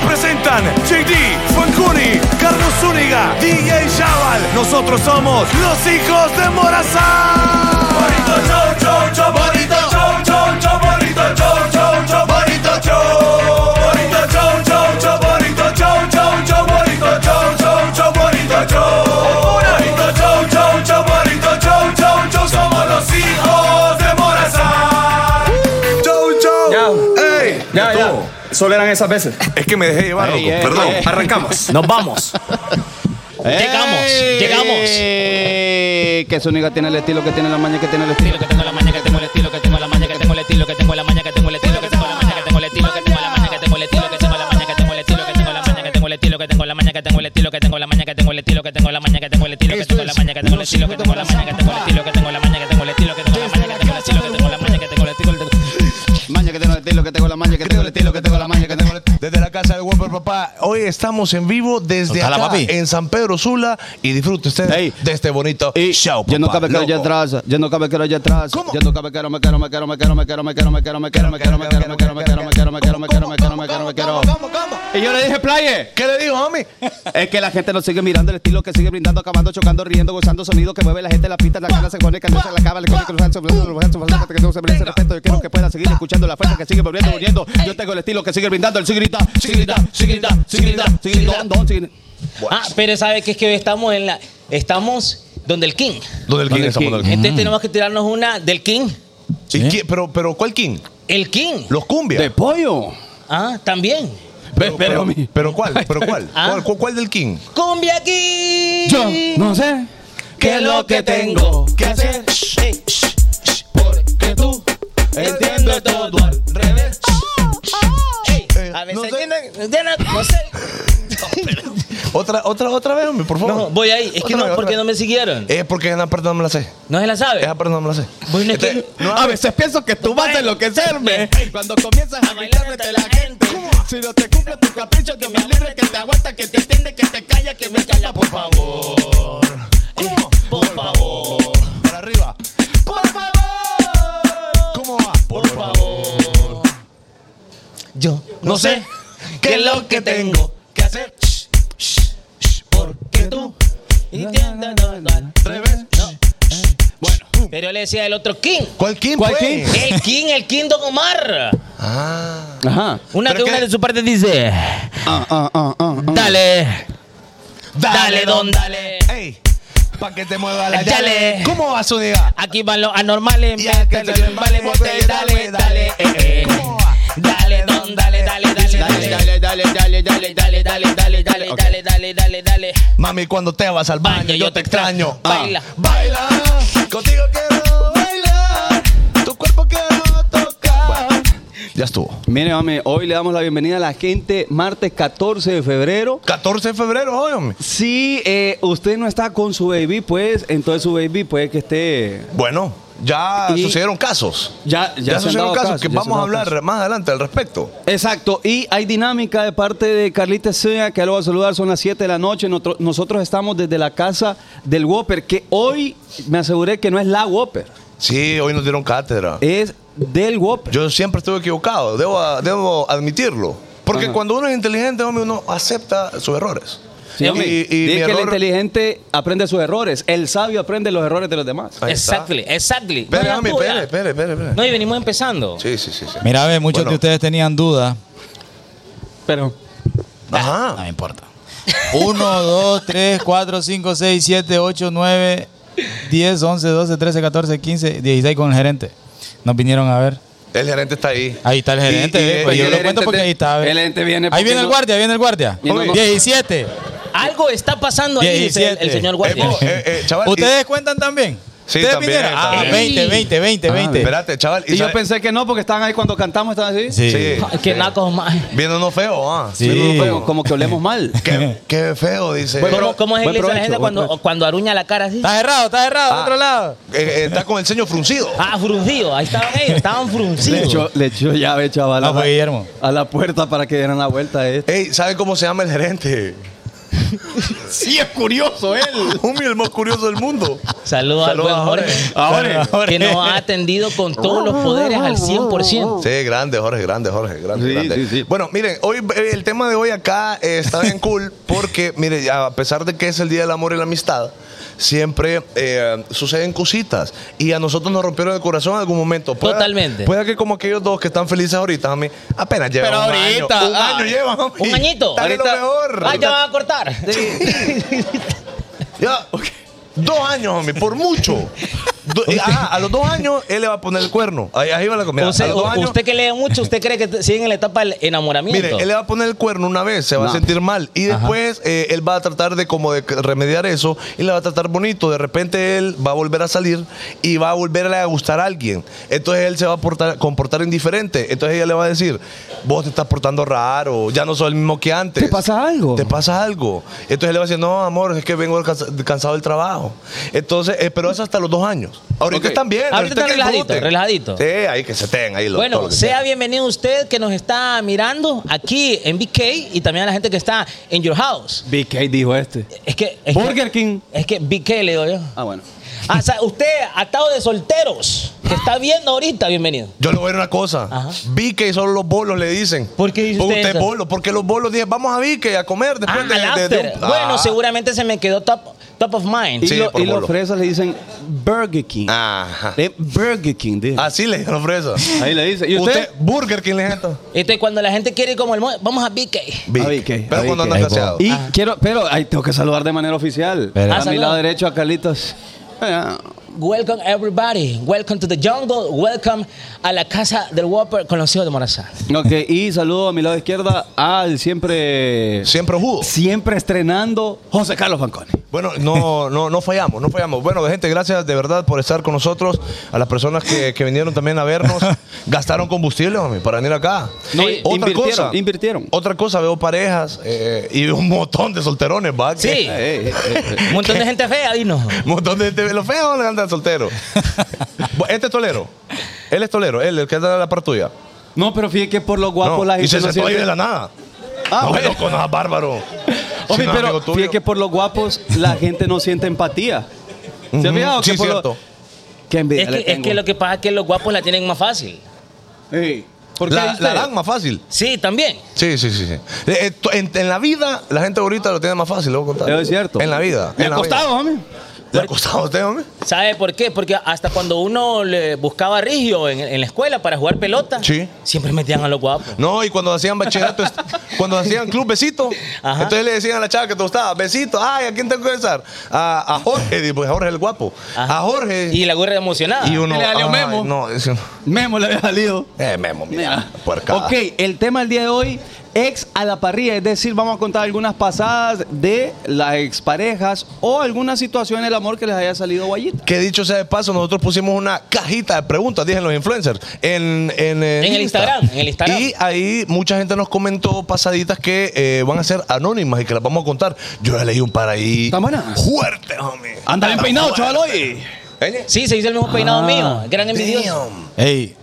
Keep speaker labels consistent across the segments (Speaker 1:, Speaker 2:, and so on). Speaker 1: Jan, JD, Fancuni, Carlos Zúñiga, DJ Chaval. Nosotros somos los hijos de Morazán. Bonito show, show, show, bonito show, show, show, bonito show, show, show, bonito show. Bonito show, show, show, bonito show, show, show, bonito show, show, show, bonito show. Bonito show, show, show, bonito show, show, show, somos los hijos de Morazán. Show, show. Ey.
Speaker 2: Ah, Ya, ya. Solo eran esas veces.
Speaker 1: Es que me dejé llevar, loco.
Speaker 2: ey,
Speaker 1: Perdón.
Speaker 2: ey.
Speaker 1: Arrancamos.
Speaker 3: Nos vamos. Llegamos,
Speaker 2: Eh,
Speaker 3: llegamos.
Speaker 2: Que Zúñiga tiene el estilo, que tiene la maña, que tiene el estilo.
Speaker 4: que tengo la maña, que tengo el estilo, que tengo la maña, que tengo el estilo, que tengo la maña, que tengo el estilo, que tengo la maña, que tengo el estilo, que tengo la maña, que tengo el estilo, que tengo la maña, que tengo el estilo, que tengo la maña, que tengo el estilo, que tengo la maña, que tengo el estilo, que tengo la maña, que tengo el estilo, que tengo la maña, que tengo el estilo, que tengo la maña, que tengo el estilo, que tengo la maña, que tengo el estilo, que tengo la maña, que tengo el estilo, que tengo la maña, que tengo el estilo, que tengo la maña, que tengo el estilo, que tengo
Speaker 2: Maña, que tengo el estilo, que tengo la maña, que tengo el estilo, que tengo la maña, que tengo el estilo.
Speaker 5: Desde la casa del Whopper, papá. Hoy estamos en vivo desde
Speaker 3: Contala,
Speaker 5: acá,
Speaker 3: papi.
Speaker 5: en San Pedro Sula. Y disfrute usted
Speaker 2: Ey.
Speaker 5: de este bonito show, papá.
Speaker 2: Yo nunca me quedo
Speaker 5: Loco.
Speaker 2: allá atrás, yo nunca me quedo allá atrás. Yo nunca me quedo, me quedo, me quedo, me quedo, me quedo, me quedo, me quedo, me quedo, me quedo, me quedo, me quedo, me quedo, me quedo, me quedo, me quedo, me quedo, me quedo, me quedo. Y yo le dije, playe.
Speaker 5: ¿Qué le digo, mami?
Speaker 2: Es que la gente nos sigue mirando el estilo que sigue brindando, acabando, chocando, riendo, gozando sonido que mueve la gente, la pista, la cara se pone caliente, la cava, le corre, cruzando, soplando, los brazos, pasando, hasta que no se merece respeto. Yo quiero que pueda seguir escuchando la fuerza que sigue volviendo, volviendo. Yo tengo el estilo que sigue brindando, el sigue grita, sigue grita, sigue grita, sigue grita, sigue gritando, sigue
Speaker 3: Ah, pero sabe que es que hoy estamos en la. Estamos donde el King.
Speaker 5: ¿Dónde el King estamos? ¿Dónde el King?
Speaker 3: Entonces tenemos que tirarnos una del King.
Speaker 5: ¿Y quién- pero, pero, ¿cuál King?
Speaker 3: El King.
Speaker 5: Los cumbia.
Speaker 2: ¿Eh? De pollo.
Speaker 3: Ah, también.
Speaker 5: pero,
Speaker 2: pero-
Speaker 5: pero, pero ¿cuál? ¿Pero cuál?
Speaker 3: Ah.
Speaker 5: ¿Cuál, cuál, cuál del King?
Speaker 3: Cumbia King.
Speaker 2: Yo no sé
Speaker 3: ¿Qué es lo que tengo que hacer? Ey, shh, shh, Porque tú entiendes todo al revés. Ey, A
Speaker 5: Eh, no
Speaker 3: veces
Speaker 5: sé.
Speaker 3: tiene- tiene- no sé.
Speaker 5: Otra, otra, otra vez, hombre, por favor.
Speaker 3: No, voy ahí. Es que
Speaker 5: Otra vez,
Speaker 3: no,
Speaker 5: otra
Speaker 3: porque
Speaker 5: vez.
Speaker 3: no me siguieron.
Speaker 5: Es porque en la parte no me la sé.
Speaker 3: No se la
Speaker 5: Es
Speaker 3: sabe.
Speaker 5: la parte no me la sé. Este,
Speaker 3: Bueno, es que.
Speaker 2: A veces pienso que tú vas a enloquecerme Cuando comienzas a bailar entre la gente Si no te cumple tu capricho Que me alegre, que te aguanta, que te entiende Que te calla, que me calla, por favor
Speaker 3: Por favor.
Speaker 5: Para arriba. Por favor. ¿Cómo va? Por favor.
Speaker 3: Yo no sé qué es lo que tengo que hacer. Porque tú entiendes todo al revés. Bueno, pero yo le decía el otro King.
Speaker 5: ¿Cuál King?
Speaker 2: ¿Cuál
Speaker 5: pues?
Speaker 2: King?
Speaker 3: El King, el King Don Omar.
Speaker 5: Ah.
Speaker 2: Ajá
Speaker 3: Una que
Speaker 5: ¿Pero
Speaker 3: una
Speaker 5: qué?
Speaker 3: de su parte dice:
Speaker 2: Ah, ah, ah, ah, ah.
Speaker 3: Dale, dale, don, dale.
Speaker 5: Ey. Pa' que te mueva la
Speaker 3: Dale.
Speaker 5: llave. ¿Cómo va, Zúñiga?
Speaker 3: Aquí van los anormales,
Speaker 5: Y acá
Speaker 3: métele,
Speaker 5: se
Speaker 3: vale,
Speaker 5: mueve,
Speaker 3: bote, dale, dale, eh, eh.
Speaker 5: ¿Cómo va?
Speaker 3: Dale, don, dale, dale, dale,
Speaker 2: Dale, dale,
Speaker 3: dale.
Speaker 2: dale, dale, dale, dale, dale, dale, dale
Speaker 3: Dale, dale, dale, dale, dale.
Speaker 5: Mami, cuando te vas al baño, yo te extraño.
Speaker 2: Ah.
Speaker 3: Baila.
Speaker 5: Baila, contigo quiero bailar. Tu cuerpo quiero tocar. Ya estuvo.
Speaker 2: Mire, hombre, hoy le damos la bienvenida a la gente Martes 14 de febrero
Speaker 5: 14 de febrero, hoy, hombre.
Speaker 2: Si eh, usted no está con su baby, pues entonces su baby puede que esté.
Speaker 5: Bueno, ya
Speaker 2: Y-
Speaker 5: sucedieron casos.
Speaker 2: Ya, ya,
Speaker 5: Ya,
Speaker 2: se han
Speaker 5: sucedieron
Speaker 2: dado
Speaker 5: casos, que
Speaker 2: ya se han
Speaker 5: vamos a
Speaker 2: dado
Speaker 5: hablar
Speaker 2: casos.
Speaker 5: más adelante al respecto.
Speaker 2: Exacto, y hay dinámica de parte de Carlita Sea, que ya lo va a saludar, son las 7 de la noche. Notro- nosotros estamos desde la casa del Whopper, que hoy me aseguré que no es la Whopper,
Speaker 5: Sí, hoy nos dieron cátedra.
Speaker 2: es del Whopper.
Speaker 5: Yo siempre estuve equivocado, debo, debo admitirlo. Porque
Speaker 2: Ajá.
Speaker 5: cuando uno es inteligente, hombre, uno acepta sus errores.
Speaker 2: Sí, hombre, di que el inteligente aprende sus errores, el sabio aprende los errores de los demás.
Speaker 5: Ahí está.
Speaker 3: Exactly, exactly.
Speaker 5: Espere,
Speaker 3: No,
Speaker 5: hombre,
Speaker 3: la
Speaker 5: espere,
Speaker 3: duda.
Speaker 5: espere, espere, espere.
Speaker 3: No, y venimos empezando.
Speaker 5: Sí, sí, sí. sí.
Speaker 6: Mira, ve, muchos
Speaker 5: Bueno.
Speaker 6: de ustedes tenían dudas.
Speaker 2: Pero,
Speaker 6: No
Speaker 5: Ajá.
Speaker 6: me importa. 1, 2, 3, 4, 5, 6, 7, 8, 9, 10, 11, 12, 13, 14, 15, 16 con el gerente. Nos vinieron a ver.
Speaker 5: El gerente está ahí.
Speaker 6: Ahí está el
Speaker 5: Y-
Speaker 6: gerente,
Speaker 5: y-
Speaker 6: ve, pues
Speaker 5: y
Speaker 6: yo
Speaker 5: el
Speaker 6: lo cuento
Speaker 2: gerente
Speaker 6: porque
Speaker 2: te-
Speaker 6: ahí está. ve.
Speaker 2: el gerente viene
Speaker 6: ahí
Speaker 2: porque
Speaker 6: viene el
Speaker 2: no-
Speaker 6: guardia, ahí viene el guardia.
Speaker 2: Y no-
Speaker 6: 17.
Speaker 3: Algo está pasando ahí, dice el, el
Speaker 6: 17.
Speaker 3: señor
Speaker 5: Eh,
Speaker 3: guardia.
Speaker 5: po, eh, eh, chaval, y-
Speaker 6: ¿Ustedes cuentan también?
Speaker 5: Sí,
Speaker 6: ¿Ustedes
Speaker 5: también,
Speaker 6: vinieron? Ah,
Speaker 3: también.
Speaker 6: 20, 20, 20,
Speaker 2: Ah,
Speaker 6: 20.
Speaker 5: Espérate, chaval.
Speaker 2: y yo
Speaker 5: sabe-
Speaker 2: pensé que no, porque estaban ahí cuando cantamos, estaban así.
Speaker 6: Sí.
Speaker 5: Sí.
Speaker 3: Ay, Ah, Qué nacos más.
Speaker 5: Viendo uno feo, ah.
Speaker 6: Sí.
Speaker 2: Pero, pero, como que olemos mal.
Speaker 5: Qué, qué feo, dice.
Speaker 3: ¿Cómo, cómo es el
Speaker 2: buen
Speaker 3: dice la
Speaker 2: provecho,
Speaker 3: gente
Speaker 2: buen
Speaker 3: cuando,
Speaker 2: provecho.
Speaker 3: cuando aruña la cara así?
Speaker 6: Está cerrado, está cerrado,
Speaker 5: Ah.
Speaker 6: otro lado.
Speaker 5: Eh, eh, está con el ceño fruncido.
Speaker 3: Ah, fruncido. Ahí estaban ellos, estaban
Speaker 2: Le echó,
Speaker 3: fruncidos.
Speaker 2: le echó llave, chaval.
Speaker 6: No
Speaker 2: a-
Speaker 6: fue Guillermo.
Speaker 2: A la puerta para que dieran la vuelta a este. esto.
Speaker 5: Ey, ¿sabe cómo se llama el gerente?
Speaker 2: Sí, es curioso él.
Speaker 5: Homie, el más curioso del mundo.
Speaker 3: Saludos al
Speaker 5: Saludos
Speaker 3: buen
Speaker 5: a
Speaker 3: Jorge.
Speaker 5: Jorge. A
Speaker 3: Que nos ha atendido con todos los poderes al 100%.
Speaker 5: Sí, grande, Jorge, grande, Jorge, grande,
Speaker 4: Sí,
Speaker 5: grande.
Speaker 4: sí, sí.
Speaker 5: Bueno, miren, hoy eh, el tema de hoy acá eh, está bien cool porque, mire, a pesar de que es el Día del Amor y la Amistad, siempre eh, suceden cositas y a nosotros nos rompieron el corazón en algún momento. Pueda-
Speaker 3: Totalmente.
Speaker 5: Puede que como aquellos dos que están felices ahorita, a mí apenas llevan
Speaker 7: Pero
Speaker 5: un
Speaker 7: ahorita,
Speaker 5: año. Un
Speaker 7: ah,
Speaker 5: año llevan, homie.
Speaker 3: Un añito.
Speaker 5: Están en lo
Speaker 7: Ahorita-
Speaker 5: mejor.
Speaker 3: Ah, ya van a cortar.
Speaker 5: Ya, Dos años, homie, por mucho. Do- eh, ah, a los dos años él le va a poner el cuerno. Ahí, ahí va la comida.
Speaker 3: Usted,
Speaker 5: a los dos años,
Speaker 3: usted que lee mucho, ¿usted cree que t- sigue en la etapa del enamoramiento?
Speaker 5: Mire, él le va a poner el cuerno una vez, se va a sentir mal. Y después eh, él va a tratar de como de remediar eso y la va a tratar bonito. De repente él va a volver a salir y va a volverle a gustar a alguien. Entonces él se va a portar- comportar indiferente. Entonces ella le va a decir, vos te estás portando raro, ya no sos el mismo que antes.
Speaker 4: ¿Te pasa algo?
Speaker 5: Te pasa algo. Entonces él le va a decir, no, amor, es que vengo cansa- cansado del trabajo. Entonces, eh, pero eso hasta los dos años. Ahorita
Speaker 4: Ok.
Speaker 5: están bien.
Speaker 3: Ahorita están
Speaker 5: que
Speaker 3: relajaditos,
Speaker 5: disfruten.
Speaker 3: relajaditos.
Speaker 5: Sí, ahí que se tengan ahí. lo- todo lo
Speaker 3: Bueno,
Speaker 5: que
Speaker 3: sea
Speaker 5: quieran.
Speaker 3: bienvenido usted que nos está mirando aquí en BK y también a la gente que está en Your House.
Speaker 4: BK dijo este.
Speaker 3: Es que. es
Speaker 4: Burger
Speaker 3: que-
Speaker 4: King.
Speaker 3: Es que BK le digo yo.
Speaker 4: Ah, bueno.
Speaker 3: Ah, o sea, usted, atado de solteros, que está viendo ahorita, bienvenido.
Speaker 5: Yo le voy a decir una cosa.
Speaker 3: Ajá.
Speaker 5: Vi que solo los bolos le dicen.
Speaker 3: ¿Por qué dice
Speaker 5: Porque
Speaker 3: usted
Speaker 5: usted
Speaker 3: eso?
Speaker 5: es bolo. Porque los bolos dicen, vamos a Vique a comer después
Speaker 3: Ah,
Speaker 5: de,
Speaker 3: al
Speaker 5: de- de
Speaker 3: after.
Speaker 5: un-
Speaker 3: Bueno,
Speaker 5: Ah.
Speaker 3: seguramente se me quedó top, top of mind.
Speaker 4: Y,
Speaker 5: Sí,
Speaker 4: lo-
Speaker 5: por
Speaker 4: y los
Speaker 5: bolo. Ah.
Speaker 4: fresas le dicen Burger King.
Speaker 5: Ajá.
Speaker 4: Eh, Burger King, dijo.
Speaker 5: Así Ah, le dijeron fresa.
Speaker 4: Ahí le dice. ¿Y
Speaker 5: usted?
Speaker 4: usted?
Speaker 5: Burger King le dijeron.
Speaker 3: Entonces, cuando la gente quiere ir como el mo- vamos a BK.
Speaker 5: Vic.
Speaker 4: A Vique,
Speaker 5: Pero
Speaker 4: a
Speaker 5: cuando anda
Speaker 4: Vique.
Speaker 6: Ay, bo-
Speaker 5: caseado.
Speaker 4: Y quiero, pero ay, tengo que saludar de manera oficial.
Speaker 6: Pero-
Speaker 3: Ah,
Speaker 4: a mi
Speaker 3: saluda.
Speaker 4: lado derecho a Carlitos. Ah,
Speaker 3: Welcome everybody. Welcome to the jungle. Welcome a la casa del Whopper con los hijos de Morazán.
Speaker 4: Ok, y saludo a mi lado izquierda al siempre.
Speaker 5: Siempre jugo.
Speaker 4: Siempre estrenando José Carlos Fanconi.
Speaker 5: Bueno, no, no, no fallamos, no fallamos. Bueno, gente, gracias de verdad por estar con nosotros. A las personas que, que vinieron también a vernos, gastaron combustible, homie, para venir acá.
Speaker 4: No,
Speaker 5: Eh,
Speaker 4: invirtieron, invirtieron.
Speaker 5: Otra cosa, veo parejas eh, y un montón de solterones, ¿va? Que-
Speaker 3: Sí.
Speaker 4: Eh, eh, eh, eh.
Speaker 3: Un montón de gente fea, vino.
Speaker 5: Un montón de gente. Los feos le andan soltero. Bu- este es tolero. Él es tolero, él, el que anda en la par tuya.
Speaker 4: No, pero fíjate que por lo guapo
Speaker 5: No,
Speaker 4: la gente
Speaker 5: y se
Speaker 4: no
Speaker 5: sentó ahí
Speaker 4: siente-
Speaker 5: de la nada.
Speaker 4: Ah,
Speaker 5: no,
Speaker 4: bueno.
Speaker 5: loco, no, bárbaro.
Speaker 4: Ok,
Speaker 5: Si no es
Speaker 4: pero
Speaker 5: amigo tuyo.
Speaker 4: fíjate que por los guapos la gente no siente empatía. ¿Se ha
Speaker 5: Ujú,
Speaker 4: fijado?
Speaker 5: Sí,
Speaker 4: que por lo-
Speaker 5: cierto.
Speaker 4: Qué envidia
Speaker 3: Es
Speaker 4: le
Speaker 3: que, es
Speaker 4: tengo.
Speaker 3: que lo que pasa es que los guapos la tienen más fácil.
Speaker 4: Ey, ¿Por qué
Speaker 5: La,
Speaker 4: dice?
Speaker 5: la dan más fácil.
Speaker 3: Sí, también.
Speaker 5: Sí, sí, sí. sí. Eh, eh, to- En, en la vida, la gente ahorita lo tiene más fácil, le voy a contar.
Speaker 4: Eso es cierto.
Speaker 5: En la vida.
Speaker 4: Me
Speaker 5: en
Speaker 4: ha
Speaker 5: la
Speaker 4: costado,
Speaker 5: vida.
Speaker 4: hombre.
Speaker 5: ¿Le ha costado a usted, hombre?
Speaker 3: ¿Sabe por qué? Porque hasta cuando uno le buscaba rigio en, en la escuela para jugar pelota,
Speaker 5: Sí.
Speaker 3: siempre metían a los guapos.
Speaker 5: No, y cuando hacían bachillerato, est- cuando hacían club besito,
Speaker 3: Ajá.
Speaker 5: entonces le decían a la chava que te gustaba, besito, ay, ¿a quién tengo que besar? A, a Jorge, digo, porque Jorge es el guapo.
Speaker 3: Ajá.
Speaker 5: A Jorge.
Speaker 3: Y la gorra emocionada.
Speaker 5: Y uno.
Speaker 4: Y le salió
Speaker 5: ay,
Speaker 4: Memo.
Speaker 5: No, es un-
Speaker 4: Memo le había salido.
Speaker 5: eh, Memo, mira. Puercada.
Speaker 4: Ok, el tema del día de hoy, ex a la parrilla, es decir, vamos a contar algunas pasadas de las exparejas o alguna situación en el amor que les haya salido guayita.
Speaker 5: Que dicho sea de paso, nosotros pusimos una cajita de preguntas, dicen los influencers, en, en, eh,
Speaker 3: En el Instagram, en el Instagram.
Speaker 5: Y ahí mucha gente nos comentó pasaditas que eh, van a ser anónimas y que las vamos a contar. Yo ya leí un par ahí.
Speaker 4: ¿Están buenas?
Speaker 5: Fuerte, homie.
Speaker 4: Anda bien peinado, chaval,
Speaker 5: ¿Eh?
Speaker 3: Sí, se hizo el mismo peinado
Speaker 4: Ah,
Speaker 3: mío. Gran envidioso.
Speaker 5: Damn.
Speaker 6: Ey,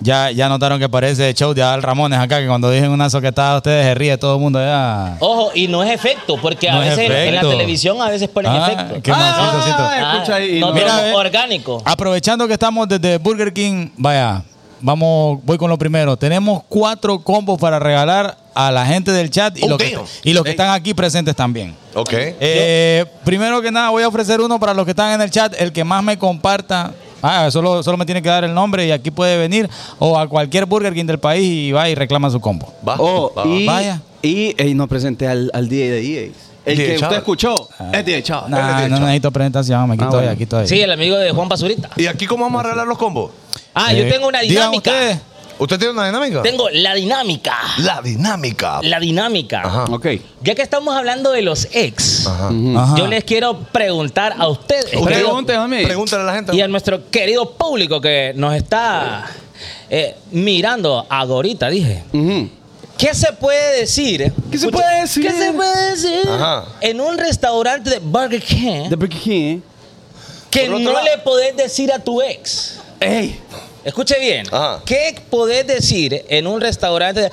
Speaker 6: ya, ya notaron que parece el show de Adal Ramones acá, que cuando dicen una soquetada ustedes se ríe todo el mundo allá.
Speaker 3: Ojo, y no es efecto, porque a
Speaker 6: No es
Speaker 3: veces en- en la
Speaker 6: efecto.
Speaker 3: televisión a veces ponen
Speaker 6: Ah,
Speaker 3: efecto.
Speaker 6: qué macizo, siento.
Speaker 4: Ah, escucha ahí.
Speaker 3: no,
Speaker 4: no.
Speaker 6: Mira,
Speaker 3: no,
Speaker 6: eh.
Speaker 3: orgánico.
Speaker 6: Aprovechando que estamos desde Burger King, vaya, vamos, voy con lo primero. Tenemos cuatro combos para regalar a la gente del chat y
Speaker 5: Oh,
Speaker 6: los que,
Speaker 5: damn.
Speaker 6: y los que están aquí presentes también.
Speaker 5: Ok.
Speaker 6: Eh, primero que nada, voy a ofrecer uno para los que están en el chat. El que más me comparta, ah, solo, solo me tiene que dar el nombre y aquí puede venir o a cualquier Burger King del país y va y reclama su combo.
Speaker 5: Va.
Speaker 4: Oh,
Speaker 5: va,
Speaker 4: y,
Speaker 6: Vaya.
Speaker 4: y ey, no presenté al, al DJ de DJs.
Speaker 5: DJ
Speaker 4: El que
Speaker 5: Chaval.
Speaker 4: usted escuchó es DJ Chaval.
Speaker 6: Nah,
Speaker 5: Dale,
Speaker 6: no
Speaker 5: chao.
Speaker 6: necesito presentación, aquí
Speaker 4: Ah,
Speaker 6: estoy,
Speaker 4: bueno.
Speaker 6: aquí estoy.
Speaker 3: Sí, el amigo de Juan Basurita.
Speaker 5: ¿Y aquí cómo vamos a arreglar los combos?
Speaker 3: Ah, yo
Speaker 6: Eh,
Speaker 3: tengo una
Speaker 6: digan
Speaker 3: dinámica.
Speaker 6: ustedes.
Speaker 5: ¿Usted tiene una dinámica?
Speaker 3: Tengo la dinámica.
Speaker 5: La dinámica.
Speaker 3: La dinámica.
Speaker 5: Ajá.
Speaker 4: Ok.
Speaker 3: Ya que estamos hablando de los ex,
Speaker 5: Ah. Ajá.
Speaker 4: Mm.
Speaker 6: Ajá.
Speaker 3: yo les quiero preguntar a ustedes
Speaker 5: Usted-
Speaker 4: Pregunte, homie.
Speaker 5: Pregúntale a la gente.
Speaker 3: y a nuestro querido público que nos está eh, mirando ahorita, dije.
Speaker 4: Ujú.
Speaker 3: ¿Qué se puede decir?
Speaker 4: ¿Qué se puede decir?
Speaker 3: ¿Qué se puede decir
Speaker 5: Ajá.
Speaker 3: en un restaurante de Burger King
Speaker 4: De Burger King.
Speaker 3: que
Speaker 5: Por
Speaker 3: no
Speaker 5: otro lado.
Speaker 3: le podés decir a tu ex?
Speaker 4: Ey.
Speaker 3: Escuche bien.
Speaker 5: Ajá.
Speaker 3: ¿Qué podés decir en un restaurante de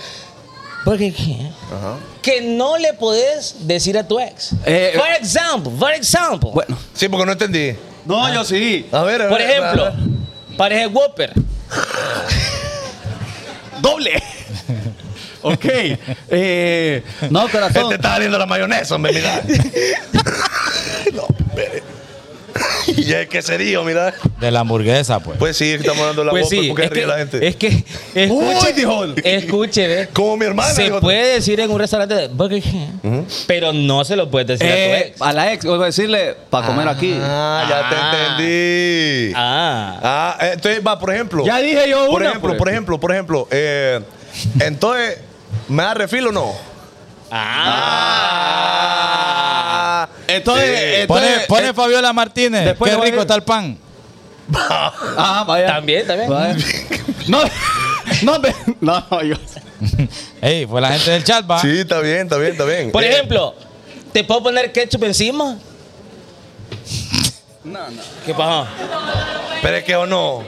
Speaker 3: Burger King
Speaker 5: Ajá.
Speaker 3: que no le podés decir a tu ex?
Speaker 4: Eh,
Speaker 3: por ejemplo, por ejemplo.
Speaker 4: Bueno.
Speaker 5: Sí, porque no entendí.
Speaker 4: No, yo sí.
Speaker 5: A ver, a
Speaker 3: Por
Speaker 5: ver, a
Speaker 3: ejemplo,
Speaker 5: ver.
Speaker 3: parece Whopper.
Speaker 4: Doble. ok. Eh, no,
Speaker 5: Este
Speaker 4: corazón.
Speaker 5: está saliendo la mayonesa, hombre, mira. no, hombre. Y es que serio, mira.
Speaker 6: De la hamburguesa, pues.
Speaker 5: Pues sí, estamos dando la
Speaker 3: Pues
Speaker 5: voz
Speaker 3: sí,
Speaker 5: porque
Speaker 3: es
Speaker 5: ríe
Speaker 3: que,
Speaker 5: la gente.
Speaker 3: es que escuche,
Speaker 5: dijo él.
Speaker 3: escuche, ve.
Speaker 5: Como mi hermana.
Speaker 3: Se
Speaker 5: dijo.
Speaker 3: puede decir en un restaurante de Burger King, pero no se lo puedes decir a tu
Speaker 4: Eh,
Speaker 3: ex.
Speaker 4: a la ex, voy a decirle, para comer aquí.
Speaker 5: Ah, ya
Speaker 3: Ah.
Speaker 5: te entendí.
Speaker 3: Ah,
Speaker 5: Ah, eh, entonces va, por ejemplo.
Speaker 4: Ya dije yo
Speaker 5: Por
Speaker 4: una,
Speaker 5: ejemplo,
Speaker 4: pues.
Speaker 5: por ejemplo, por ejemplo. eh, entonces, ¿me da refil o no? Ah.
Speaker 4: Entonces,
Speaker 5: Sí.
Speaker 4: entonces-
Speaker 6: Pone, pone
Speaker 4: eh,
Speaker 6: Fabiola Martínez.
Speaker 4: después
Speaker 6: Qué
Speaker 4: le voy a
Speaker 6: rico
Speaker 4: ir.
Speaker 6: está el pan.
Speaker 4: ah, vaya.
Speaker 3: También, también.
Speaker 4: Vaya. No, no, me- no, no, yo.
Speaker 6: Ey, fue la gente del chat, va.
Speaker 5: Sí, está bien, está bien, está bien.
Speaker 3: por
Speaker 5: Eh,
Speaker 3: ejemplo, ¿te puedo poner ketchup encima?
Speaker 4: No, no.
Speaker 3: ¿Qué pasó?
Speaker 5: Pero es que o no.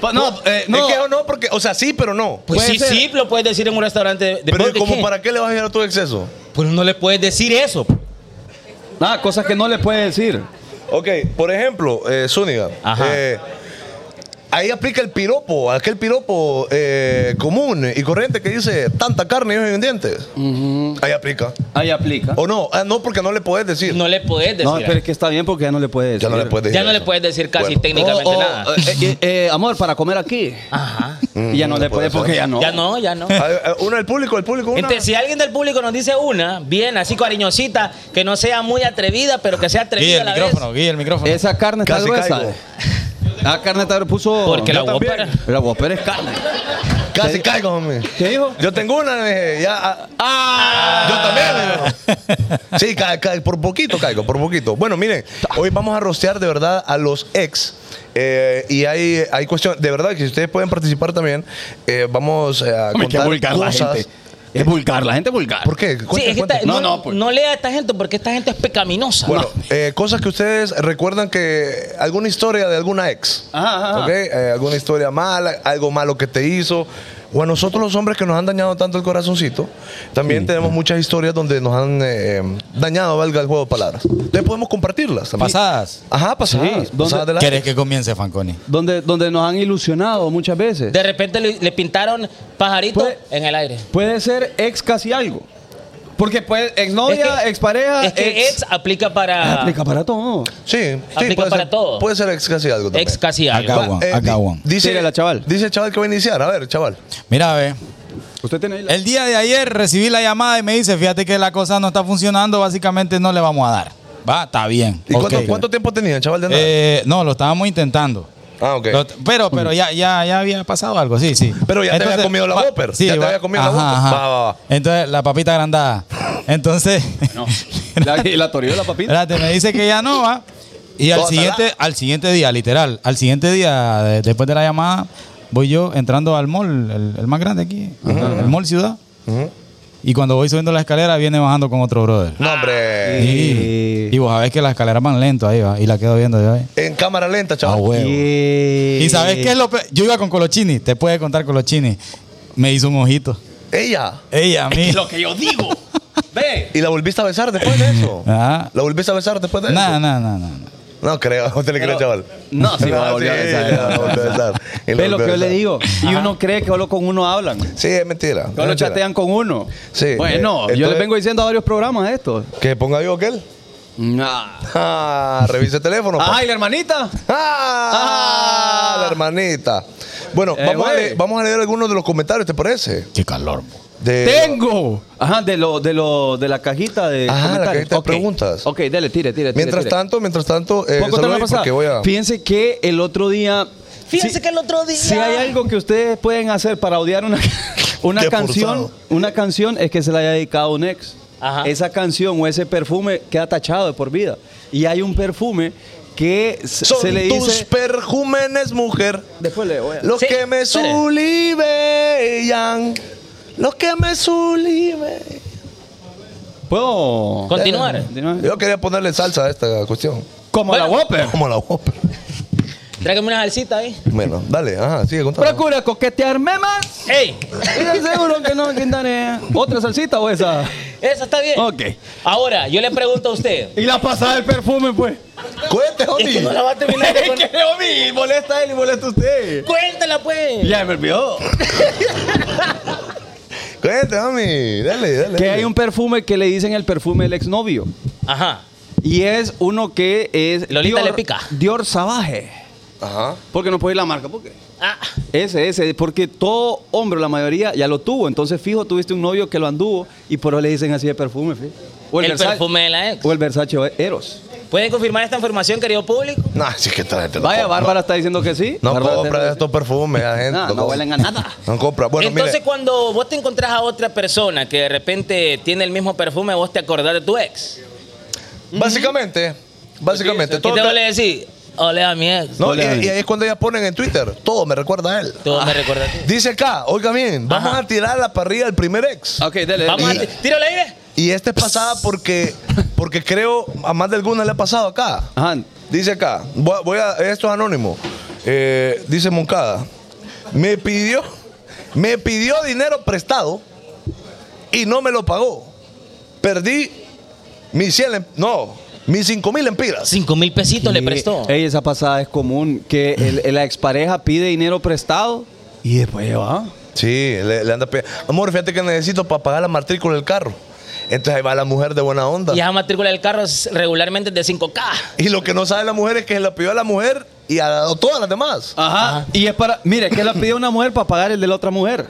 Speaker 4: Pa- No, eh, no.
Speaker 5: Es que o no, porque, o sea, sí, pero no.
Speaker 3: Pues
Speaker 4: Puede
Speaker 3: sí,
Speaker 4: ser.
Speaker 3: sí, lo puedes decir en un restaurante de, de
Speaker 5: Pero
Speaker 3: Burger
Speaker 5: como
Speaker 3: King.
Speaker 5: para qué le vas a dar tu exceso.
Speaker 3: Pues no le puedes decir eso.
Speaker 4: Nada, cosas que no le puede decir.
Speaker 5: Ok, por ejemplo, eh, Zúñiga.
Speaker 3: Ajá.
Speaker 5: eh, ahí aplica el piropo, aquel piropo eh, común y corriente que dice tanta carne y ojos en dientes. Ahí aplica.
Speaker 4: Ahí aplica.
Speaker 5: O no, ah, no, porque no le puedes decir.
Speaker 3: No le puedes decir.
Speaker 4: No, pero es que está bien porque ya no le puede decir.
Speaker 5: ya no le puedes decir.
Speaker 3: ya no le
Speaker 5: eso.
Speaker 3: puedes decir casi
Speaker 5: Bueno.
Speaker 3: técnicamente
Speaker 4: O- o,
Speaker 3: nada.
Speaker 4: eh, eh, eh, amor, para comer aquí.
Speaker 3: Ajá.
Speaker 4: Y ya no,
Speaker 5: Mm,
Speaker 4: le
Speaker 5: puede
Speaker 4: puede
Speaker 5: ser.
Speaker 4: porque ya no.
Speaker 3: Ya no, ya no.
Speaker 5: A ver, eh, Una del público, el público. Una.
Speaker 3: Entonces, si alguien del público nos dice una, bien, así cariñosita, que no sea muy atrevida, pero que sea
Speaker 6: Guille,
Speaker 3: atrevida
Speaker 6: el
Speaker 3: a la vez.
Speaker 6: micrófono, Guille, el micrófono.
Speaker 4: Esa carne está
Speaker 5: Casi
Speaker 4: gruesa.
Speaker 5: caigo.
Speaker 4: La carne está gruesa. Puso.
Speaker 3: Porque la
Speaker 5: Yo también.
Speaker 3: Whopper.
Speaker 4: Pero Whopper es carne.
Speaker 5: Casi caigo, hombre.
Speaker 4: ¿Qué dijo?
Speaker 5: Yo tengo una, dije, ya. ah, ah, yo también. digo. Sí, ca- ca- por poquito caigo, por poquito. Bueno, miren, hoy vamos a rostear de verdad a los ex. eh, y hay, hay cuestión, de verdad, que si ustedes pueden participar también, eh, vamos eh, a
Speaker 4: Hombre, qué
Speaker 5: contar
Speaker 4: vulgar la
Speaker 5: cosas.
Speaker 4: gente. Es vulgar, la gente es vulgar.
Speaker 5: ¿Por qué?
Speaker 3: Sí,
Speaker 5: Cuenten,
Speaker 3: es que
Speaker 5: cuenten.
Speaker 3: esta-
Speaker 4: No,
Speaker 3: no,
Speaker 4: no, pues.
Speaker 3: no lea a esta gente porque esta gente es pecaminosa.
Speaker 5: Bueno, eh, cosas que ustedes recuerdan que alguna historia de alguna ex,
Speaker 4: Ajá, ajá, ajá.
Speaker 5: ¿ok? Eh, alguna historia mala, algo malo que te hizo. O a nosotros los hombres que nos han dañado tanto el corazoncito, también tenemos muchas historias donde nos han eh, eh, dañado, valga el juego de palabras. Entonces podemos compartirlas también.
Speaker 6: Pasadas.
Speaker 5: Ajá, pasadas.
Speaker 4: Sí, ¿dónde-
Speaker 5: pasadas de la-
Speaker 6: ¿Quieres que comience, Fanconi?
Speaker 4: Donde, donde nos han ilusionado muchas veces.
Speaker 3: De repente le, le pintaron pajarito
Speaker 4: Pues-
Speaker 3: en el aire.
Speaker 4: Puede ser ex casi algo. Porque puede exnovia,
Speaker 3: Es que-
Speaker 4: expareja,
Speaker 3: Es que ex, ah. aplica para.
Speaker 4: Ah, Aplica para todo.
Speaker 5: Sí, sí,
Speaker 3: Aplica
Speaker 5: puede
Speaker 3: para
Speaker 5: ser,
Speaker 3: todo.
Speaker 5: Puede ser ex casi algo también.
Speaker 3: ex casi algo.
Speaker 6: Acá, Juan,
Speaker 5: Va,
Speaker 6: acá,
Speaker 5: di-
Speaker 6: Juan.
Speaker 5: Dice,
Speaker 4: Tírala, chaval.
Speaker 5: dice el chaval que va a iniciar. A ver, chaval.
Speaker 6: Mira, ve.
Speaker 4: Usted tiene ahí la-
Speaker 6: El día de ayer recibí la llamada y me dice, fíjate que la cosa no está funcionando, básicamente no le vamos a dar. Va, está bien.
Speaker 5: ¿Y
Speaker 6: Ok.
Speaker 5: cuánto, cuánto tiempo tenía, chaval? De nada?
Speaker 6: Eh, no, lo estábamos intentando.
Speaker 5: ah, ok.
Speaker 6: Lo- Pero, pero ya, ya, ya había pasado algo, sí, sí.
Speaker 5: Pero ya te había comido la
Speaker 6: va-
Speaker 5: Whopper, ya te
Speaker 6: va-
Speaker 5: había comido la
Speaker 6: ajá,
Speaker 5: Whopper.
Speaker 6: ajá.
Speaker 5: Va, va, va.
Speaker 6: Entonces, la papita agrandada. Entonces,
Speaker 4: La, y la torrió la papita.
Speaker 6: espérate, me dice que ya no va. Y al
Speaker 5: Tótala.
Speaker 6: siguiente, al siguiente día, literal, al siguiente día, de- después de la llamada, voy yo entrando al mall, el, el más grande aquí, el mall ciudad. Y cuando voy subiendo la escalera, viene bajando con otro brother.
Speaker 5: no, hombre.
Speaker 6: Ah.
Speaker 4: Eh,
Speaker 6: Y, y vos sabés que las escaleras van lento ahí, va, y la quedo viendo yo ahí.
Speaker 5: En cámara lenta,
Speaker 6: Ah,
Speaker 5: chaval.
Speaker 6: huevo. ¿Y sabes
Speaker 4: eh,
Speaker 6: qué es lo peor? Yo iba con Colochini, te puede contar Colochini. Me hizo un ojito.
Speaker 5: Ella.
Speaker 6: Ella, a mí.
Speaker 4: que yo digo. Ve.
Speaker 5: ¿Y la volviste a besar después de eso?
Speaker 4: Ah.
Speaker 6: Ajá.
Speaker 5: ¿La volviste a besar después de eso?
Speaker 6: No, no, no, no. no.
Speaker 5: No creo, no te le creo, chaval. Ah,
Speaker 4: No, sí, va a volver a
Speaker 5: sí,
Speaker 4: besar.
Speaker 5: la volvió a besar. Y la
Speaker 4: Ve lo
Speaker 5: volvió
Speaker 4: que
Speaker 5: a
Speaker 4: yo le
Speaker 5: besar.
Speaker 4: digo. Y uno cree que solo con uno hablan.
Speaker 5: Sí, es mentira. es
Speaker 4: Solo
Speaker 5: mentira.
Speaker 4: chatean con uno.
Speaker 5: Sí, eh,
Speaker 4: Bueno, yo
Speaker 5: entonces-
Speaker 4: les vengo diciendo a varios programas esto.
Speaker 5: ¿Que ponga yo aquel?
Speaker 4: Nah.
Speaker 5: Mm, Ah, revise el teléfono. pa.
Speaker 4: Ah, y la hermanita.
Speaker 5: Ah,
Speaker 4: Ah.
Speaker 5: la hermanita. Bueno,
Speaker 4: Eh,
Speaker 5: vamos, a
Speaker 4: güey.
Speaker 5: leer, vamos a leer algunos de los comentarios, ¿te parece?
Speaker 6: Qué calor. mo.
Speaker 5: De-
Speaker 4: Tengo. Ajá, de lo, de lo, de la cajita de
Speaker 5: Ajá, Ah, la
Speaker 4: comentarios.
Speaker 5: cajita de
Speaker 4: Ok.
Speaker 5: preguntas.
Speaker 4: Ok, dale, tire, tire. tire,
Speaker 5: Mientras
Speaker 4: tire.
Speaker 5: tanto, mientras tanto, eh,
Speaker 4: Poco
Speaker 5: saluda
Speaker 4: tema
Speaker 5: ahí
Speaker 4: pasado.
Speaker 5: porque voy a...
Speaker 4: Fíjense que el otro día.
Speaker 3: Fíjense
Speaker 4: si-
Speaker 3: que el otro día.
Speaker 4: Si hay algo que ustedes pueden hacer para odiar una, una
Speaker 5: Qué
Speaker 4: canción,
Speaker 5: forzado.
Speaker 4: una canción es que se la haya dedicado a un ex.
Speaker 3: Ajá.
Speaker 4: Esa canción o ese perfume queda tachado de por vida. Y hay un perfume que se,
Speaker 5: Son
Speaker 4: se le
Speaker 5: tus
Speaker 4: dice.
Speaker 5: perjúmenes, mujer.
Speaker 4: Después le voy a.
Speaker 5: Los
Speaker 3: Sí,
Speaker 5: que me
Speaker 3: espere.
Speaker 5: sublivellan. Los que me sublivellan.
Speaker 4: ¿Puedo?
Speaker 5: Eh.
Speaker 3: Continuar.
Speaker 5: Yo quería ponerle salsa a esta cuestión.
Speaker 4: Como
Speaker 3: Bueno.
Speaker 4: la Whopper.
Speaker 5: Como la Whopper.
Speaker 3: Tráigame una salsita ahí.
Speaker 5: Bueno, dale, ajá, sigue contando.
Speaker 4: Procura coquetearme más.
Speaker 3: ¡Ey!
Speaker 4: Y de seguro que no, Quintanilla. ¿Otra salsita o esa?
Speaker 3: Esa está bien.
Speaker 4: Ok.
Speaker 3: Ahora, yo le pregunto a usted.
Speaker 4: Y la pasada del perfume, pues.
Speaker 5: Cuente,
Speaker 3: Es que
Speaker 5: Johnny.
Speaker 3: no la va a terminar de contar.
Speaker 4: homie, molesta a él y molesta a usted.
Speaker 3: Cuéntala, pues.
Speaker 4: Ya me olvidó.
Speaker 5: Cuente, homie. Dale, dale.
Speaker 4: Que hay un perfume que le dicen el perfume del exnovio.
Speaker 3: Ajá.
Speaker 4: Y es uno que es.
Speaker 3: Lolita le pica.
Speaker 4: Dior Savage.
Speaker 5: Ajá.
Speaker 4: Porque no puede ir la marca, ¿por qué?
Speaker 3: Ah,
Speaker 4: Ese, ese, porque todo hombre, la mayoría, ya lo tuvo. Entonces, fijo, tuviste un novio que lo anduvo y por eso le dicen así de perfume, fijo. O
Speaker 3: el
Speaker 4: Versace-
Speaker 3: perfume de la ex.
Speaker 4: O el Versace Eros.
Speaker 3: ¿Pueden confirmar esta información, querido público?
Speaker 5: No, sí que esta gente no
Speaker 4: Vaya,
Speaker 5: compra.
Speaker 4: Bárbara está diciendo que sí.
Speaker 5: No
Speaker 4: Bárbara está
Speaker 5: compra
Speaker 4: diciendo
Speaker 5: estos perfumes, la
Speaker 4: que sí.
Speaker 5: gente.
Speaker 4: No, no
Speaker 5: compra.
Speaker 4: huelen a nada.
Speaker 5: No compra. Bueno, mire.
Speaker 3: Entonces, cuando vos te encontrás a otra persona que de repente tiene el mismo perfume, vos te acordás de tu ex.
Speaker 5: Básicamente, básicamente,
Speaker 3: ¿Qué te
Speaker 5: todo.
Speaker 3: vale decir? Ole a mi ex.
Speaker 5: No, y,
Speaker 4: Ole,
Speaker 5: y ahí es cuando ellas ponen en Twitter, todo me recuerda a él.
Speaker 3: Todo me recuerda a ti.
Speaker 5: Dice acá, oiga bien, vamos
Speaker 3: Ajá.
Speaker 5: a tirar la parrilla al primer ex.
Speaker 4: Ok, dele.
Speaker 3: Vamos a.
Speaker 4: dele.
Speaker 3: Tiro al aire.
Speaker 5: Y esta es pasada porque, porque creo a más de alguna le ha pasado acá.
Speaker 4: Ajá.
Speaker 5: Dice acá, voy a- voy a- esto es anónimo. Eh, dice Moncada, me pidió, me pidió dinero prestado y no me lo pagó. Perdí mis 100, em- no, mis 5 mil empiras.
Speaker 3: Cinco mil pesitos le
Speaker 4: Y,
Speaker 3: prestó.
Speaker 4: Ey, esa pasada es común, que el, el- la expareja pide dinero prestado y después ya va.
Speaker 5: Sí, le, le anda pe- Amor, fíjate que necesito para pagar la matrícula del carro. Entonces ahí va la mujer de buena onda.
Speaker 3: Y esa matrícula del carro es regularmente de 5K.
Speaker 5: Y lo que no sabe la mujer es que se la pidió a la mujer y a todas las demás.
Speaker 4: Ajá. Y es para. Mire, que la pidió una mujer para pagar el de la otra mujer.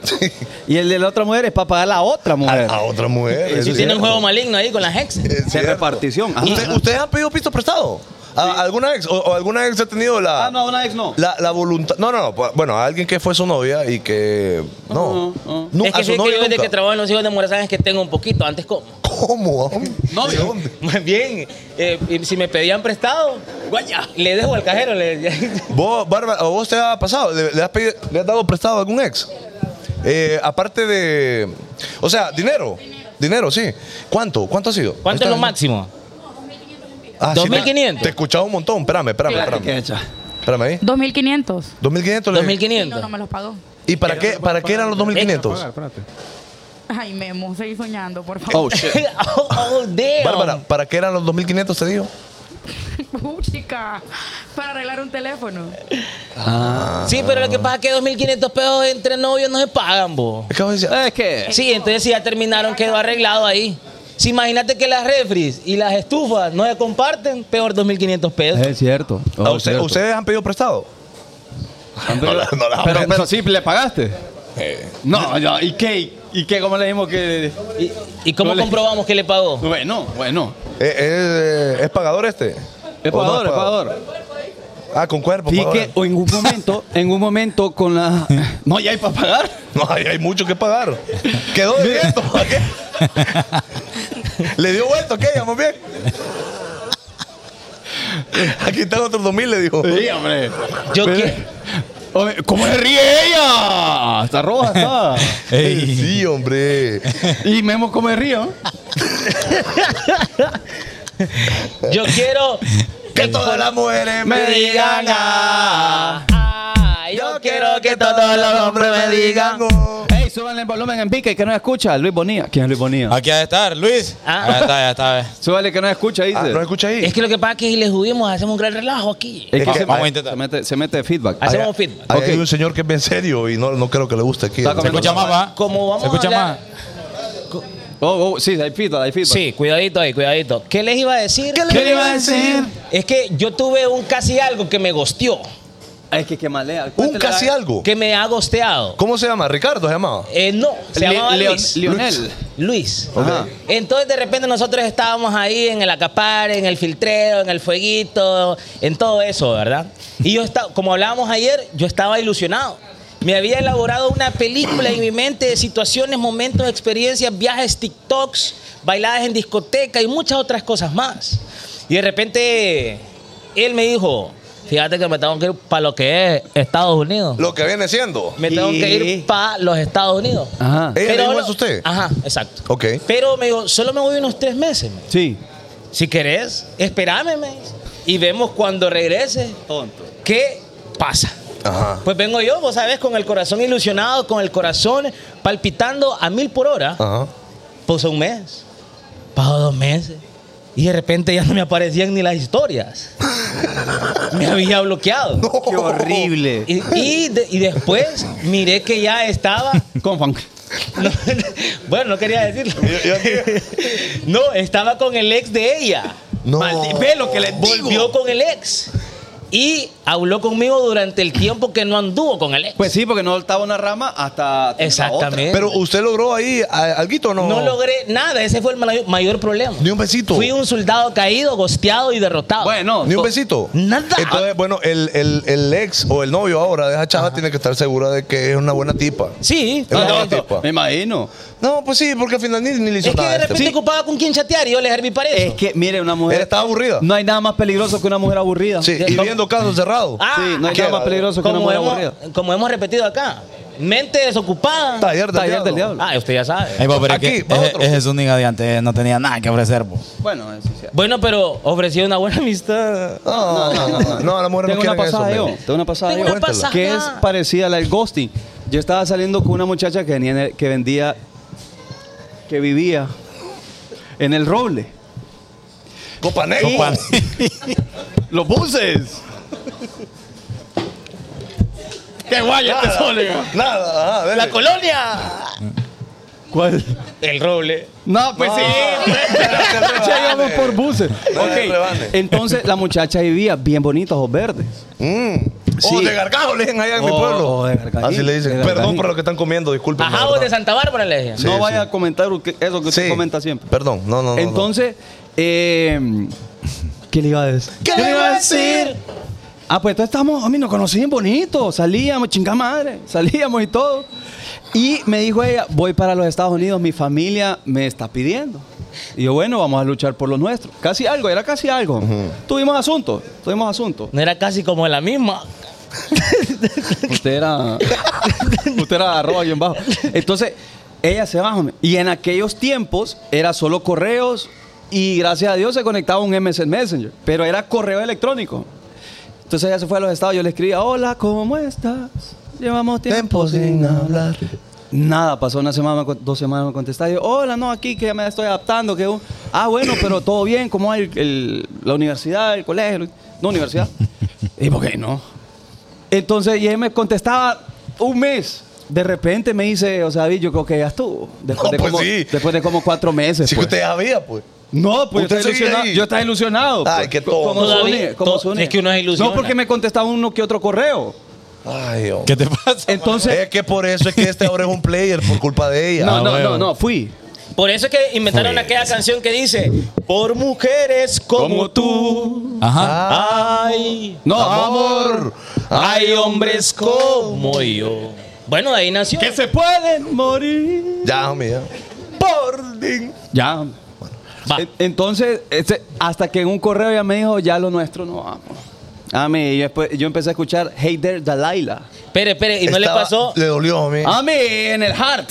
Speaker 4: Y el de la otra mujer es para pagar la otra
Speaker 5: A,
Speaker 4: mujer.
Speaker 5: a otra mujer.
Speaker 3: Si
Speaker 5: es
Speaker 3: tiene un
Speaker 5: cierto.
Speaker 3: juego maligno ahí con las ex.
Speaker 5: Es
Speaker 4: de
Speaker 5: cierto.
Speaker 4: repartición. Ajá.
Speaker 5: ¿Usted- ¿Ustedes han pedido pisto prestado? ¿A- ¿Alguna ex? ¿O, o alguna ex ha tenido la,
Speaker 4: Ah, no, una ex no.
Speaker 5: la, la voluntad? No, no, no. pa- Bueno, a alguien que fue su novia y que. No.
Speaker 4: Ujú, ujú.
Speaker 5: Nu-
Speaker 3: es
Speaker 5: a
Speaker 3: que
Speaker 5: su
Speaker 3: sí, es que
Speaker 5: novia
Speaker 3: yo desde
Speaker 5: nunca.
Speaker 3: que trabajo en los hijos de Morazán es que tengo un poquito. Antes, ¿cómo?
Speaker 5: ¿Cómo? hombre? ¿De dónde?
Speaker 3: Más bien, eh, y si me pedían prestado, guaya, le dejo al cajero. le-
Speaker 5: ¿Vos, Bárbara, ¿a vos te ha pasado? ¿Le, le has pedido- le has dado prestado a algún ex? Eh, aparte de. O sea, dinero. Dinero, sí. ¿Cuánto? ¿Cuánto ha sido?
Speaker 3: ¿Cuánto es lo máximo?
Speaker 5: Ah, sí, te-
Speaker 3: 2500.
Speaker 5: Te he escuchado un montón. Espérame, espérame, espérame. Espérame ahí.
Speaker 8: 2500.
Speaker 5: 2500 le-
Speaker 3: 2500.
Speaker 8: No, no me los pagó.
Speaker 5: ¿Y para qué, para qué eran los 2500?
Speaker 8: Ay, Memo, seguí soñando, por
Speaker 4: Oh,
Speaker 8: favor.
Speaker 4: shit.
Speaker 3: oh, oh, damn.
Speaker 5: Bárbara, ¿para qué eran los 2500 te digo?
Speaker 8: Uh, chica, para arreglar un teléfono.
Speaker 3: Sí, pero lo que pasa es que 2.500 pesos entre novios no se pagan, vos.
Speaker 5: Es que vos decís,
Speaker 4: Es que.
Speaker 3: Sí, entonces si ya terminaron, quedó arreglado ahí. Si imagínate que las refris y las estufas no se comparten, peor 2.500 pesos.
Speaker 4: Es cierto.
Speaker 5: ¿a usted- ¿Ustedes han pedido prestado?
Speaker 4: Hombre,
Speaker 5: No la- no la- Eh.
Speaker 4: pero, pero sí, ¿le pagaste? No, no, ¿y qué? ¿Y qué? ¿Cómo le dijimos que.?
Speaker 3: ¿Y, y cómo
Speaker 4: No le-
Speaker 3: comprobamos que le pagó?
Speaker 4: Bueno, bueno.
Speaker 5: Eh, eh, ¿Es, pagador este?
Speaker 4: Es
Speaker 5: ¿O no
Speaker 4: pagador, es pagador.
Speaker 5: Ah, con cuerpo.
Speaker 4: Y
Speaker 5: pagador.
Speaker 4: que o en un momento, en un momento con la. No, ya hay para pagar.
Speaker 5: No, hay, hay mucho que pagar. Quedó de esto. qué? ¿Le dio vuelto? ¿Qué? ¿Vamos bien? Aquí están otros 2000, le dijo.
Speaker 4: Sí, hombre.
Speaker 3: Yo
Speaker 4: Pero-
Speaker 3: que-
Speaker 4: Hombre, ¿Cómo se ríe ella? Está roja, está.
Speaker 6: Ey.
Speaker 5: Sí, hombre.
Speaker 4: Y Memo como se ríe. ¿no?
Speaker 3: Yo quiero
Speaker 5: Que todas las mujeres
Speaker 3: me digan ah, ah, yo quiero que todos los hombres me digan
Speaker 5: oh.
Speaker 4: Ey, súbanle el volumen en pique que no escucha. Luis Bonilla. ¿Quién es Luis Bonilla?
Speaker 6: Aquí ha de estar, Luis.
Speaker 3: Ah.
Speaker 6: Ahí está, ya está. ve.
Speaker 4: Súbale que no escucha, dice.
Speaker 5: Ah, ¿No escucha ahí?
Speaker 3: Es que lo que pasa es que si le subimos hacemos un gran relajo aquí.
Speaker 4: Es que
Speaker 5: Es que
Speaker 4: se,
Speaker 6: vamos a
Speaker 4: mete,
Speaker 6: intentar.
Speaker 4: se mete, se mete feedback.
Speaker 3: Así- hacemos
Speaker 5: Ahí-
Speaker 3: feedback.
Speaker 5: ahí
Speaker 4: Ok.
Speaker 5: Hay un señor que es bien serio y no, no creo que le guste aquí.
Speaker 4: Está
Speaker 6: Se escucha más, va.
Speaker 3: Como vamos
Speaker 6: Se escucha
Speaker 3: a hablar-
Speaker 6: más.
Speaker 4: Oh, oh, sí, hay feedback, hay feedback.
Speaker 3: Sí, cuidadito ahí, cuidadito. ¿Qué les iba a decir?
Speaker 4: ¿Qué le iba a decir?
Speaker 3: Es que yo tuve un casi algo que me gosteó,
Speaker 4: Ah, Es que que malea.
Speaker 5: Un
Speaker 4: Cuéntale,
Speaker 5: casi
Speaker 4: ah,
Speaker 5: algo.
Speaker 3: que me ha gosteado.
Speaker 5: ¿Cómo se llama? ¿Ricardo se llamaba?
Speaker 3: Eh, no, se
Speaker 4: Le-
Speaker 3: llamaba
Speaker 4: Leon-
Speaker 3: Luis.
Speaker 4: Lionel.
Speaker 3: Luis.
Speaker 4: Ok.
Speaker 3: Ajá. Entonces de repente nosotros estábamos ahí en el acapar, en el filtreo, en el fueguito, en todo eso, ¿verdad? Y yo estaba, como hablábamos ayer, yo estaba ilusionado. Me había elaborado una película en mi mente de situaciones, momentos, experiencias, viajes, TikToks, bailadas en discoteca y muchas otras cosas más. Y de repente él me dijo, fíjate que me tengo que ir para lo que es Estados Unidos.
Speaker 5: Lo que viene siendo.
Speaker 3: Me tengo
Speaker 4: Sí.
Speaker 3: que ir para los Estados Unidos.
Speaker 4: Ajá.
Speaker 5: ¿Ella le dijo
Speaker 3: no-
Speaker 5: eso a usted?
Speaker 3: Ajá, exacto.
Speaker 5: Ok.
Speaker 3: Pero me dijo, solo me voy unos tres meses. me.
Speaker 4: Sí.
Speaker 3: Si querés, espérame. me dice. Y vemos cuando regrese
Speaker 4: Tonto.
Speaker 3: qué pasa.
Speaker 5: Ajá.
Speaker 3: Pues vengo yo, vos sabes, con el corazón
Speaker 5: Ah.
Speaker 3: ilusionado, con el corazón palpitando a mil por hora.
Speaker 5: Ajá.
Speaker 3: Puso un mes. Pasó dos meses. Y de repente ya no me aparecían ni las historias. Me había bloqueado.
Speaker 5: Oh.
Speaker 4: Qué horrible.
Speaker 3: Y, y de- y después miré que ya estaba.
Speaker 4: Con Juan.
Speaker 3: no, bueno, no quería decirlo. no, estaba con el ex de ella.
Speaker 5: No.
Speaker 3: Maldi- Ve lo que le volvió con el ex. Y habló conmigo durante el tiempo que no anduvo con el ex.
Speaker 4: Pues sí, porque no estaba una rama hasta.
Speaker 3: Exactamente.
Speaker 5: Pero usted logró ahí a- alguito o no?
Speaker 3: No logré nada, ese fue el mayo- mayor problema.
Speaker 5: Ni un besito.
Speaker 3: Fui un soldado caído, gosteado y derrotado.
Speaker 4: Bueno,
Speaker 5: Ni un
Speaker 4: to-
Speaker 5: besito.
Speaker 3: Nada.
Speaker 5: Entonces, bueno, el, el- el ex o el novio ahora de esa chava tiene que estar segura de que es una buena tipa.
Speaker 3: Sí,
Speaker 5: Es
Speaker 4: no,
Speaker 5: una
Speaker 4: no,
Speaker 5: buena
Speaker 4: no,
Speaker 5: tipa.
Speaker 4: me imagino.
Speaker 5: No, pues sí, porque al final ni, ni le hizo
Speaker 3: es que
Speaker 5: nada.
Speaker 3: de
Speaker 5: a este.
Speaker 3: repente ocupaba con quien chatear y yo le serví para eso.
Speaker 4: Es que, mire, una mujer.
Speaker 5: Él estaba aburrida.
Speaker 4: No hay nada más peligroso que una mujer aburrida.
Speaker 5: Sí, y
Speaker 3: ¿Cómo?
Speaker 5: viendo casos cerrados.
Speaker 3: Ah,
Speaker 4: Sí, no hay
Speaker 5: ¿qué?
Speaker 4: nada más peligroso que una
Speaker 3: como,
Speaker 4: mujer
Speaker 3: hemos,
Speaker 4: aburrida.
Speaker 3: como hemos repetido acá, mente desocupada.
Speaker 5: Taller del
Speaker 4: Taller del
Speaker 5: diablo.
Speaker 4: diablo.
Speaker 3: Ah, usted ya sabe.
Speaker 6: Ey, vos, pero es
Speaker 5: Aquí,
Speaker 6: que
Speaker 5: va
Speaker 6: es-
Speaker 5: otro.
Speaker 6: es Jesús Niga de antes, no tenía nada que ofrecer. vos.
Speaker 4: Bueno, eso sí.
Speaker 3: Bueno, pero ofreció una buena amistad.
Speaker 5: No, no, no, no. No, las mujeres no
Speaker 4: Tengo una
Speaker 5: quieren eso.
Speaker 4: pasada yo.
Speaker 5: men.
Speaker 4: Tengo una pasada ¿eh?
Speaker 3: Tengo
Speaker 4: yo.
Speaker 3: una pasada.
Speaker 4: Que es parecida a la del ghosting. Yo estaba saliendo con una muchacha que, venía en el- que vendía. que vivía en el roble.
Speaker 5: Copa negra.
Speaker 4: ¡Los buses! ¡Qué guay este
Speaker 5: Ah.
Speaker 4: sol!
Speaker 5: Nada, ah, dele.
Speaker 3: ¡La colonia!
Speaker 4: ¿Cuál?
Speaker 3: El roble.
Speaker 4: No, pues sí. Ya íbamos por buses.
Speaker 5: dale, rebane.
Speaker 4: Ok. Entonces la muchacha vivía bien bonita, ojos verdes.
Speaker 5: Mm. Oh, O
Speaker 4: Sí.
Speaker 5: de gargajo le dicen allá en mi
Speaker 4: O-
Speaker 5: pueblo.
Speaker 4: o de gargajín,
Speaker 5: Así le
Speaker 4: de
Speaker 5: dicen.
Speaker 4: gargajín.
Speaker 5: Perdón por lo que están comiendo, disculpen.
Speaker 3: Ajá,
Speaker 5: Pues la
Speaker 3: vos de
Speaker 5: verdad.
Speaker 3: Santa Bárbara le dije.
Speaker 5: Sí,
Speaker 4: no
Speaker 5: sí.
Speaker 4: vaya a comentar u- que- eso que usted
Speaker 5: Sí.
Speaker 4: comenta siempre.
Speaker 5: Perdón, no, no, no. no.
Speaker 4: Entonces, eh, ¿qué le iba a decir?
Speaker 3: ¿Qué le iba a decir?
Speaker 4: Ah, pues entonces estamos, a mí nos conocían bonito, salíamos, chinga madre, salíamos y todo. Y me dijo ella, voy para los Estados Unidos, mi familia me está pidiendo. Y yo, bueno, vamos a luchar por los nuestros. Casi algo, era casi algo. Tuvimos asuntos, tuvimos asuntos.
Speaker 3: No era casi como la misma.
Speaker 4: Usted era. usted era arroba guión bajo. Entonces, ella se baja. hombre. Y en aquellos tiempos era solo correos y gracias a Dios se conectaba un MSN Messenger. Pero era correo electrónico. Entonces ella se fue a los estados. Yo le escribía: Hola, ¿cómo estás? Llevamos tiempo sin hablar. Nada, pasó una semana, me con- dos semanas me contestaba. Yo, hola, no, aquí que ya me estoy adaptando. Que, un- ah, bueno, pero todo bien. ¿Cómo va el- el- la universidad, el colegio? No, universidad. ¿Y por qué no? Entonces, y él me contestaba un mes. De repente me dice, o sea, David, yo creo que ya estuvo. Después,
Speaker 5: No,
Speaker 4: de,
Speaker 5: pues
Speaker 4: como,
Speaker 5: sí.
Speaker 4: después de como cuatro meses.
Speaker 5: Sí que
Speaker 4: pues.
Speaker 5: usted sabía, pues.
Speaker 4: No, pues yo
Speaker 5: Usted
Speaker 4: estaba
Speaker 5: sigue
Speaker 4: ilusionado.
Speaker 5: ahí.
Speaker 4: Yo estaba ilusionado.
Speaker 5: Ay,
Speaker 4: pues.
Speaker 5: que todo.
Speaker 4: Como
Speaker 3: Todavía,
Speaker 4: Zúñiga, como
Speaker 3: to-
Speaker 4: Zúñiga.
Speaker 3: es que uno se ilusiona.
Speaker 4: No, porque me contestaba uno que otro correo.
Speaker 5: Ay, Dios.
Speaker 6: ¿Qué te pasa?
Speaker 4: Entonces,
Speaker 5: Es que por eso es que este ahora es un player, por culpa de ella.
Speaker 4: no,
Speaker 6: ah,
Speaker 4: no,
Speaker 6: bueno.
Speaker 4: no, no, fui.
Speaker 3: Por eso es que inventaron aquella canción que dice: Por mujeres como tú,
Speaker 6: Ajá.
Speaker 3: hay,
Speaker 4: No,
Speaker 5: ah, Amor.
Speaker 3: hay hombres como yo. Bueno, de ahí nació.
Speaker 4: Que se pueden morir.
Speaker 5: Ya, homie, ya.
Speaker 4: Ya. En- Entonces, este, hasta que en un correo ya me dijo, ya lo nuestro no vamos. Ami, y después yo empecé a escuchar Hey There Delilah.
Speaker 3: Espere, espere, ¿y no le
Speaker 5: Estaba-
Speaker 3: pasó?
Speaker 5: Le dolió, homie.
Speaker 4: Ami, en el heart.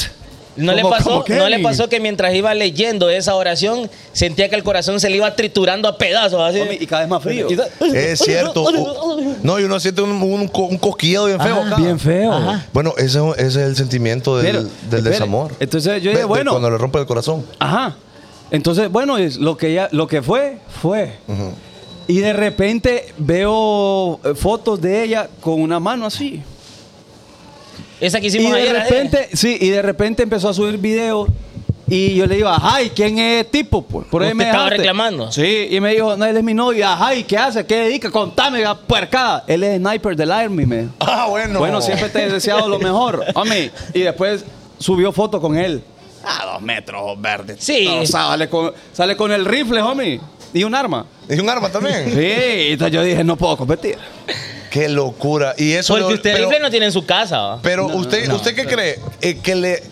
Speaker 3: ¿No le,
Speaker 4: Como-
Speaker 3: pasó,
Speaker 4: como
Speaker 3: ¿No le
Speaker 4: Kenny.
Speaker 3: pasó que mientras iba leyendo esa oración sentía que el corazón se le iba triturando a pedazos? Así?
Speaker 4: Homie, y cada vez más frío.
Speaker 3: Eh. Y-
Speaker 5: Es cierto. U- No, y uno siente un, un, co- un cosquilleo bien feo acá.
Speaker 4: Ah, Bien feo.
Speaker 5: Bueno, ese, ese es el sentimiento del,
Speaker 4: Pero,
Speaker 5: del
Speaker 4: espere.
Speaker 5: desamor.
Speaker 4: Entonces yo
Speaker 5: Ve-
Speaker 4: dije,
Speaker 5: de
Speaker 4: bueno.
Speaker 5: Cuando le rompe el corazón.
Speaker 4: Ajá. Entonces, bueno, es lo que ya, lo que fue, fue. Y de repente veo eh, fotos de ella con una mano así.
Speaker 3: Esa que
Speaker 4: Y
Speaker 3: hicimos
Speaker 4: de
Speaker 3: ayer. ¿eh?
Speaker 4: repente, sí, y de repente empezó a subir videos. Y yo le digo, ajá, ¿y quién es tipo? Pues? Por ahí
Speaker 3: Usted
Speaker 4: me
Speaker 3: estaba
Speaker 4: dejaste.
Speaker 3: reclamando.
Speaker 4: Sí, y me dijo, no, él es mi novio, ajá, ¿y qué hace? ¿Qué dedica? Contame, la puercada. Él es sniper del Army, me. dijo.
Speaker 5: Ah, bueno.
Speaker 4: Bueno, siempre te he deseado lo mejor, homie. Y después subió foto con él. A dos metros verdes.
Speaker 3: Sí.
Speaker 4: No, sale, con, sale con el rifle, homie. Y un arma.
Speaker 5: Y un arma también.
Speaker 4: Sí, entonces yo dije, no puedo competir.
Speaker 5: Qué locura. Y eso
Speaker 3: Porque
Speaker 5: le-
Speaker 3: usted
Speaker 5: pero,
Speaker 3: rifle no tiene en su casa. ¿va?
Speaker 5: pero usted, ¿usted qué cree? Eh, que le,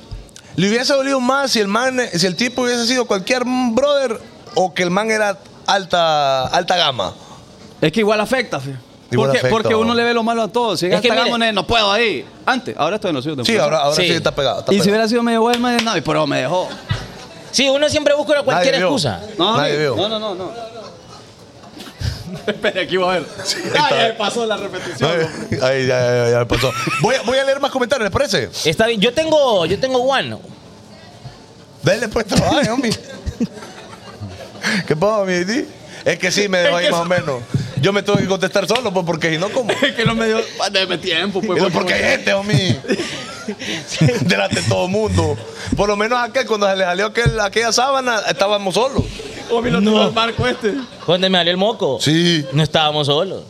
Speaker 5: le hubiese dolido más si el man, si el tipo hubiese sido cualquier brother o que el man era alta, alta gama.
Speaker 4: Es que igual afecta, fe.
Speaker 5: Igual
Speaker 4: porque,
Speaker 5: afecta,
Speaker 4: porque
Speaker 5: ¿no?
Speaker 4: uno le ve lo malo a todos. Si
Speaker 3: Es que
Speaker 4: hasta
Speaker 3: mire-
Speaker 4: Gamones, no puedo ahí. Antes, ahora estoy en los suyos.
Speaker 5: Sí, ahora, ahora sí.
Speaker 3: Sí.
Speaker 5: está pegado. está
Speaker 4: Pues, Y si
Speaker 5: pegado.
Speaker 4: hubiera sido medio bueno, me dice, no, pero me dejó.
Speaker 3: Sí, uno siempre busca
Speaker 5: Nadie
Speaker 3: cualquier
Speaker 5: vio.
Speaker 3: excusa.
Speaker 4: No,
Speaker 5: Nadie
Speaker 4: homie,
Speaker 5: vio.
Speaker 4: no, no, no, no. Espera, aquí va a ver. Ay, ya me pasó la repetición.
Speaker 5: Ay, ay, ya, ya, ya me pasó. Voy, a- voy a leer más comentarios, ¿les parece?
Speaker 3: Está bien. Yo tengo, yo tengo one.
Speaker 5: Dale pues trabajo, homie. ¿Qué pasa, mi ID? Es que sí, me dejó ahí más o menos. Yo me tengo que contestar solo, pues, porque si no, ¿cómo?
Speaker 4: Es que no me dio pa, deme tiempo, pues.
Speaker 5: Digo,
Speaker 4: voy,
Speaker 5: porque hay
Speaker 4: voy.
Speaker 5: gente, homie. Delante de todo el mundo. Por lo menos aquel, cuando se le salió aquel- aquella sábana, estábamos solos.
Speaker 4: Homie, lo tiró al barco este.
Speaker 3: ¿Dónde me salió el moco?
Speaker 5: Sí.
Speaker 3: No estábamos solos.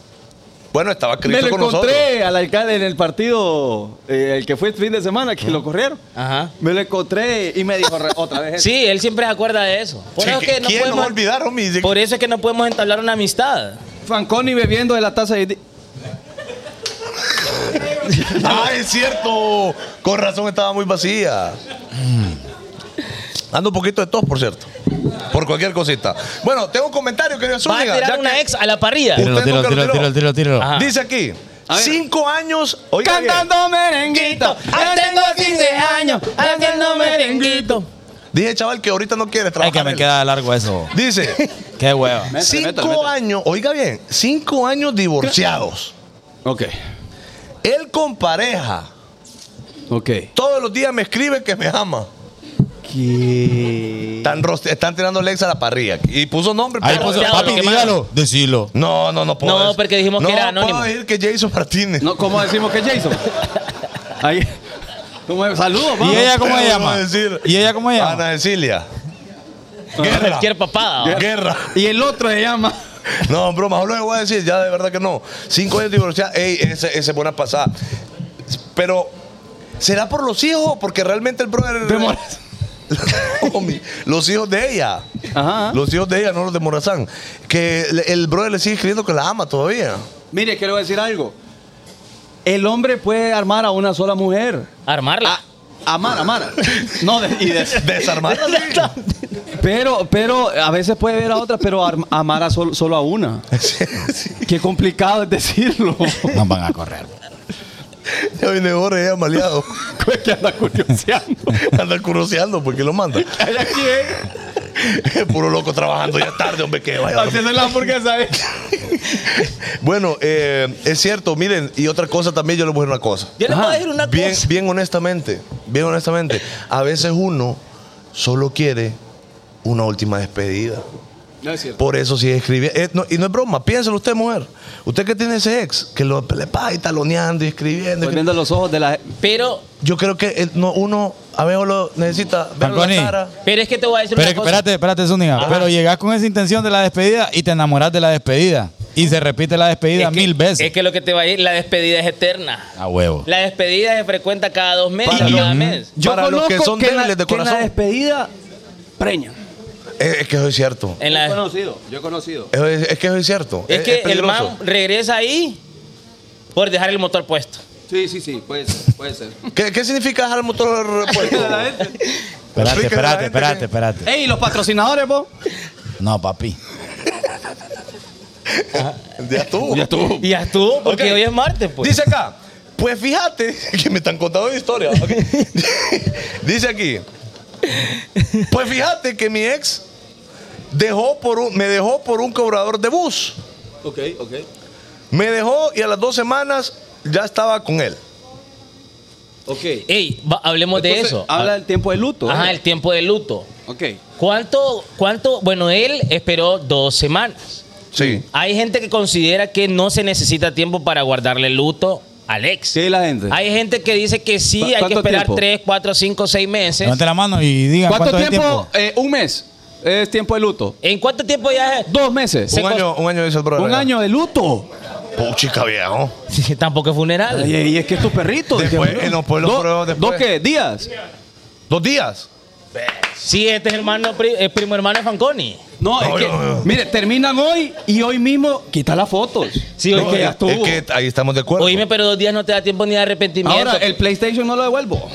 Speaker 5: Bueno, estaba
Speaker 4: Me
Speaker 5: Cristo
Speaker 4: lo
Speaker 5: con nosotros.
Speaker 4: encontré al alcalde en el partido, eh, el que fue el fin de semana,
Speaker 5: Ah.
Speaker 4: que lo corrieron.
Speaker 3: Ajá.
Speaker 4: Me lo encontré y me dijo re- otra vez.
Speaker 3: Sí, él siempre se acuerda de eso. Por
Speaker 5: Sí,
Speaker 3: eso es que no
Speaker 5: ¿Quién nos
Speaker 3: podemos-
Speaker 5: va a olvidar, homie? Sí.
Speaker 3: Por eso es que no podemos entablar una amistad.
Speaker 4: Fanconi bebiendo de la taza de...
Speaker 5: Ah, es cierto. Con razón estaba muy vacía. Mm. Ando un poquito de tos, por cierto. Por cualquier cosita. Bueno, tengo un comentario, querido
Speaker 3: Va a
Speaker 5: Zúñiga.
Speaker 3: tirar
Speaker 5: ya
Speaker 3: una
Speaker 5: que-
Speaker 3: ex a la parrilla.
Speaker 5: Usted
Speaker 6: Tíralo, tíralo,
Speaker 5: nunca lo tiró.
Speaker 6: tíralo, tíralo, tíralo, tíralo.
Speaker 3: Ajá.
Speaker 5: Dice aquí,
Speaker 4: A ver.
Speaker 5: cinco años... Oiga bien.
Speaker 4: merenguito.
Speaker 3: Ah, tengo 15 años haciendo merenguito.
Speaker 5: Dije, chaval, que ahorita no quieres
Speaker 6: Ay,
Speaker 5: trabajar.
Speaker 6: que me
Speaker 5: él.
Speaker 6: queda largo eso.
Speaker 5: Dice,
Speaker 6: Qué hueva.
Speaker 5: cinco años, oiga bien, cinco años divorciados.
Speaker 4: Ok,
Speaker 5: Él con pareja.
Speaker 4: ok.
Speaker 5: Todos los días me escribe que me ama. Están, rost- están tirando Lex a la parrilla. Y puso nombre.
Speaker 6: Ahí
Speaker 5: pero-
Speaker 6: puso,
Speaker 3: Diablo,
Speaker 6: papi,
Speaker 3: qué malo.
Speaker 6: dígalo. Decilo.
Speaker 5: No, no, no puedo.
Speaker 3: No,
Speaker 5: decir.
Speaker 3: porque dijimos que era anónimo.
Speaker 5: No puedo decir que Jason Martínez.
Speaker 4: No, ¿Cómo decimos que es Jason? Ahí. ¿Cómo es? Saludos,
Speaker 6: ¿Y
Speaker 4: vamos.
Speaker 6: ella cómo se
Speaker 5: puedo
Speaker 6: llama?
Speaker 5: decir.
Speaker 6: ¿Y ella cómo se llama?
Speaker 5: Ana Cecilia. Guerra.
Speaker 3: Cualquier papada. ¿va?
Speaker 5: Guerra.
Speaker 4: Y el otro se llama...
Speaker 5: No, broma, luego voy a decir, ya de verdad que no. Cinco años divorciados, ey, ese, ese buena pasada. Pero, ¿será por los hijos? Porque realmente el brother.
Speaker 4: De Morazán.
Speaker 5: Homie, los hijos de ella.
Speaker 6: Ah.
Speaker 4: Ajá.
Speaker 5: Los hijos de ella, no los de Morazán. Que le- el brother le sigue escribiendo que la ama todavía.
Speaker 4: Mire, quiero decir algo. El hombre puede armar a una sola mujer.
Speaker 3: Armarla.
Speaker 4: A-
Speaker 5: Ah.
Speaker 4: amar, amar. No, de- y des-
Speaker 5: Desarmarla. sí.
Speaker 4: pero, pero a veces puede ver a otra, pero arm- amar a sol- solo a una.
Speaker 5: Sí, sí.
Speaker 4: Qué complicado es decirlo.
Speaker 6: Nos van a correr.
Speaker 5: Ya viene ahora ella maleado.
Speaker 4: Es que anda curioseando.
Speaker 5: Anda curioseando, porque lo manda.
Speaker 4: Hay aquí, ¿eh?
Speaker 5: Puro loco trabajando ya tarde, hombre, que vaya. a dormir.
Speaker 4: Haciendo la hamburguesa, ¿eh?
Speaker 5: Bueno, eh, es cierto, miren, y otra cosa también, yo les voy a decir una cosa.
Speaker 3: Yo le voy a decir una
Speaker 5: Ah. Bien,
Speaker 3: cosa.
Speaker 5: bien honestamente, bien honestamente, a veces uno solo quiere una última despedida.
Speaker 4: No es cierto.
Speaker 5: Por eso sigue escribiendo. Eh, no- y no es broma, piénselo usted, mujer. Usted que tiene ese ex, que lo le pasa y taloneando y escribiendo.
Speaker 4: Estoy viendo los ojos de la.
Speaker 3: Pero,
Speaker 5: Yo creo que eh, no, uno a veces lo necesita ver la
Speaker 6: Fanconi.
Speaker 5: cara.
Speaker 3: pero es que te voy a decir
Speaker 6: Pero
Speaker 3: una cosa.
Speaker 6: espérate, espérate, Zúñiga.
Speaker 3: Ajá.
Speaker 6: Pero llegás con esa intención de la despedida y te enamorás de la despedida. Y se repite la despedida
Speaker 3: Es que-
Speaker 6: mil veces.
Speaker 3: Es que lo que te va a ir, la despedida es eterna.
Speaker 6: A huevo.
Speaker 3: La despedida se frecuenta cada dos meses,
Speaker 5: Para
Speaker 3: cada
Speaker 5: los-
Speaker 3: mes.
Speaker 5: Yo Para los que
Speaker 4: conozco
Speaker 5: son
Speaker 4: en la-
Speaker 5: débiles de
Speaker 4: que en
Speaker 5: corazón.
Speaker 4: la despedida, preña.
Speaker 5: Eh, es que eso es cierto.
Speaker 3: En la-
Speaker 4: Yo he conocido, yo he conocido.
Speaker 5: Eso Es, es que eso es cierto.
Speaker 3: es que el
Speaker 5: peligroso.
Speaker 3: man regresa ahí por dejar el motor puesto.
Speaker 4: Sí, sí, sí, puede ser, puede ser.
Speaker 5: ¿Qué, qué significa dejar el motor repuesto?
Speaker 6: Espérate,
Speaker 5: Explíquele a la
Speaker 6: espérate,
Speaker 5: gente
Speaker 6: espérate,
Speaker 5: que-
Speaker 6: espérate.
Speaker 4: Ey, los patrocinadores, vos.
Speaker 6: No, papi.
Speaker 5: ya tú. Ya tú.
Speaker 3: Y ya estuvo, porque
Speaker 5: Ok.
Speaker 3: hoy es martes, pues.
Speaker 5: Dice acá, pues fíjate que me están contando una historia. ok. Dice aquí, pues fíjate que mi ex dejó por un, me dejó por un cobrador de bus.
Speaker 4: Ok, ok.
Speaker 5: Me dejó y a las dos semanas ya estaba con él.
Speaker 4: Ok.
Speaker 3: Ey, va- hablemos de eso.
Speaker 4: Habla del tiempo de luto.
Speaker 3: Ajá,
Speaker 4: ¿eh?
Speaker 3: el tiempo de luto.
Speaker 4: Ok.
Speaker 3: ¿Cuánto, cuánto? Bueno, él esperó dos semanas.
Speaker 5: Sí.
Speaker 3: Hay gente que considera que no se necesita tiempo para guardarle luto al ex.
Speaker 4: ¿Qué es la gente?
Speaker 3: Hay gente que dice que sí,
Speaker 4: ¿Cu-
Speaker 3: hay que
Speaker 4: cuánto
Speaker 3: esperar
Speaker 4: tiempo?
Speaker 3: tres, cuatro, cinco, seis meses.
Speaker 6: Levante la mano y digan
Speaker 4: ¿Cuánto,
Speaker 6: cuánto, es el
Speaker 4: tiempo?
Speaker 6: tiempo.
Speaker 4: Eh, un mes. Es tiempo de luto.
Speaker 3: ¿En cuánto tiempo ya es?
Speaker 4: Dos meses.
Speaker 3: Se
Speaker 5: Un año, un año dice el brother.
Speaker 4: Un año de luto.
Speaker 5: Puchica viejo.
Speaker 3: Sí, Tampoco es funeral.
Speaker 4: Ay, y es que es tu perrito.
Speaker 5: Después, eh,
Speaker 4: es que-
Speaker 5: en los pueblos
Speaker 4: Do-
Speaker 5: pruebas después.
Speaker 4: ¿Dos qué? Eh, ¿Días?
Speaker 5: Dos días.
Speaker 3: Sí, este es hermano, pri- el primo hermano de Fanconi.
Speaker 5: No,
Speaker 4: No, es que.
Speaker 5: yo- yo-
Speaker 4: Mire, terminan hoy y hoy mismo quita las fotos.
Speaker 3: Sí,
Speaker 4: es
Speaker 3: hoy-
Speaker 4: que ya
Speaker 5: Es
Speaker 4: estuvo.
Speaker 5: que ahí estamos de acuerdo.
Speaker 3: Oíme, pero dos días no te da tiempo ni de arrepentimiento.
Speaker 4: Ahora, el PlayStation no lo devuelvo.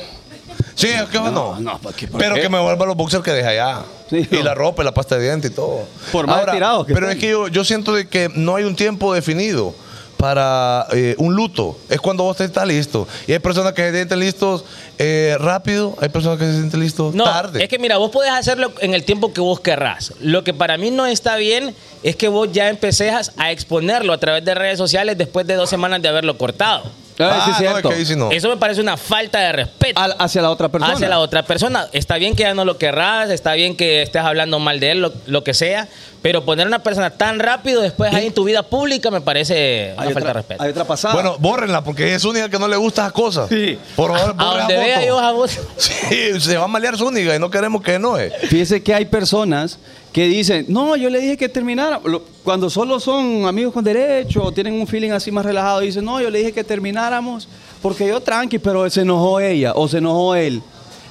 Speaker 5: Sí, es que no.
Speaker 4: no, ¿por qué? ¿Por
Speaker 5: pero
Speaker 4: qué?
Speaker 5: que me vuelva los boxers que dejé allá.
Speaker 4: Sí,
Speaker 5: y
Speaker 4: no.
Speaker 5: la ropa, y la pasta de dientes y todo.
Speaker 4: Por más estirados que
Speaker 5: Pero
Speaker 4: estén.
Speaker 5: es que yo, yo siento de que no hay un tiempo definido para eh, un luto. Es cuando vos te estás listo. Y hay personas que se sienten listos eh, rápido, hay personas que se sienten listos
Speaker 3: No,
Speaker 5: tarde.
Speaker 3: es que mira, vos podés hacerlo en el tiempo que vos querrás. Lo que para mí no está bien es que vos ya empecés a exponerlo a través de redes sociales después de dos semanas de haberlo cortado.
Speaker 4: Ah,
Speaker 5: Ah, no,
Speaker 4: sí, es
Speaker 5: es
Speaker 4: cierto.
Speaker 5: que ahí sí no.
Speaker 3: Eso me parece una falta de respeto.
Speaker 4: Al- hacia la otra persona.
Speaker 3: hacia la otra persona. Está bien que ya no lo querrás, está bien que estés hablando mal de él, lo, lo que sea, pero poner a una persona tan rápido después ahí en tu vida pública me parece una
Speaker 4: Hay
Speaker 3: falta
Speaker 4: otra,
Speaker 3: de respeto.
Speaker 4: hay otra pasada.
Speaker 5: Bueno, bórrenla, porque es única que no le gusta esas cosas.
Speaker 4: Sí.
Speaker 5: Por favor,
Speaker 3: a
Speaker 5: borre
Speaker 3: donde
Speaker 5: esa
Speaker 3: vea
Speaker 5: foto.
Speaker 3: yo a vos.
Speaker 5: Sí, se va a malear Zúñiga y no queremos que no eh. es.
Speaker 4: Fíjese que hay personas que dicen, no, yo le dije que terminara. Lo- Cuando solo son amigos con derecho o tienen un feeling así más relajado, dicen, no, yo le dije que termináramos porque yo tranqui, pero se enojó ella o se enojó él.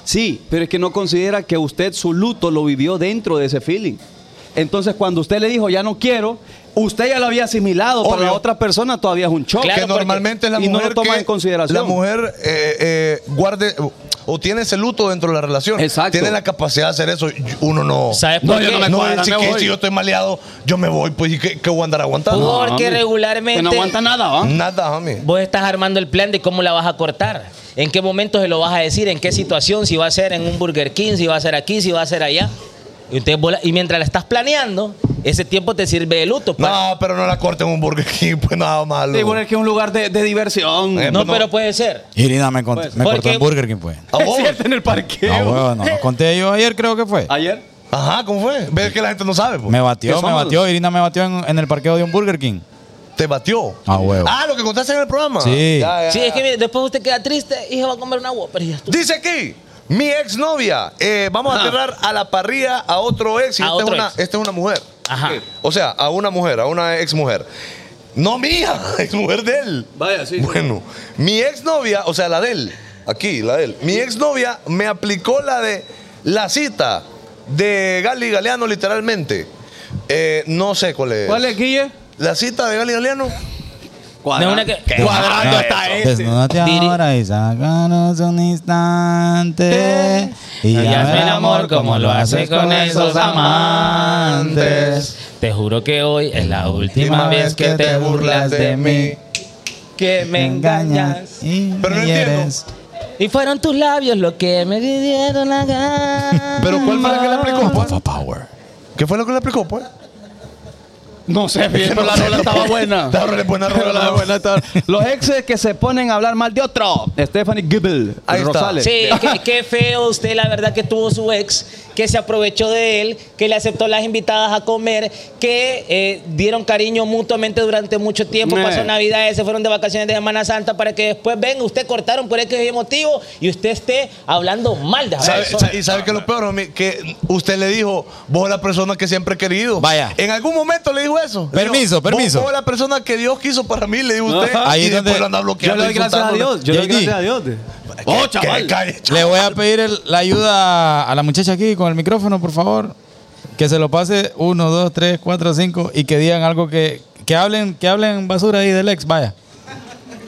Speaker 4: Sí, pero es que no considera que usted su luto lo vivió dentro de ese feeling. Entonces, cuando usted le dijo, ya no quiero, usted ya lo había asimilado. Para
Speaker 5: Obvio.
Speaker 4: la otra persona todavía es un shock.
Speaker 3: Claro,
Speaker 5: que
Speaker 3: porque-
Speaker 5: normalmente es la
Speaker 4: y no
Speaker 5: mujer
Speaker 4: lo toma
Speaker 5: que-
Speaker 4: en consideración.
Speaker 5: La mujer eh, eh, guarde o tiene ese luto dentro de la relación.
Speaker 4: Exacto.
Speaker 5: Tiene la capacidad de hacer eso. y Uno no.
Speaker 3: ¿Sabes
Speaker 2: No,
Speaker 3: por
Speaker 2: yo
Speaker 3: qué?
Speaker 2: no me
Speaker 5: No,
Speaker 2: cuadra,
Speaker 5: si,
Speaker 2: me
Speaker 5: que-
Speaker 2: voy.
Speaker 5: si yo estoy maleado, yo me voy, pues, ¿y qué, qué voy a andar aguantando?
Speaker 3: Porque
Speaker 4: homie.
Speaker 3: regularmente
Speaker 4: Que Pues, no aguanta nada, ¿va?
Speaker 5: Nada, homie.
Speaker 3: vos estás armando el plan de cómo la vas a cortar. ¿En qué momento se lo vas a decir? ¿En qué situación? Si va a ser en un Burger King, si va a ser aquí, si va a ser allá. Y, entonces vos la- y mientras la estás planeando, ese tiempo te sirve de luto. pues. para-
Speaker 5: No, pero no la corten un Burger King, pues nada malo.
Speaker 4: Sí, bueno, es que es un lugar de, de diversión.
Speaker 5: Eh,
Speaker 3: no,
Speaker 5: pues no.
Speaker 3: pero puede ser.
Speaker 6: Irina me, cont- me cortó
Speaker 3: porque-
Speaker 6: en Burger King, pues.
Speaker 5: ¿A vos?
Speaker 4: en el parqueo.
Speaker 6: Ah, huevo, no. Lo conté yo ayer, creo que fue.
Speaker 4: Ayer.
Speaker 5: Ajá, ¿cómo fue? Ves que la gente no sabe. pues.
Speaker 6: Me
Speaker 4: ¿Qué
Speaker 6: batió, me
Speaker 4: somos?
Speaker 6: batió. Irina me batió en, en el parqueo de un Burger King.
Speaker 5: Te batió.
Speaker 6: Ah, huevo.
Speaker 5: Ah, lo que contaste en el programa.
Speaker 6: Sí.
Speaker 5: Ya, ya,
Speaker 3: Sí,
Speaker 5: ya.
Speaker 3: es que mire, después usted queda triste y se va a comer una Whopper y ya estuvo.
Speaker 5: Dice aquí, mi exnovia, eh, vamos a aterrar a la parrilla a otro ex. Y
Speaker 3: A
Speaker 5: esta,
Speaker 3: otro
Speaker 5: es una,
Speaker 3: ex.
Speaker 5: esta es una mujer.
Speaker 3: Ajá.
Speaker 5: Sí. O sea, a una mujer, a una ex mujer. No mía, ex mujer de él.
Speaker 4: Vaya, sí.
Speaker 5: Bueno, mi exnovia, o sea, la de él, aquí, la de él. Mi exnovia me aplicó la de la cita de Gali Galeano, literalmente. Eh, no sé cuál es.
Speaker 4: ¿Cuál es, Guille?
Speaker 5: La cita de Gali Galeano.
Speaker 3: No es una que-
Speaker 6: Cuadrando
Speaker 5: hasta
Speaker 6: ese. Desnúdate
Speaker 3: Diri-
Speaker 6: Pues ahora y sácanos un instante. Y ya
Speaker 3: Ya
Speaker 6: verás
Speaker 3: el amor como lo haces con esos amantes. Te juro que hoy es la última vez que te burlas de mí, que me engañas.
Speaker 6: y
Speaker 5: Pero no
Speaker 6: me
Speaker 5: entiendo.
Speaker 6: hieres.
Speaker 3: Y fueron tus labios lo que me dieron la gana.
Speaker 5: Pero ¿cuál fue la que le aplicó? pues? ¿Qué fue lo que le aplicó, pues?
Speaker 4: No sé, fíjate, pero la rola estaba buena.
Speaker 5: La rola es buena, rola,
Speaker 4: La rola estaba- Los exes que se ponen a hablar mal de otro. Stephanie Gibble
Speaker 5: Ahí está.
Speaker 4: Rosales.
Speaker 3: Sí, qué, qué feo usted, la verdad, que tuvo su ex, que se aprovechó de él, que le aceptó las invitadas a comer, que eh, dieron cariño mutuamente durante mucho tiempo,
Speaker 4: Meh.
Speaker 3: pasó Navidades, se fueron de vacaciones de Semana Santa para que después ven, usted cortaron por ese motivo y usted esté hablando mal de esa
Speaker 5: ¿Sabe-
Speaker 3: persona.
Speaker 5: sa- ¿Y sabe que lo peor, homie? Que usted le dijo, vos eres la persona que siempre he querido.
Speaker 6: Vaya.
Speaker 5: En algún momento le dijo eso. Le
Speaker 6: Permiso,
Speaker 5: dijo,
Speaker 6: permiso.
Speaker 5: Vos, vos eres la persona que Dios quiso para mí, le dijo usted.
Speaker 4: Ajá.
Speaker 5: y
Speaker 6: Ahí
Speaker 5: después
Speaker 6: donde-
Speaker 5: lo anda
Speaker 4: Yo
Speaker 5: bloqueando.
Speaker 4: le doy gracias a Dios. Yo le doy
Speaker 6: JD.
Speaker 4: gracias a Dios.
Speaker 5: ¡Oh, chaval!
Speaker 6: Le voy a pedir el- la ayuda a la muchacha aquí con el micrófono, por favor. Que se lo pase uno, dos, tres, cuatro, cinco y que digan algo que, que hablen, que hablen basura ahí del ex, vaya.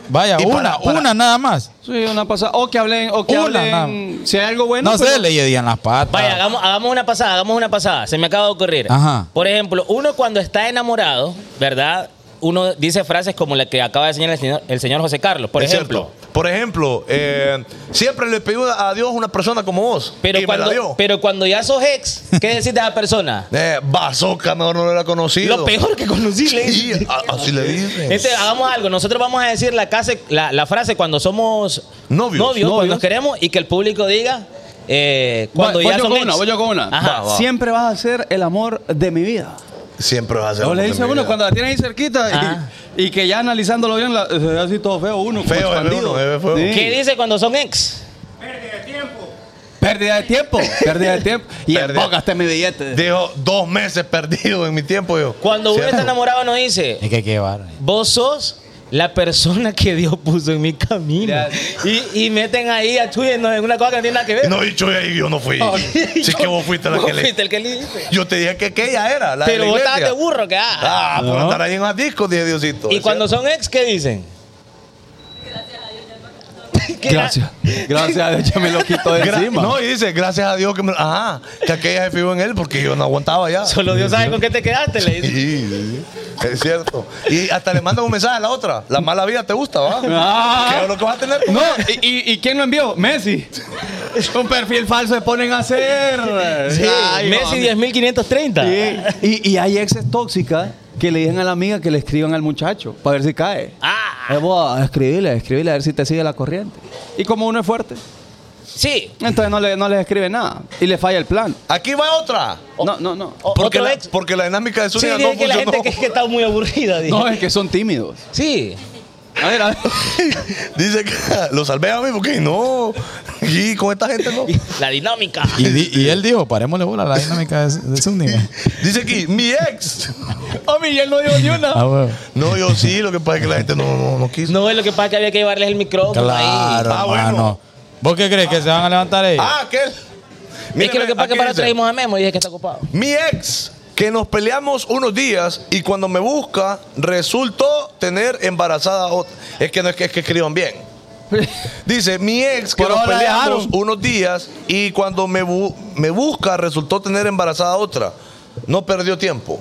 Speaker 6: Vaya,
Speaker 5: Y para-
Speaker 6: una,
Speaker 5: para-
Speaker 6: una nada más.
Speaker 4: Sí, una pasada. O que hablen, o que
Speaker 6: Hola,
Speaker 4: hablen. Si hay algo bueno.
Speaker 6: no
Speaker 4: pues-
Speaker 6: sé, le llegan las patas.
Speaker 3: Vaya, hagamos, hagamos una pasada, hagamos una pasada. Se me acaba de ocurrir.
Speaker 6: Ah. Ajá.
Speaker 3: Por ejemplo, uno cuando está enamorado, ¿verdad? Uno dice frases como la que acaba de enseñar el señor, el señor José Carlos, por
Speaker 5: Es
Speaker 3: ejemplo.
Speaker 5: cierto. Por ejemplo, eh, siempre le pedí a Dios una persona como vos.
Speaker 3: Pero
Speaker 5: y me la
Speaker 3: cuando,
Speaker 5: dio.
Speaker 3: pero cuando ya sos ex, ¿qué decís de esa persona?
Speaker 5: Eh, bazooka, mejor no lo era conocido.
Speaker 3: Lo peor que conocí. le-
Speaker 5: Sí, a- así le dije.
Speaker 3: Este, hagamos algo. Nosotros vamos a decir la, case- la, la frase cuando somos
Speaker 5: Novios.
Speaker 3: cuando
Speaker 4: Novios.
Speaker 3: nos queremos, y que el público diga eh,
Speaker 4: Va,
Speaker 3: cuando
Speaker 4: voy
Speaker 3: ya
Speaker 4: yo
Speaker 3: son
Speaker 4: con
Speaker 3: ex.
Speaker 4: una, voy yo con una.
Speaker 5: Va,
Speaker 3: Ajá.
Speaker 5: va.
Speaker 4: Siempre vas a ser el amor de mi vida.
Speaker 5: Siempre vas a ser
Speaker 4: O le
Speaker 5: de
Speaker 4: dice
Speaker 5: mi
Speaker 4: uno
Speaker 5: vida.
Speaker 4: cuando la tienen ahí cerquita
Speaker 3: Ajá.
Speaker 4: y, y que ya analizándolo bien, la, se ve así todo feo uno. como
Speaker 5: Feo, es
Speaker 4: expandido.
Speaker 5: uno, es feo.
Speaker 4: Sí.
Speaker 3: ¿Qué dice cuando son ex?
Speaker 4: Pérdida de tiempo. Pérdida de tiempo. Y
Speaker 5: Pérdida.
Speaker 4: empócaste mi billete.
Speaker 5: Dijo, dos meses perdido en mi tiempo. Yo.
Speaker 3: Cuando uno
Speaker 5: ¿Cierto?
Speaker 3: está enamorado no dice,
Speaker 6: Es que qué barra.
Speaker 3: vos sos la persona que Dios puso en mi camino.
Speaker 4: Ya.
Speaker 3: Y, y meten ahí a Chuyeno en una cosa que no tiene nada que ver.
Speaker 5: No, dicho ahí yo no fui. Sí que vos fuiste la
Speaker 3: Oh, Vos
Speaker 5: que le...
Speaker 3: fuiste el que le dijiste.
Speaker 5: Yo te dije que aquella era, la
Speaker 3: Pero
Speaker 5: de la
Speaker 3: vos
Speaker 5: iglesia.
Speaker 3: estabas de burro, que ah.
Speaker 5: Ah, por estar ahí en los discos, dije Diosito.
Speaker 3: Y cuando son ex, ¿qué dicen?
Speaker 4: Gracias. Gracias a Dios ya me lo quito de
Speaker 5: Gra-
Speaker 4: encima.
Speaker 5: No, y dice, gracias a Dios que me... Ajá, que aquella se fijó en él porque yo no aguantaba ya.
Speaker 3: Solo Dios sabe con qué te quedaste, le dicen.
Speaker 5: Sí, sí, es cierto. Y hasta le mandan un mensaje a la otra. La mala vida te gusta, ¿va?
Speaker 4: Ah.
Speaker 5: ¿Qué es lo que vas a tener?
Speaker 4: No, ¿y, y, y quién lo envió? Messi. Un perfil falso se ponen a hacer.
Speaker 3: Sí,
Speaker 4: Ay,
Speaker 3: Messi
Speaker 4: mami.
Speaker 3: 10.530.
Speaker 4: Sí. Y, y hay exes tóxicas que le dicen a la amiga que le escriban al muchacho para ver si cae.
Speaker 3: Ah,
Speaker 4: Eh, vos, escribile, escribile a ver si te sigue la corriente. Y como uno es fuerte,
Speaker 3: Sí.
Speaker 4: entonces no, le, no les escribe nada y le falla el plan.
Speaker 5: Aquí va otra.
Speaker 4: No, no, no.
Speaker 3: O-
Speaker 5: Porque
Speaker 3: otro
Speaker 5: la,
Speaker 3: ex.
Speaker 5: porque la dinámica de
Speaker 3: Sí,
Speaker 5: Zúñiga
Speaker 3: dije
Speaker 5: no
Speaker 3: que la
Speaker 5: funcionó. eh.
Speaker 3: gente que, que está muy aburrida. dije.
Speaker 4: No, es que son tímidos.
Speaker 3: Sí.
Speaker 4: A ver, a ver.
Speaker 5: Dice que lo salvé a mí porque no. Y con esta gente no.
Speaker 3: La dinámica.
Speaker 6: Y, di- y él dijo, parémosle bola a la dinámica de, de Zúñiga.
Speaker 5: Dice aquí, mi ex.
Speaker 4: Oh, Miguel no dio ni una.
Speaker 6: Ah, huevo.
Speaker 5: No, yo sí, lo que pasa es que la gente no, no, no quiso.
Speaker 3: No, es lo que pasa es que había que llevarles el micrófono
Speaker 6: Claro,
Speaker 3: ahí.
Speaker 5: Ah, bueno.
Speaker 6: hermano. ¿Vos qué crees? ¿Que se van a levantar ellos?
Speaker 5: Ah, aquel.
Speaker 3: es que lo que pasa es que para eso traímos a Memo y dije que está ocupado.
Speaker 5: Mi ex, que nos peleamos unos días y cuando me busca, resultó tener embarazada otra. Es que no es que, es que escriban bien. Dice, mi ex, que
Speaker 4: Pero
Speaker 5: nos
Speaker 4: ahora
Speaker 5: peleamos
Speaker 4: dejaron.
Speaker 5: unos días y cuando me, bu- me busca, resultó tener embarazada otra. No perdió tiempo.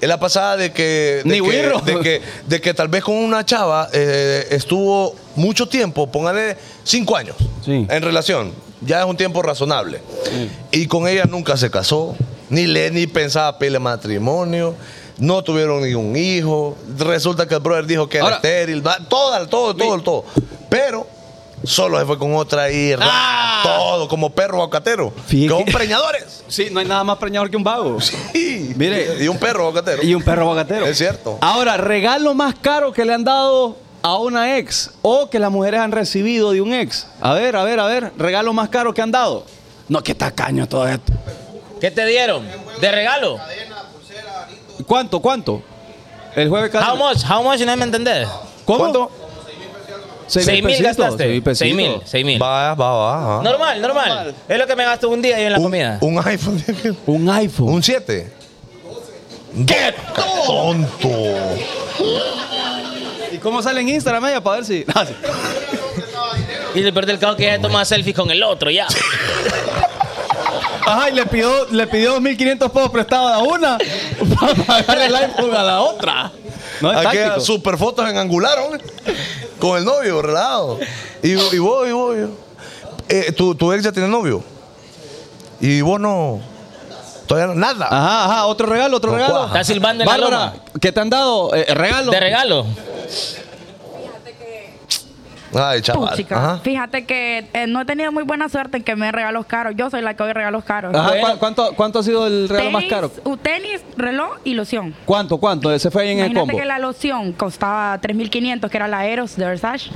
Speaker 5: Es la pasada de que. De
Speaker 4: Ni
Speaker 5: que,
Speaker 4: güiro.
Speaker 5: de que De que tal vez con una chava eh, estuvo mucho tiempo, póngale cinco años
Speaker 4: Sí.
Speaker 5: en relación. Ya es un tiempo razonable. Y con ella nunca se casó, ni le ni pensaba pedirle matrimonio, no tuvieron ningún hijo. Resulta que el brother dijo que
Speaker 4: Ahora-
Speaker 5: era estéril, va- todo, todo, todo, todo. Pero solo se fue con otra y ra-
Speaker 4: Ah.
Speaker 5: todo, como perro aguacatero.
Speaker 4: Fíjate
Speaker 5: Con
Speaker 4: que-
Speaker 5: preñadores.
Speaker 4: Sí, no hay nada más preñador que un vago.
Speaker 5: Y,
Speaker 4: Mire.
Speaker 5: y un perro aguacatero.
Speaker 4: Y un perro bagatero.
Speaker 5: Es cierto.
Speaker 4: Ahora, regalo más caro que le han dado a una ex o que las mujeres han recibido de un ex. A ver, a ver, a ver. Regalo más caro que han dado. No, qué tacaño todo esto.
Speaker 3: ¿Qué te dieron? ¿De regalo?
Speaker 4: ¿Cuánto, cuánto? El jueves cada...
Speaker 3: How much? How much? No me entendés.
Speaker 4: ¿Cómo?
Speaker 5: ¿Cuánto?
Speaker 3: Seis mil
Speaker 4: pesitos,
Speaker 3: gastaste.
Speaker 4: seis mil pesitos.
Speaker 3: Seis mil, seis mil.
Speaker 5: Va, va, va. ajá.
Speaker 3: Normal, normal. Es lo que me gasto un día ahí en la comida.
Speaker 5: Un iPhone.
Speaker 4: Un iPhone.
Speaker 5: Un 7. ¡Qué tonto!
Speaker 4: ¿Y cómo sale en Instagram ella para ver si...
Speaker 3: Y le perdí el caso que ya toma selfies con el otro, ya.
Speaker 4: Ajá, y le pidió, le pidió 2.500 pesos prestados a una para pagar el iPhone a la otra. No
Speaker 3: Ah,
Speaker 4: es
Speaker 5: Aquí
Speaker 4: táctico.
Speaker 5: super fotos en angular, hombre. Con el novio, relado. Y, vo- y vos, y vos. y vos. Eh, tu, tu ex ya tiene novio. Y vos no. Todavía no- nada.
Speaker 3: Ah.
Speaker 4: Ajá, ajá, otro regalo, otro
Speaker 5: No
Speaker 4: regalo.
Speaker 5: cuaja.
Speaker 3: Está silbando en la
Speaker 4: Bárbara,
Speaker 3: loma.
Speaker 4: ¿qué te han dado? Eh, regalo.
Speaker 3: De regalo.
Speaker 5: Ay, chaval.
Speaker 8: Puchica.
Speaker 5: Ajá.
Speaker 8: Fíjate que eh, no he tenido muy buena suerte en que me den regalos caros. Yo soy la que doy regalos caros.
Speaker 4: Ajá,
Speaker 3: Bueno.
Speaker 4: ¿cu- ¿cuánto, ¿cuánto ha sido el regalo más
Speaker 8: Tenis,
Speaker 4: caro?
Speaker 8: u- Tenis, reloj y loción.
Speaker 4: ¿Cuánto, cuánto? Ese fue ahí en el
Speaker 8: Imagínate
Speaker 4: combo.
Speaker 8: que la loción costaba 3.500, que era la Eros de Versace.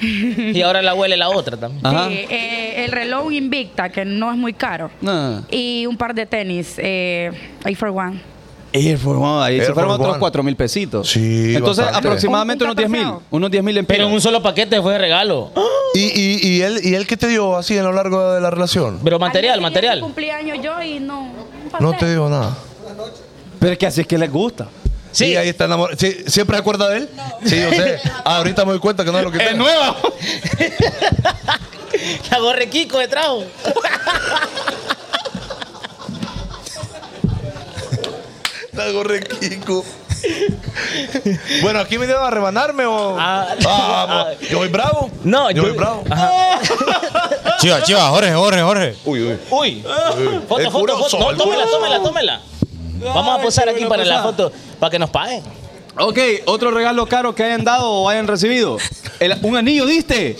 Speaker 4: Ay.
Speaker 3: Y ahora la huele la otra también.
Speaker 4: Ajá.
Speaker 8: Sí, eh, el reloj Invicta, que no es muy caro.
Speaker 4: No.
Speaker 8: Y un par de tenis, eh, A for One.
Speaker 4: Air Force One, ahí se
Speaker 5: Air
Speaker 4: fueron
Speaker 5: Force
Speaker 4: otros
Speaker 5: One.
Speaker 4: 4 mil pesitos.
Speaker 5: Sí,
Speaker 4: Entonces,
Speaker 5: bastante.
Speaker 4: aproximadamente
Speaker 8: Un-
Speaker 4: unos
Speaker 8: un
Speaker 4: 10 mil.
Speaker 8: tapaceo.
Speaker 4: Unos 10 mil en
Speaker 3: Pero en un
Speaker 4: pilas.
Speaker 3: solo paquete fue de regalo.
Speaker 5: Y, y, y él, ¿Y él qué te dio así a lo largo de la relación?
Speaker 3: Pero
Speaker 8: Al
Speaker 3: material,
Speaker 8: día siguiente
Speaker 3: material.
Speaker 8: Cumplí años yo y no. un pastel.
Speaker 5: No te dio nada.
Speaker 4: Pero es que así es que les gusta.
Speaker 3: Sí.
Speaker 5: Y ahí está enamorado. Sí, ¿Siempre se acuerda de él? Sí, yo sé. Ah, ahorita me doy cuenta que no es lo que
Speaker 4: ¡Es
Speaker 5: tengo.
Speaker 4: nueva!
Speaker 3: La gorre Kiko de trajo.
Speaker 5: La gorra de Kiko. bueno, aquí me a rebanarme o.
Speaker 3: Ah.
Speaker 5: Ah, vamos. yo voy bravo.
Speaker 3: No,
Speaker 5: yo
Speaker 3: yo-
Speaker 5: voy bravo.
Speaker 6: Chiva, chiva, Jorge, Jorge, Jorge.
Speaker 5: Uy, uy.
Speaker 3: Uy. Foto,
Speaker 5: El
Speaker 3: foto,
Speaker 5: curioso,
Speaker 3: foto. No,
Speaker 5: el
Speaker 3: tómela,
Speaker 5: curioso.
Speaker 3: tómela, tómela. Vamos a
Speaker 4: Ay,
Speaker 3: posar
Speaker 4: qué
Speaker 3: aquí
Speaker 4: buena
Speaker 3: para la
Speaker 4: posada.
Speaker 3: foto, para que nos paguen.
Speaker 4: Ok, otro regalo caro que hayan dado o hayan recibido. El- ¿Un anillo diste?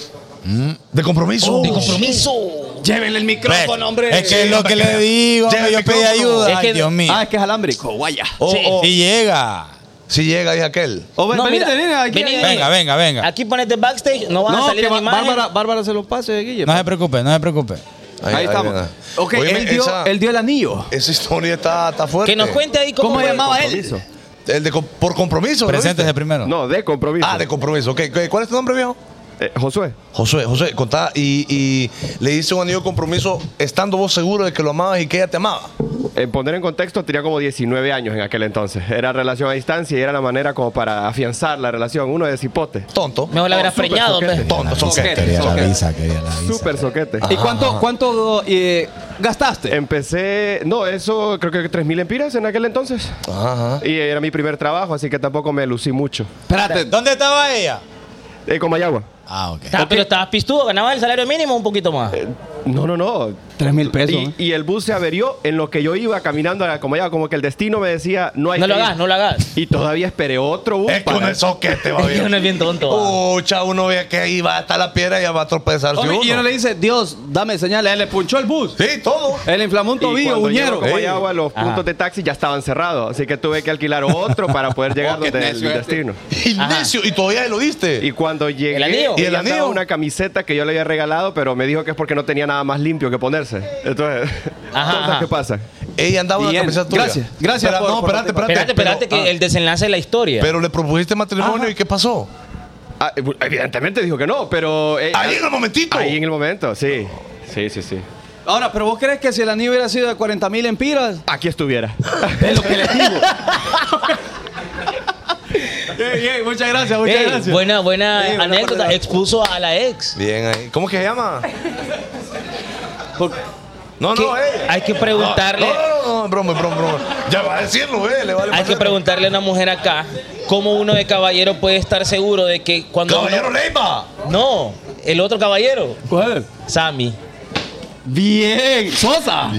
Speaker 5: De compromiso.
Speaker 3: De compromiso.
Speaker 4: Llévenle el micrófono, hombre.
Speaker 6: Es que es lo que le digo,
Speaker 5: Llega
Speaker 6: hombre,
Speaker 5: el
Speaker 6: yo pedí
Speaker 5: micrófono.
Speaker 6: ayuda.
Speaker 3: Es que-
Speaker 6: Ay, Dios mío. Oh,
Speaker 4: Ah, es que es alámbrico, guaya.
Speaker 5: O-
Speaker 3: Sí.
Speaker 5: o-
Speaker 6: Si llega.
Speaker 5: Si llega, es aquel.
Speaker 4: O Oh, ven,
Speaker 3: No,
Speaker 4: venite,
Speaker 3: mira,
Speaker 4: venite, aquí,
Speaker 3: vení,
Speaker 4: aquí.
Speaker 3: vení.
Speaker 6: Venga, venga, venga.
Speaker 3: Aquí ponete backstage, no van a
Speaker 4: No,
Speaker 3: salir
Speaker 4: que
Speaker 3: en
Speaker 4: Ba-
Speaker 3: imagen.
Speaker 4: Bárbara, Ah, Bárbara se lo pase, Guille.
Speaker 6: No se preocupe, no se preocupe.
Speaker 4: ahí, estamos.
Speaker 5: viene.
Speaker 4: ok,
Speaker 5: Oíme,
Speaker 4: él dio,
Speaker 5: esa,
Speaker 4: él dio el anillo.
Speaker 5: esa historia está, está fuerte.
Speaker 3: Que nos cuente ahí cómo,
Speaker 4: ¿Cómo
Speaker 3: fue.
Speaker 4: llamaba él?
Speaker 5: El de com- por compromiso. ¿lo
Speaker 6: Preséntese
Speaker 5: viste?
Speaker 6: primero.
Speaker 9: No, de compromiso.
Speaker 5: Ah, de compromiso. Ok, ok, ¿Cuál es tu nombre, viejo?
Speaker 9: Eh, Josué.
Speaker 5: Josué, Josué, contá. Y, y le hice un anillo de compromiso estando vos seguro de que lo amabas y que ella te amaba.
Speaker 9: En poner en contexto, tenía como 19 años en aquel entonces. Era relación a distancia y era la manera como para afianzar la relación. Uno de cipote.
Speaker 5: Tonto.
Speaker 3: Mejor pues. la hubieras
Speaker 9: súper
Speaker 3: preñado.
Speaker 9: coquete.
Speaker 3: pe.
Speaker 5: Tonto, son
Speaker 4: Soquete.
Speaker 5: gente.
Speaker 6: Quería la
Speaker 4: Ok.
Speaker 6: visa, quería la visa.
Speaker 9: Súper soquete.
Speaker 4: ¿Y cuánto, cuánto eh, gastaste?
Speaker 9: Empecé, no, eso creo que 3.000 empiras en aquel entonces.
Speaker 5: Ajá.
Speaker 9: Y era mi primer trabajo, así que tampoco me lucí mucho.
Speaker 4: Espérate,
Speaker 6: ¿Dónde estaba ella?
Speaker 9: Eh, con Mayagua.
Speaker 6: Ah, ok.
Speaker 3: Ah, Pero estabas pistudo, ganabas el salario mínimo un poquito más.
Speaker 9: Eh, No, no, no.
Speaker 4: Tres mil pesos.
Speaker 9: Y,
Speaker 4: ¿eh?
Speaker 9: y el bus se averió en lo que yo iba caminando a la comunidad, como que el destino me decía, no hay
Speaker 3: No lo
Speaker 9: que ir.
Speaker 3: hagas, no lo hagas.
Speaker 9: Y todavía esperé otro bus.
Speaker 5: Es que uno
Speaker 9: para-
Speaker 5: es soquete, va
Speaker 3: Yo no
Speaker 5: bien. Oh,
Speaker 3: es bien tonto. va.
Speaker 5: Pucha, uno ve que ahí va hasta la piedra y ya va a tropezarse
Speaker 4: Hombre,
Speaker 5: uno.
Speaker 4: y uno le dice, Dios, dame señales. Él le punchó el bus.
Speaker 5: Sí, todo.
Speaker 4: Él le inflamó un
Speaker 9: Y
Speaker 4: tobillo,
Speaker 9: cuando llego
Speaker 4: uñero.
Speaker 9: como
Speaker 4: Ey.
Speaker 9: Ayagua, los
Speaker 3: Ajá.
Speaker 9: puntos de taxi ya estaban cerrados, así que tuve que alquilar otro para poder llegar
Speaker 4: Oh, qué
Speaker 9: donde el
Speaker 4: necio este.
Speaker 9: destino.
Speaker 3: Ajá.
Speaker 5: Ignacio, y todavía lo diste.
Speaker 9: Y cuando llegué,
Speaker 3: ¿El anillo?
Speaker 5: ¿Y el
Speaker 9: ella andaba
Speaker 5: anillo?
Speaker 9: una camiseta que yo le había regalado, pero me dijo que es porque no tenía nada más limpio que ponerse. Entonces,
Speaker 3: Ajá,
Speaker 9: cosas
Speaker 3: ajá.
Speaker 9: que pasan.
Speaker 5: Ella andaba en la
Speaker 4: Bien,
Speaker 5: camiseta tuya.
Speaker 4: gracias, gracias
Speaker 5: Pero,
Speaker 4: por-
Speaker 5: no,
Speaker 4: por
Speaker 5: espérate, espérate.
Speaker 3: Espérate, espérate,
Speaker 5: pero, ah,
Speaker 3: que el desenlace de la historia.
Speaker 5: pero le propusiste matrimonio
Speaker 4: Ajá.
Speaker 5: y ¿qué pasó?
Speaker 9: Ah, evidentemente dijo que no, pero. eh,
Speaker 5: Ahí en el momentito.
Speaker 9: Ahí en el momento, sí. Sí, sí, sí.
Speaker 4: Ahora, pero vos crees que si el anillo hubiera sido de 40 mil empiras,
Speaker 9: Aquí estuviera.
Speaker 4: es lo que le digo. Ey, ey, muchas gracias, muchas
Speaker 3: Ey,
Speaker 4: gracias.
Speaker 3: buena, buena
Speaker 4: Sí, buena
Speaker 3: anécdota.
Speaker 4: manera.
Speaker 3: Expuso a la ex.
Speaker 5: Bien ahí. ¿Cómo que se llama?
Speaker 4: Por-
Speaker 5: No,
Speaker 3: Que
Speaker 5: no, eh.
Speaker 3: hay que preguntarle,
Speaker 5: No, no, no, no, broma, broma, broma. Ya va a decirlo, eh. Le vale
Speaker 3: hay que
Speaker 5: madre.
Speaker 3: preguntarle a una mujer acá cómo uno de caballero puede estar seguro de que cuando uno-
Speaker 5: Caballero Leiva.
Speaker 3: no, el otro caballero,
Speaker 4: ¿Cuál?
Speaker 3: Sammy.
Speaker 4: Bien, Sosa.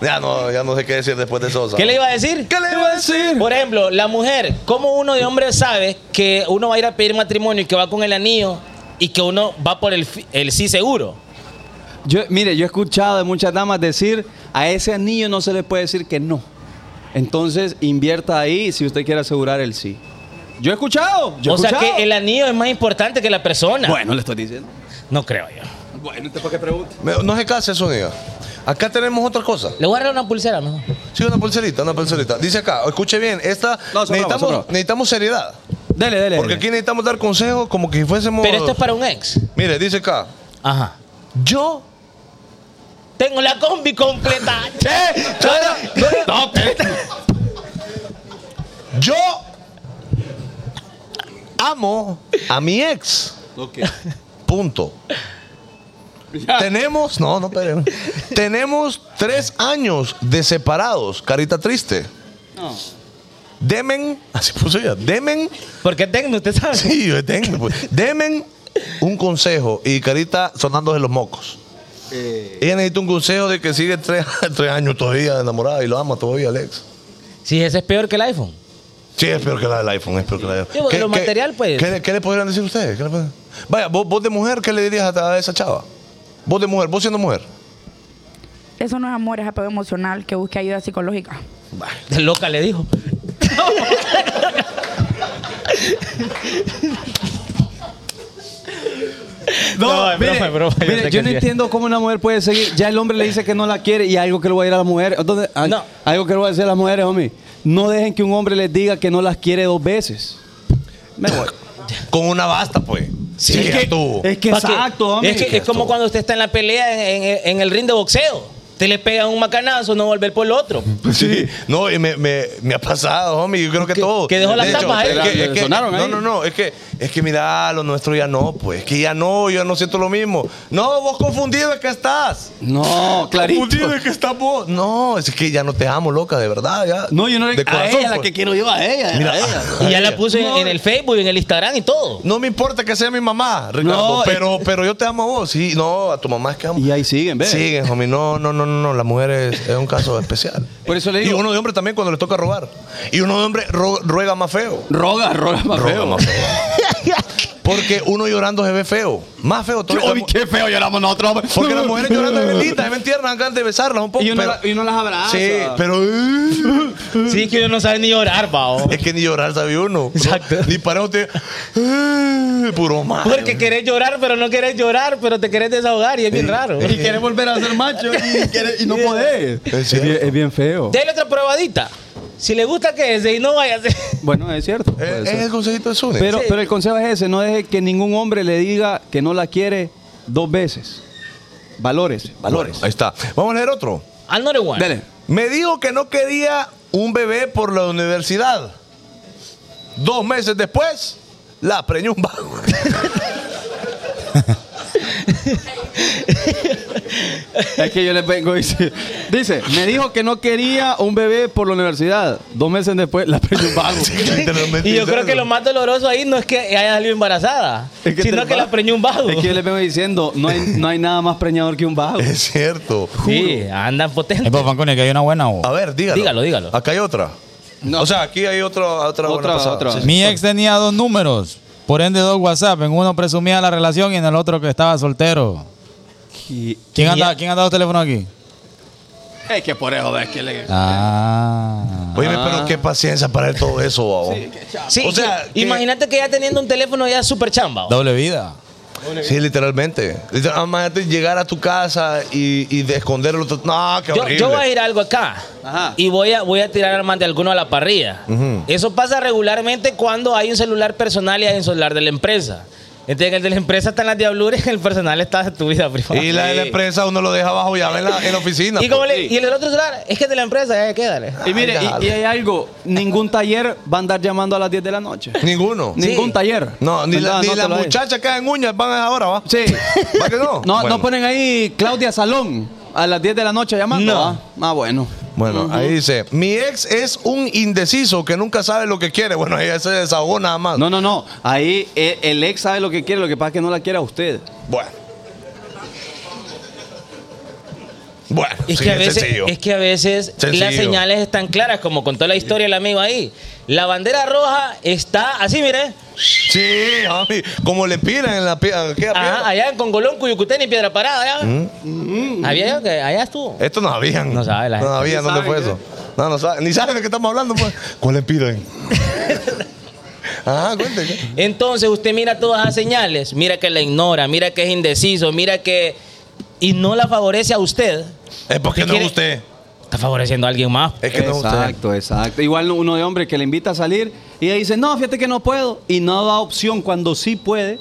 Speaker 5: Ya no, ya no sé qué decir después de Sosa.
Speaker 3: ¿Qué le iba a decir?
Speaker 4: ¿Qué le iba a decir?
Speaker 3: Por ejemplo, la mujer, ¿cómo uno de hombre sabe que uno va a ir a pedir matrimonio y que va con el anillo y que uno va por el, fi- el sí seguro?
Speaker 4: Yo, mire, yo he escuchado de muchas damas decir, a ese anillo no se le puede decir que no. Entonces, invierta ahí si usted quiere asegurar el sí. Yo he escuchado. Yo he
Speaker 3: o sea
Speaker 4: escuchado.
Speaker 3: que el anillo es más importante que la persona.
Speaker 4: Bueno, le estoy diciendo.
Speaker 3: No creo yo.
Speaker 4: Bueno, ¿usted por qué pregunta?
Speaker 5: Me- No se case, Zúñiga. Acá tenemos otra cosa.
Speaker 3: Le voy a regalar una pulsera mejor.
Speaker 5: Sí, una pulserita, una pulserita. Dice acá, escuche bien, esta
Speaker 4: No, son
Speaker 5: necesitamos,
Speaker 4: bromas, son bromas.
Speaker 5: necesitamos seriedad.
Speaker 4: Dele, dele.
Speaker 5: Porque
Speaker 4: dele.
Speaker 5: aquí necesitamos dar consejos como que si fuésemos.
Speaker 3: Pero esto es para un ex.
Speaker 5: Mire, dice acá.
Speaker 3: Ajá.
Speaker 5: Yo.
Speaker 3: Tengo la combi completa.
Speaker 5: No, espérate. Yo amo a mi ex. Punto. Tenemos, no, no, espérame. Tenemos tres años de separados, carita triste. Demen, así puso ella, demen
Speaker 3: ¿Por qué tengo? Usted sabe.
Speaker 5: Sí, yo tengo. pues. Demen un consejo y Carita sonándose los mocos. Ella necesita un consejo de que sigue tres, tres años todavía enamorada y lo ama todavía, Alex.
Speaker 3: Sí, ese es peor que el iPhone.
Speaker 5: Sí, es peor que la del iPhone, es peor que la del
Speaker 3: Sí, porque lo material, pues.
Speaker 5: ¿qué, le- qué le podrían decir ustedes? ¿Qué le podrían- Vaya, vos, vos de mujer, ¿qué le dirías a a esa chava? Vos de mujer, vos siendo mujer.
Speaker 8: Eso no es amor, es apego emocional que busque ayuda psicológica.
Speaker 3: De loca le dijo.
Speaker 4: No,
Speaker 3: es broma,
Speaker 4: mire,
Speaker 3: es broma, yo
Speaker 4: mire,
Speaker 3: sé que
Speaker 4: yo no
Speaker 3: sí es.
Speaker 4: entiendo cómo una mujer puede seguir. Ya el hombre le dice que no la quiere y algo que le voy a ir a la mujer. Entonces, al-
Speaker 3: No.
Speaker 4: Algo que le voy a decir a las mujeres, homie. No dejen que un hombre les diga que no las quiere dos veces. Me voy.
Speaker 5: Con una basta, pues. Sí,
Speaker 4: es
Speaker 5: ya
Speaker 4: que-
Speaker 5: tuvo.
Speaker 4: es que
Speaker 3: Pa' que-
Speaker 4: exacto, homie.
Speaker 3: Es, que- es como cuando usted está en la pelea en, en- en el ring de boxeo. Te le pega un macanazo, no volver por el otro.
Speaker 5: Sí, no, y me, me, me ha pasado, homie. Yo creo que,
Speaker 3: Que-
Speaker 5: todo.
Speaker 3: que dejó las tapas
Speaker 5: es
Speaker 3: ahí.
Speaker 5: que- es que-
Speaker 4: Sonaron
Speaker 5: No,
Speaker 4: ahí.
Speaker 5: no, no. Es que, es que mira, lo nuestro ya no, pues. Es que ya no, yo ya no siento lo mismo. No, vos confundido es que estás.
Speaker 4: No, clarito.
Speaker 5: Confundido es que estás vos. No, es que ya no te amo, loca, de verdad, ya.
Speaker 4: No, yo no le
Speaker 5: De
Speaker 4: a
Speaker 5: corazón,
Speaker 4: ella la
Speaker 5: pues.
Speaker 4: que quiero yo, a ella.
Speaker 5: Mira,
Speaker 4: a ella.
Speaker 3: Y ya la
Speaker 5: Ay,
Speaker 3: puse en-
Speaker 4: No.
Speaker 3: en el Facebook, en el Instagram y todo.
Speaker 5: No me importa que sea mi mamá, Ricardo,
Speaker 4: No, eh.
Speaker 5: pero, pero yo te amo a vos. Sí, no, a tu mamá es que amo.
Speaker 4: Y ahí siguen, ¿ves?
Speaker 5: Siguen, homie. No, no, no, no, no. La mujer es, es un caso especial.
Speaker 4: Por eso le
Speaker 5: Y
Speaker 4: digo-
Speaker 5: uno de hombre también cuando le toca robar. Y uno de hombre ro- ruega más feo.
Speaker 4: Roga, roga más
Speaker 5: Roga
Speaker 4: feo.
Speaker 5: más feo. Porque uno llorando se ve feo. Más feo todavía.
Speaker 4: Uy, qué feo lloramos nosotros.
Speaker 5: Porque las mujeres llorando es bendita, es mentira, antes de besarlas un poco.
Speaker 4: Y uno,
Speaker 5: pero-
Speaker 4: la- y uno las abraza.
Speaker 5: sí, pero.
Speaker 3: Sí, es que uno no sabe ni llorar, pao.
Speaker 5: es que ni llorar sabe uno. ¿no?
Speaker 3: Exacto.
Speaker 5: Ni para usted. Puro mal.
Speaker 3: Porque querés llorar, pero no querés llorar, pero te querés desahogar y es bien raro.
Speaker 4: Y quieres volver a ser macho y, quiere- y no podés.
Speaker 5: Es cierto.
Speaker 4: bien, bien feo.
Speaker 3: Dale otra probadita. Si le gusta que ese y no vaya a ser.
Speaker 4: Bueno, es cierto.
Speaker 3: Eh,
Speaker 5: Es,
Speaker 4: puede
Speaker 5: es
Speaker 4: ser.
Speaker 5: el consejito de Sune.
Speaker 4: pero, pero el consejo es ese: no deje que ningún hombre le diga que no la quiere dos veces. Valores, valores.
Speaker 5: Ahí está. Vamos a leer otro.
Speaker 3: Another one.
Speaker 4: Dele.
Speaker 5: Me dijo que no quería un bebé por la universidad. Dos meses después, la preñó un vago.
Speaker 4: Es que yo les vengo y dice, dice, me dijo que no quería un bebé por la universidad. Dos meses después la prende un vago.
Speaker 5: Literalmente
Speaker 3: Y yo
Speaker 5: dice
Speaker 3: creo que
Speaker 5: eso.
Speaker 3: lo más doloroso ahí no es que haya salido embarazada,
Speaker 4: Es que
Speaker 3: sino
Speaker 4: te-
Speaker 3: que la preñó un vago.
Speaker 4: Es que yo les vengo diciendo, no hay, no hay nada más preñador que un vago.
Speaker 5: Es cierto.
Speaker 3: Sí, andan
Speaker 6: Es
Speaker 3: potentes.
Speaker 6: para Fanconi que hay una buena. o-
Speaker 5: A ver, dígalo.
Speaker 3: Dígalo, dígalo.
Speaker 5: Acá hay otra. O sea, aquí hay otra otra buena
Speaker 4: Otra,
Speaker 5: pasada.
Speaker 4: otra.
Speaker 5: Sí, sí.
Speaker 6: Mi ex tenía dos números, por ende dos WhatsApp. En uno presumía la relación y en el otro que estaba soltero.
Speaker 4: Y-
Speaker 6: ¿Quién anda, ¿quién anda los teléfonos aquí?
Speaker 4: Es que por eso es que le...
Speaker 6: Ah.
Speaker 5: Oye, pero qué paciencia para ver todo eso, babo. Sí,
Speaker 3: Sí,
Speaker 5: O sea,
Speaker 3: sí,
Speaker 5: que-
Speaker 3: imagínate que ya teniendo un teléfono ya es super chamba.
Speaker 6: Doble vida.
Speaker 5: literalmente. Literal- Imagínate llegar a tu casa y, y de esconderlo. todo. No, qué
Speaker 3: Yo,
Speaker 5: horrible.
Speaker 3: yo voy a ir algo acá
Speaker 4: Ajá.
Speaker 3: y voy a, voy a tirar al más de alguno a la parrilla. Eso pasa regularmente cuando hay un celular personal y hay un celular de la empresa. Entonces, en el de la empresa están las diabluras y en el personal está tu vida privada.
Speaker 5: Y la de la empresa uno lo deja bajo llave en la, en la oficina. pues.
Speaker 3: Eh. Y, como le- y el otro celular es que es de la empresa, ya quédale.
Speaker 4: Y mire,
Speaker 5: Ay,
Speaker 4: y, y hay algo, ningún taller va a andar llamando a las 10 de la noche.
Speaker 5: Ninguno.
Speaker 4: Ningún taller.
Speaker 5: No, ni, la,
Speaker 4: ¿Verdad?
Speaker 5: ni
Speaker 4: No te
Speaker 5: las
Speaker 4: lo hay.
Speaker 5: muchachas que en uñas van ahora, ¿va?
Speaker 4: Sí.
Speaker 5: ¿Va que no?
Speaker 4: No,
Speaker 5: Bueno.
Speaker 4: no ponen ahí Claudia Salón a las 10 de la noche llamando.
Speaker 3: No.
Speaker 4: ¿ah? Ah, bueno.
Speaker 5: Bueno, ahí dice, mi ex es un indeciso que nunca sabe lo que quiere. Bueno, ella se desahogó nada más.
Speaker 4: No, no, no. Ahí eh, el ex sabe lo que quiere, lo que pasa es que no la quiere a usted.
Speaker 5: Bueno. Bueno,
Speaker 3: Es,
Speaker 5: sí,
Speaker 3: que a
Speaker 5: es
Speaker 3: veces,
Speaker 5: sencillo.
Speaker 3: es que a veces
Speaker 5: Sencillo.
Speaker 3: las señales están claras, como contó la historia el amigo ahí. La bandera roja está así, mire.
Speaker 5: Sí, mami, como le piran en la pie- en aquella
Speaker 3: Ajá,
Speaker 5: piedra.
Speaker 3: allá en Congolón, Cuyucutén y Piedra Parada. Allá,
Speaker 4: Mm.
Speaker 3: Había- que allá estuvo.
Speaker 5: Esto no sabían.
Speaker 3: No sabe la
Speaker 5: No
Speaker 3: gente.
Speaker 9: Ni
Speaker 5: sabían dónde
Speaker 9: saben
Speaker 5: fue
Speaker 9: qué.
Speaker 5: eso. No, no saben. Ni saben de qué estamos hablando, pues. ¿Cuál le piran? Ajá, cuénteme.
Speaker 3: Entonces usted mira todas las señales, mira que la ignora, mira que es indeciso, mira que... Y no la favorece a usted.
Speaker 5: Es porque
Speaker 3: ¿Qué
Speaker 5: no
Speaker 3: quiere?
Speaker 5: es usted.
Speaker 3: Está favoreciendo a alguien más.
Speaker 5: Es que no es usted.
Speaker 4: exacto, exacto. Igual uno de hombre que le invita a salir y ella dice, no, fíjate que no puedo. Y no da opción cuando sí puede.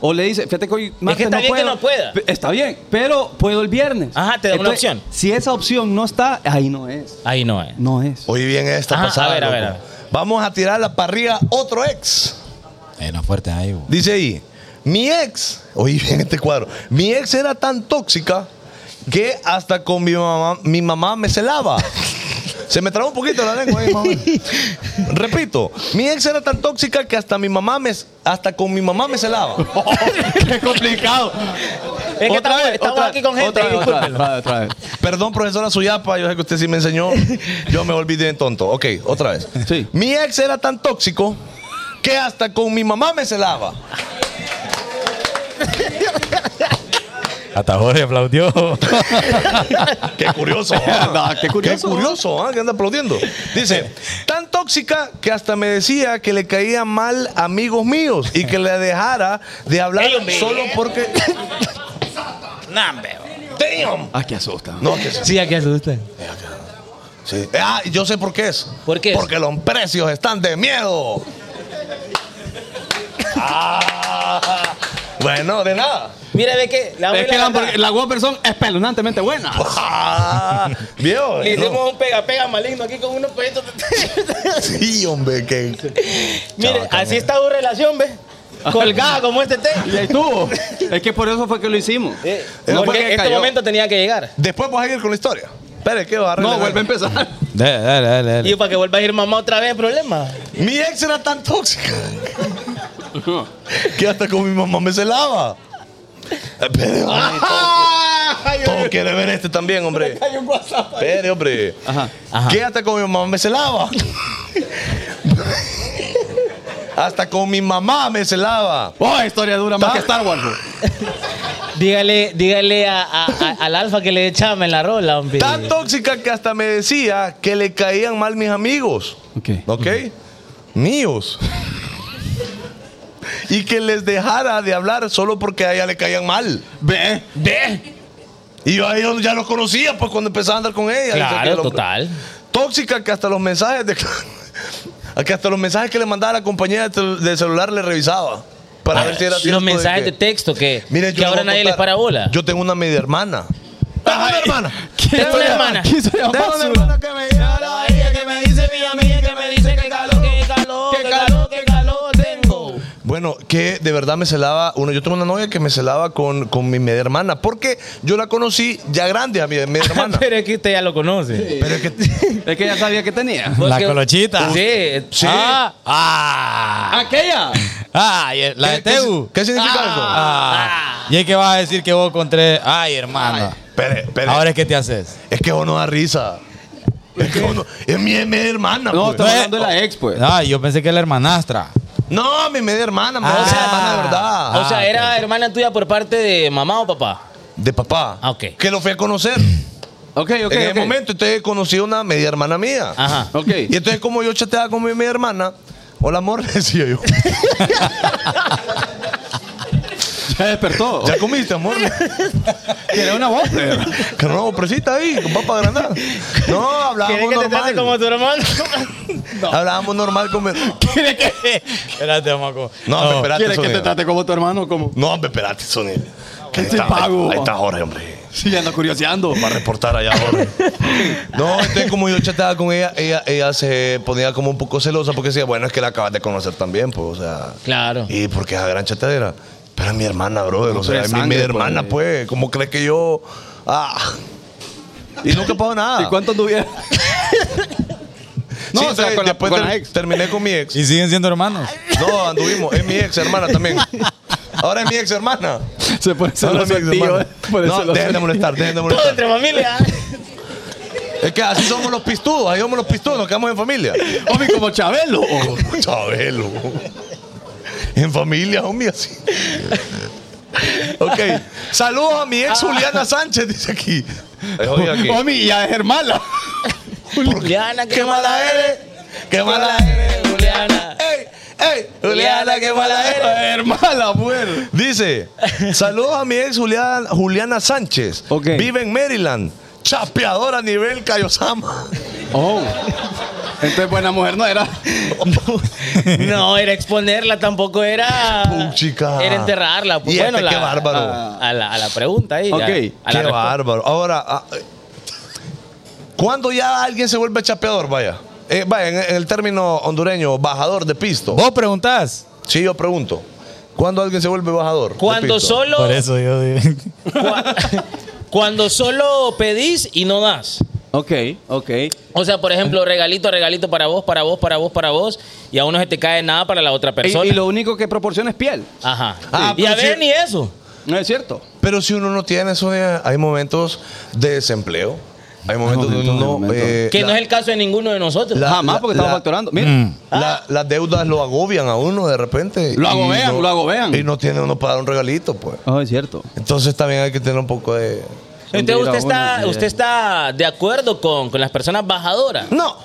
Speaker 4: O le dice, fíjate que hoy martes
Speaker 3: está
Speaker 4: no
Speaker 3: bien que
Speaker 4: puedo.
Speaker 3: no pueda.
Speaker 4: P- Está bien, pero puedo el viernes.
Speaker 3: Ajá, te da una opción.
Speaker 4: Si esa opción no está, ahí no es.
Speaker 3: Ahí no es.
Speaker 4: No es.
Speaker 5: Oye bien esta
Speaker 3: Ajá,
Speaker 5: pasada.
Speaker 3: a ver, a
Speaker 5: loco.
Speaker 3: ver, a ver.
Speaker 5: Vamos a tirar la parrilla otro ex.
Speaker 6: Eh, no fuerte ahí. bo.
Speaker 5: Dice ahí, mi ex, oye bien este cuadro, mi ex era tan tóxica que hasta con mi mamá, mi mamá me celaba. Se me trabó un poquito la lengua ahí, mamá. Repito, mi ex era tan tóxica que hasta mi mamá me hasta con mi mamá me celaba.
Speaker 4: Qué complicado.
Speaker 3: Es que estamos, estamos aquí con gente.
Speaker 4: Otra vez, otra vez,
Speaker 3: discúlpenlo.
Speaker 4: otra vez, otra vez.
Speaker 5: Perdón, profesora Suyapa, yo sé que usted sí me enseñó. Yo me olvidé en tonto. Ok, otra vez.
Speaker 4: Sí.
Speaker 5: Mi ex era tan tóxico que hasta con mi mamá me celaba.
Speaker 6: Hasta Jorge aplaudió.
Speaker 5: Qué curioso. ¿ah?
Speaker 4: No, qué curioso.
Speaker 5: Qué curioso, ¿ah? que anda aplaudiendo. Dice, tan tóxica que hasta me decía que le caían mal amigos míos y que le dejara de hablar
Speaker 3: Ey, hombre.
Speaker 5: solo porque...
Speaker 3: Nah, hombre.
Speaker 5: Damn.
Speaker 4: Ah, qué asusta.
Speaker 5: No, que sí.
Speaker 3: Sí, aquí asusta.
Speaker 5: sí. Ah, yo sé por qué es.
Speaker 3: ¿Por qué es?
Speaker 5: Porque los precios están de miedo. Ah. bueno, de nada.
Speaker 3: Mira, ve que la
Speaker 4: Es que la,
Speaker 3: abuela-
Speaker 4: hamburg- la Whopperson es espeluznantemente buena.
Speaker 5: Ah, Viejo.
Speaker 3: Le
Speaker 5: no.
Speaker 3: hicimos un pega-pega maligno aquí con unos peditos.
Speaker 5: Sí, hombre, que...
Speaker 3: Mire, así está tu relación, ¿ves? Colgada como este té.
Speaker 4: Y ahí estuvo. es que por eso fue que lo hicimos.
Speaker 3: Eh,
Speaker 5: No fue
Speaker 3: porque
Speaker 5: que
Speaker 3: este
Speaker 5: cayó.
Speaker 3: momento tenía que llegar.
Speaker 5: Después vas a ir con la historia. Espere, que va a
Speaker 4: No,
Speaker 5: arreglar.
Speaker 4: Oh, vuelve a empezar.
Speaker 6: Dale, dale, dale, dale.
Speaker 3: Y para que vuelva a ir mamá otra vez, problema.
Speaker 5: Mi ex era tan tóxica que hasta con mi mamá me celaba. Espere, hombre, todo quiere ver este también, hombre. Espere, hombre.
Speaker 4: Ajá.
Speaker 5: Que hasta con mi mamá me celaba. hasta con mi mamá me celaba.
Speaker 4: Oh, historia dura más que Star Wars.
Speaker 3: Dígale, dígale a, a- a- al alfa que le echame en la rola, hombre.
Speaker 5: Tan tóxica que hasta me decía que le caían mal mis amigos.
Speaker 4: Ok.
Speaker 5: ¿Ok? Míos. y que les dejara de hablar solo porque a ella le caían mal.
Speaker 4: Ve.
Speaker 5: ¿Ve? Y yo a ellos ya los conocía pues cuando empezaba a andar con ella. Dice que
Speaker 3: Claro,
Speaker 5: lo-
Speaker 3: total.
Speaker 5: Tóxica que hasta los mensajes de... que hasta los mensajes que le mandaba la compañía de, tel- de celular le revisaba. Para ver si era cierto
Speaker 3: Ah, los mensajes
Speaker 5: que-
Speaker 3: de, texto que,
Speaker 5: Mire, yo
Speaker 3: que
Speaker 5: le
Speaker 3: ahora
Speaker 5: voy a
Speaker 3: nadie les
Speaker 5: contar.
Speaker 3: para bola.
Speaker 5: Yo tengo una media hermana. Tengo una hermana.
Speaker 3: Tengo una hermana.
Speaker 4: ¿Quién se llama?
Speaker 5: Tengo una hermana que me
Speaker 3: que me dice mi amiga que me dice que calor, que calor, que calor, que calor tengo.
Speaker 5: Bueno, que de verdad me celaba. Uno, yo tengo una novia que me celaba con, con mi media hermana. Porque yo la conocí ya grande a mi media hermana.
Speaker 3: Pero es que usted ya lo conoce.
Speaker 5: Pero es que.
Speaker 4: Es que ya sabía que tenía.
Speaker 6: La
Speaker 3: Porque-
Speaker 6: colochita.
Speaker 3: Sí.
Speaker 5: Sí.
Speaker 3: Ah, ah,
Speaker 4: Aquella.
Speaker 6: Ah, y el- la de
Speaker 5: ¿Qué- qué-
Speaker 6: Teu.
Speaker 5: ¿Qué significa
Speaker 6: Ah. Y es que vas a decir que vos encontré. Ay, hermano.
Speaker 5: eso? Espere, espere.
Speaker 6: Ahora es que te haces.
Speaker 5: Es que vos no da risa. Es que vos no- Es mi media hermana.
Speaker 4: No,
Speaker 5: pues.
Speaker 4: estamos hablando de la ex, pues.
Speaker 6: Ay, yo pensé que era hermanastra.
Speaker 5: No, mi media hermana, mi
Speaker 6: Ah.
Speaker 5: media hermana de verdad.
Speaker 3: o sea, ¿era hermana tuya por parte de mamá o papá?
Speaker 5: De papá.
Speaker 3: Ah, ok.
Speaker 5: Que lo fui a conocer. en
Speaker 4: Ok, ok.
Speaker 5: el
Speaker 4: ok.
Speaker 5: momento, entonces conocí a una media hermana mía.
Speaker 3: Ajá.
Speaker 4: Ok.
Speaker 5: Y entonces, como yo chateaba con mi media hermana, hola amor, le decía yo.
Speaker 4: Ya despertó.
Speaker 5: ¿Ya comiste, amor?
Speaker 4: Era una voz.
Speaker 5: que no, presita ahí, con papa granada. No, hablábamos normal.
Speaker 3: tu hermano?
Speaker 5: Hablábamos normal con mi...
Speaker 6: ¿Quiere que.? Espérate, Maco.
Speaker 5: No, hombre, espérate,
Speaker 4: ¿Quieres que te
Speaker 5: Sonia.
Speaker 4: trate como tu hermano? Como.
Speaker 5: No, hombre, espérate, Sonia.
Speaker 4: ¿Qué
Speaker 5: Ahí
Speaker 4: te
Speaker 5: está,
Speaker 4: pago?
Speaker 5: Ahí está Jorge, hombre.
Speaker 4: Sí, anda curioseando.
Speaker 5: Para reportar allá Jorge. No, entonces como yo chateaba con ella, ella, ella se ponía como un poco celosa porque decía, bueno, es que la acabas de conocer también, pues, o sea...
Speaker 3: Claro.
Speaker 5: Y porque esa gran chatadera. Pero es mi hermana, brother. o sea,
Speaker 4: pero
Speaker 5: es
Speaker 4: es
Speaker 5: mi, mi
Speaker 4: sangre,
Speaker 5: hermana,
Speaker 4: pues.
Speaker 5: pues. ¿Cómo crees que yo.? Ah. Y nunca pasó nada.
Speaker 4: ¿Y cuánto tuvieron?
Speaker 5: No,
Speaker 4: No, o sea, con la-
Speaker 5: después
Speaker 4: con
Speaker 5: ter-
Speaker 4: la ex.
Speaker 5: terminé con mi ex.
Speaker 6: Y siguen siendo hermanos.
Speaker 5: No, anduvimos. Es mi ex hermana también. Ahora es mi ex hermana.
Speaker 4: Se pone
Speaker 5: Ahora
Speaker 4: celoso
Speaker 5: es
Speaker 4: el
Speaker 5: mi ex
Speaker 4: tío.
Speaker 5: hermana.
Speaker 4: eh. Pone
Speaker 5: No,
Speaker 4: celoso.
Speaker 5: dejen de molestar, dejen de
Speaker 3: Todo
Speaker 5: molestar.
Speaker 3: entre familia.
Speaker 5: ¿eh? Es que así somos los pistudos, ahí somos los pistudos, nos quedamos en familia.
Speaker 4: Homie, como Chabelo.
Speaker 5: Chabelo. En familia, homie, así. Ok. Saludos a mi ex Juliana Sánchez, dice aquí. Eh, oiga aquí.
Speaker 4: Homie, ya es hermana.
Speaker 3: Juliana,
Speaker 5: ¡Qué mala eres! ¡Qué mala eres!
Speaker 3: Juliana.
Speaker 5: ¡Ey! ¡Ey! ¡Juliana, qué mala eres!
Speaker 4: Hermana, pues. mujer.
Speaker 5: Dice, saludos a mi ex Juliana, Juliana Sánchez.
Speaker 4: Ok.
Speaker 5: Vive en Maryland. Chapeadora a nivel Cayosama.
Speaker 4: Oh. Entonces, buena mujer no era.
Speaker 3: No, era exponerla, tampoco era.
Speaker 5: Puchica.
Speaker 3: Era enterrarla. Pues
Speaker 5: Y
Speaker 3: bueno,
Speaker 5: este,
Speaker 3: la,
Speaker 5: qué bárbaro.
Speaker 3: A, a la, a la pregunta ahí.
Speaker 4: Ok.
Speaker 3: a- a,
Speaker 5: Qué
Speaker 3: la respuesta.
Speaker 5: bárbaro. Ahora, ah, eh, ¿cuándo ya alguien se vuelve chapeador? Vaya. Eh, vaya, en, en el término hondureño, bajador de pisto.
Speaker 6: Vos preguntás.
Speaker 5: Sí, yo pregunto. ¿Cuándo alguien se vuelve bajador? de
Speaker 3: Cuando
Speaker 5: pisto?
Speaker 3: solo.
Speaker 6: Por eso yo digo.
Speaker 3: cua- cuando solo pedís y no das.
Speaker 4: Ok, ok.
Speaker 3: O sea, por ejemplo, regalito, regalito para vos, para vos, para vos, para vos. Y aún no se te cae nada para la otra
Speaker 4: Y,
Speaker 3: persona.
Speaker 4: y lo único que proporciona es piel.
Speaker 3: Ajá.
Speaker 5: Ah,
Speaker 3: y a
Speaker 5: pero
Speaker 3: ver,
Speaker 5: si-
Speaker 3: ni eso.
Speaker 4: No es cierto.
Speaker 5: Pero si uno no tiene eso, eh, hay momentos de desempleo. Hay momentos donde
Speaker 4: momentos, hay
Speaker 5: uno.
Speaker 4: momentos.
Speaker 5: eh,
Speaker 3: Que
Speaker 5: la-
Speaker 3: no es el caso de ninguno de nosotros.
Speaker 5: La-
Speaker 4: Jamás, porque estamos
Speaker 5: la- Mm.
Speaker 4: facturando. Mira.
Speaker 5: la- las deudas lo agobian a uno de repente.
Speaker 4: Mm. Lo
Speaker 5: Y
Speaker 4: agobean, lo agobean.
Speaker 5: Y no tiene uno para dar un regalito, pues.
Speaker 4: Oh, es cierto.
Speaker 5: Entonces también hay que tener un poco de.
Speaker 3: Entonces,
Speaker 4: Mira,
Speaker 3: usted está,
Speaker 4: bueno,
Speaker 3: usted
Speaker 4: eh.
Speaker 3: está de acuerdo con, con las personas bajadoras.
Speaker 5: No,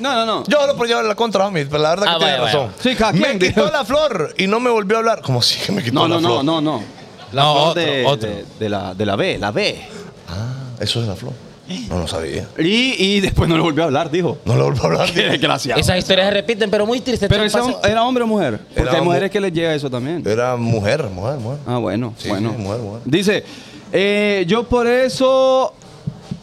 Speaker 4: No, no, no.
Speaker 5: yo lo por llevar la contra, homie, pero la verdad
Speaker 3: Ah,
Speaker 5: que tiene
Speaker 3: vaya, vaya.
Speaker 5: razón.
Speaker 4: Sí, cada
Speaker 5: me
Speaker 4: quien,
Speaker 5: quitó
Speaker 4: dijo.
Speaker 5: la flor y no me volvió a hablar. Como si que me quitó
Speaker 4: No,
Speaker 5: la
Speaker 4: no, no,
Speaker 5: flor.
Speaker 4: no, no. La
Speaker 6: No,
Speaker 4: flor
Speaker 6: otro,
Speaker 4: de,
Speaker 6: otro.
Speaker 4: De, de la, de la B, la B.
Speaker 5: Ah, eso es la flor.
Speaker 4: Eh.
Speaker 5: No lo sabía.
Speaker 4: Y, y después no le volvió a hablar, dijo.
Speaker 5: No le volvió a hablar.
Speaker 4: Qué desgraciado.
Speaker 3: Esas historias se repiten, pero muy tristes.
Speaker 4: Pero
Speaker 3: Te
Speaker 4: ese
Speaker 3: pasa-
Speaker 4: hom- era hombre Eh. o mujer. Porque
Speaker 5: Era
Speaker 4: hay
Speaker 5: hombre.
Speaker 4: mujeres que les llega eso también.
Speaker 5: Era mujer, mujer, mujer.
Speaker 4: Ah, bueno,
Speaker 5: Sí,
Speaker 4: bueno.
Speaker 5: sí, mujer, mujer.
Speaker 4: Dice, eh, yo por eso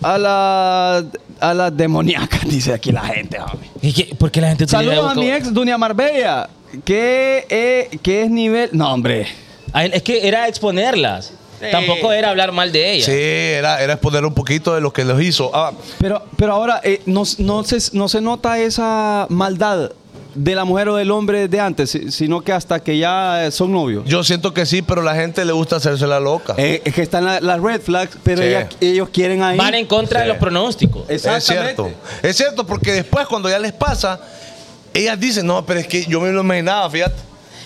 Speaker 4: a la a las demoníacas, dice aquí la gente, homie.
Speaker 3: ¿Y qué? ¿Por qué la gente tiene
Speaker 4: Saludos a
Speaker 3: algo
Speaker 4: mi
Speaker 3: que-
Speaker 4: ex Dunia Marbella, que, eh, que es nivel, no hombre.
Speaker 3: Ay, Es que era exponerlas. Tampoco era hablar mal de ellas.
Speaker 5: Sí, era, era exponer un poquito de lo que los hizo. Ah,
Speaker 4: Pero pero ahora eh, no, no se no se nota esa maldad de la mujer o del hombre de antes, si- sino que hasta que ya eh, son novios.
Speaker 5: yo siento que sí, pero la gente le gusta hacerse la loca.
Speaker 4: Eh, es que están la- las red flags, pero
Speaker 5: Sí.
Speaker 4: ella- ellos quieren ahí.
Speaker 3: Van en contra de los
Speaker 4: Eh,
Speaker 3: pronósticos.
Speaker 5: Es cierto. Es cierto, porque después cuando ya les pasa, ellas dicen, no, pero es que yo me lo imaginaba, fíjate.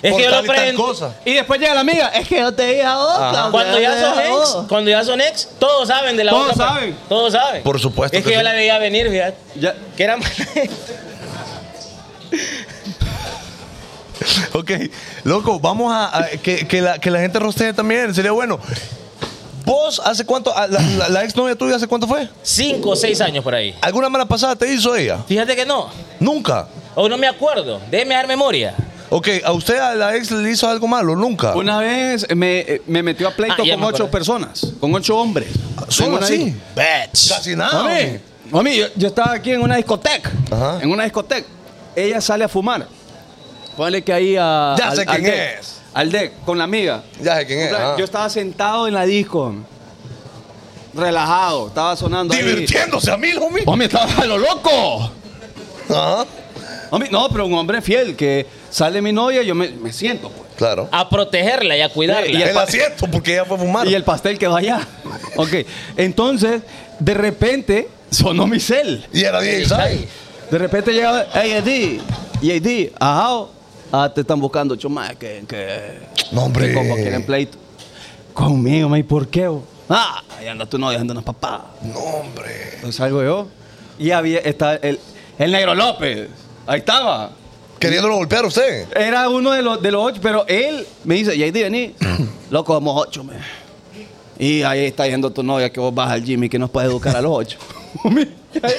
Speaker 3: Es
Speaker 5: Por
Speaker 3: que yo
Speaker 5: tal
Speaker 3: lo
Speaker 5: y tal
Speaker 3: prenden-
Speaker 5: cosa.
Speaker 4: Y después llega la amiga, es que yo te dije a vos,
Speaker 5: Ajá.
Speaker 4: Claudia,
Speaker 3: Cuando ya
Speaker 4: te dije
Speaker 3: son
Speaker 4: a
Speaker 3: ex,
Speaker 4: vos.
Speaker 3: cuando ya son ex, todos saben de la
Speaker 4: oh. Todos
Speaker 3: otra.
Speaker 4: saben.
Speaker 3: Todos saben.
Speaker 5: Por supuesto
Speaker 3: Es que,
Speaker 5: que
Speaker 3: yo
Speaker 5: sí.
Speaker 3: la veía venir, fíjate.
Speaker 4: Ya-
Speaker 3: Que era
Speaker 5: Ok, loco, vamos a, a- que, que la, que la gente rostee también, sería bueno. ¿Vos hace cuánto, a- la, la, la exnovia tuya hace cuánto fue?
Speaker 3: cinco o seis años por ahí.
Speaker 5: ¿Alguna mala pasada te hizo ella?
Speaker 3: Fíjate que no.
Speaker 5: Nunca.
Speaker 3: O no me acuerdo. Déjeme dar memoria.
Speaker 5: Ok, ¿a usted a la ex le hizo algo malo? Nunca.
Speaker 4: Una vez me, eh, me metió a pleito
Speaker 3: Ah, ya
Speaker 4: con
Speaker 3: me
Speaker 4: ocho
Speaker 3: acordé.
Speaker 4: personas, con ocho hombres.
Speaker 5: ¿Solo
Speaker 4: Tengo una
Speaker 5: así?
Speaker 4: ahí.
Speaker 3: Bitch.
Speaker 5: Casi nada.
Speaker 4: Mami,
Speaker 5: hombre.
Speaker 4: mami, yo, yo estaba aquí en una discoteca.
Speaker 5: Ajá.
Speaker 4: En una discoteca. Ella sale a fumar. Ponle que ahí a.
Speaker 5: Ya sé quién
Speaker 4: DEC,
Speaker 5: es.
Speaker 4: Al DEC, con la amiga.
Speaker 5: Ya sé quién es. ah.
Speaker 4: Yo estaba sentado en la disco. Relajado, estaba sonando. ahí.
Speaker 5: Divirtiéndose a mil, homie. Ah,
Speaker 4: Homie, estaba a lo loco.
Speaker 5: Ajá.
Speaker 4: Homie, no, pero un hombre fiel que sale mi novia, yo me, me siento. pues.
Speaker 5: Claro.
Speaker 3: A protegerla y a cuidarla.
Speaker 5: el asiento, porque ella fue a fumar.
Speaker 4: Y el pastel que vaya. ok, entonces, de repente, sonó mi cel.
Speaker 5: Y era DJ Sai.
Speaker 4: De repente llega, hey, Eddie, y Eddie, ajá, ah, te están buscando, chuma, que, que,
Speaker 5: No, hombre.
Speaker 4: que como quieren pleito. Conmigo, me ¿por qué? bo? Ah, ahí anda tu novia, anda una papá.
Speaker 5: No, hombre.
Speaker 4: Entonces salgo yo, y había, está el, el Negro López, ahí estaba.
Speaker 5: Queriéndolo golpear a usted.
Speaker 4: Era uno de los, de los ocho, pero él me dice, JD, vení. Loco, somos ocho, me. Y ahí está yendo tu novia que vos vas al gym y que nos puedes educar a los ocho. Mami,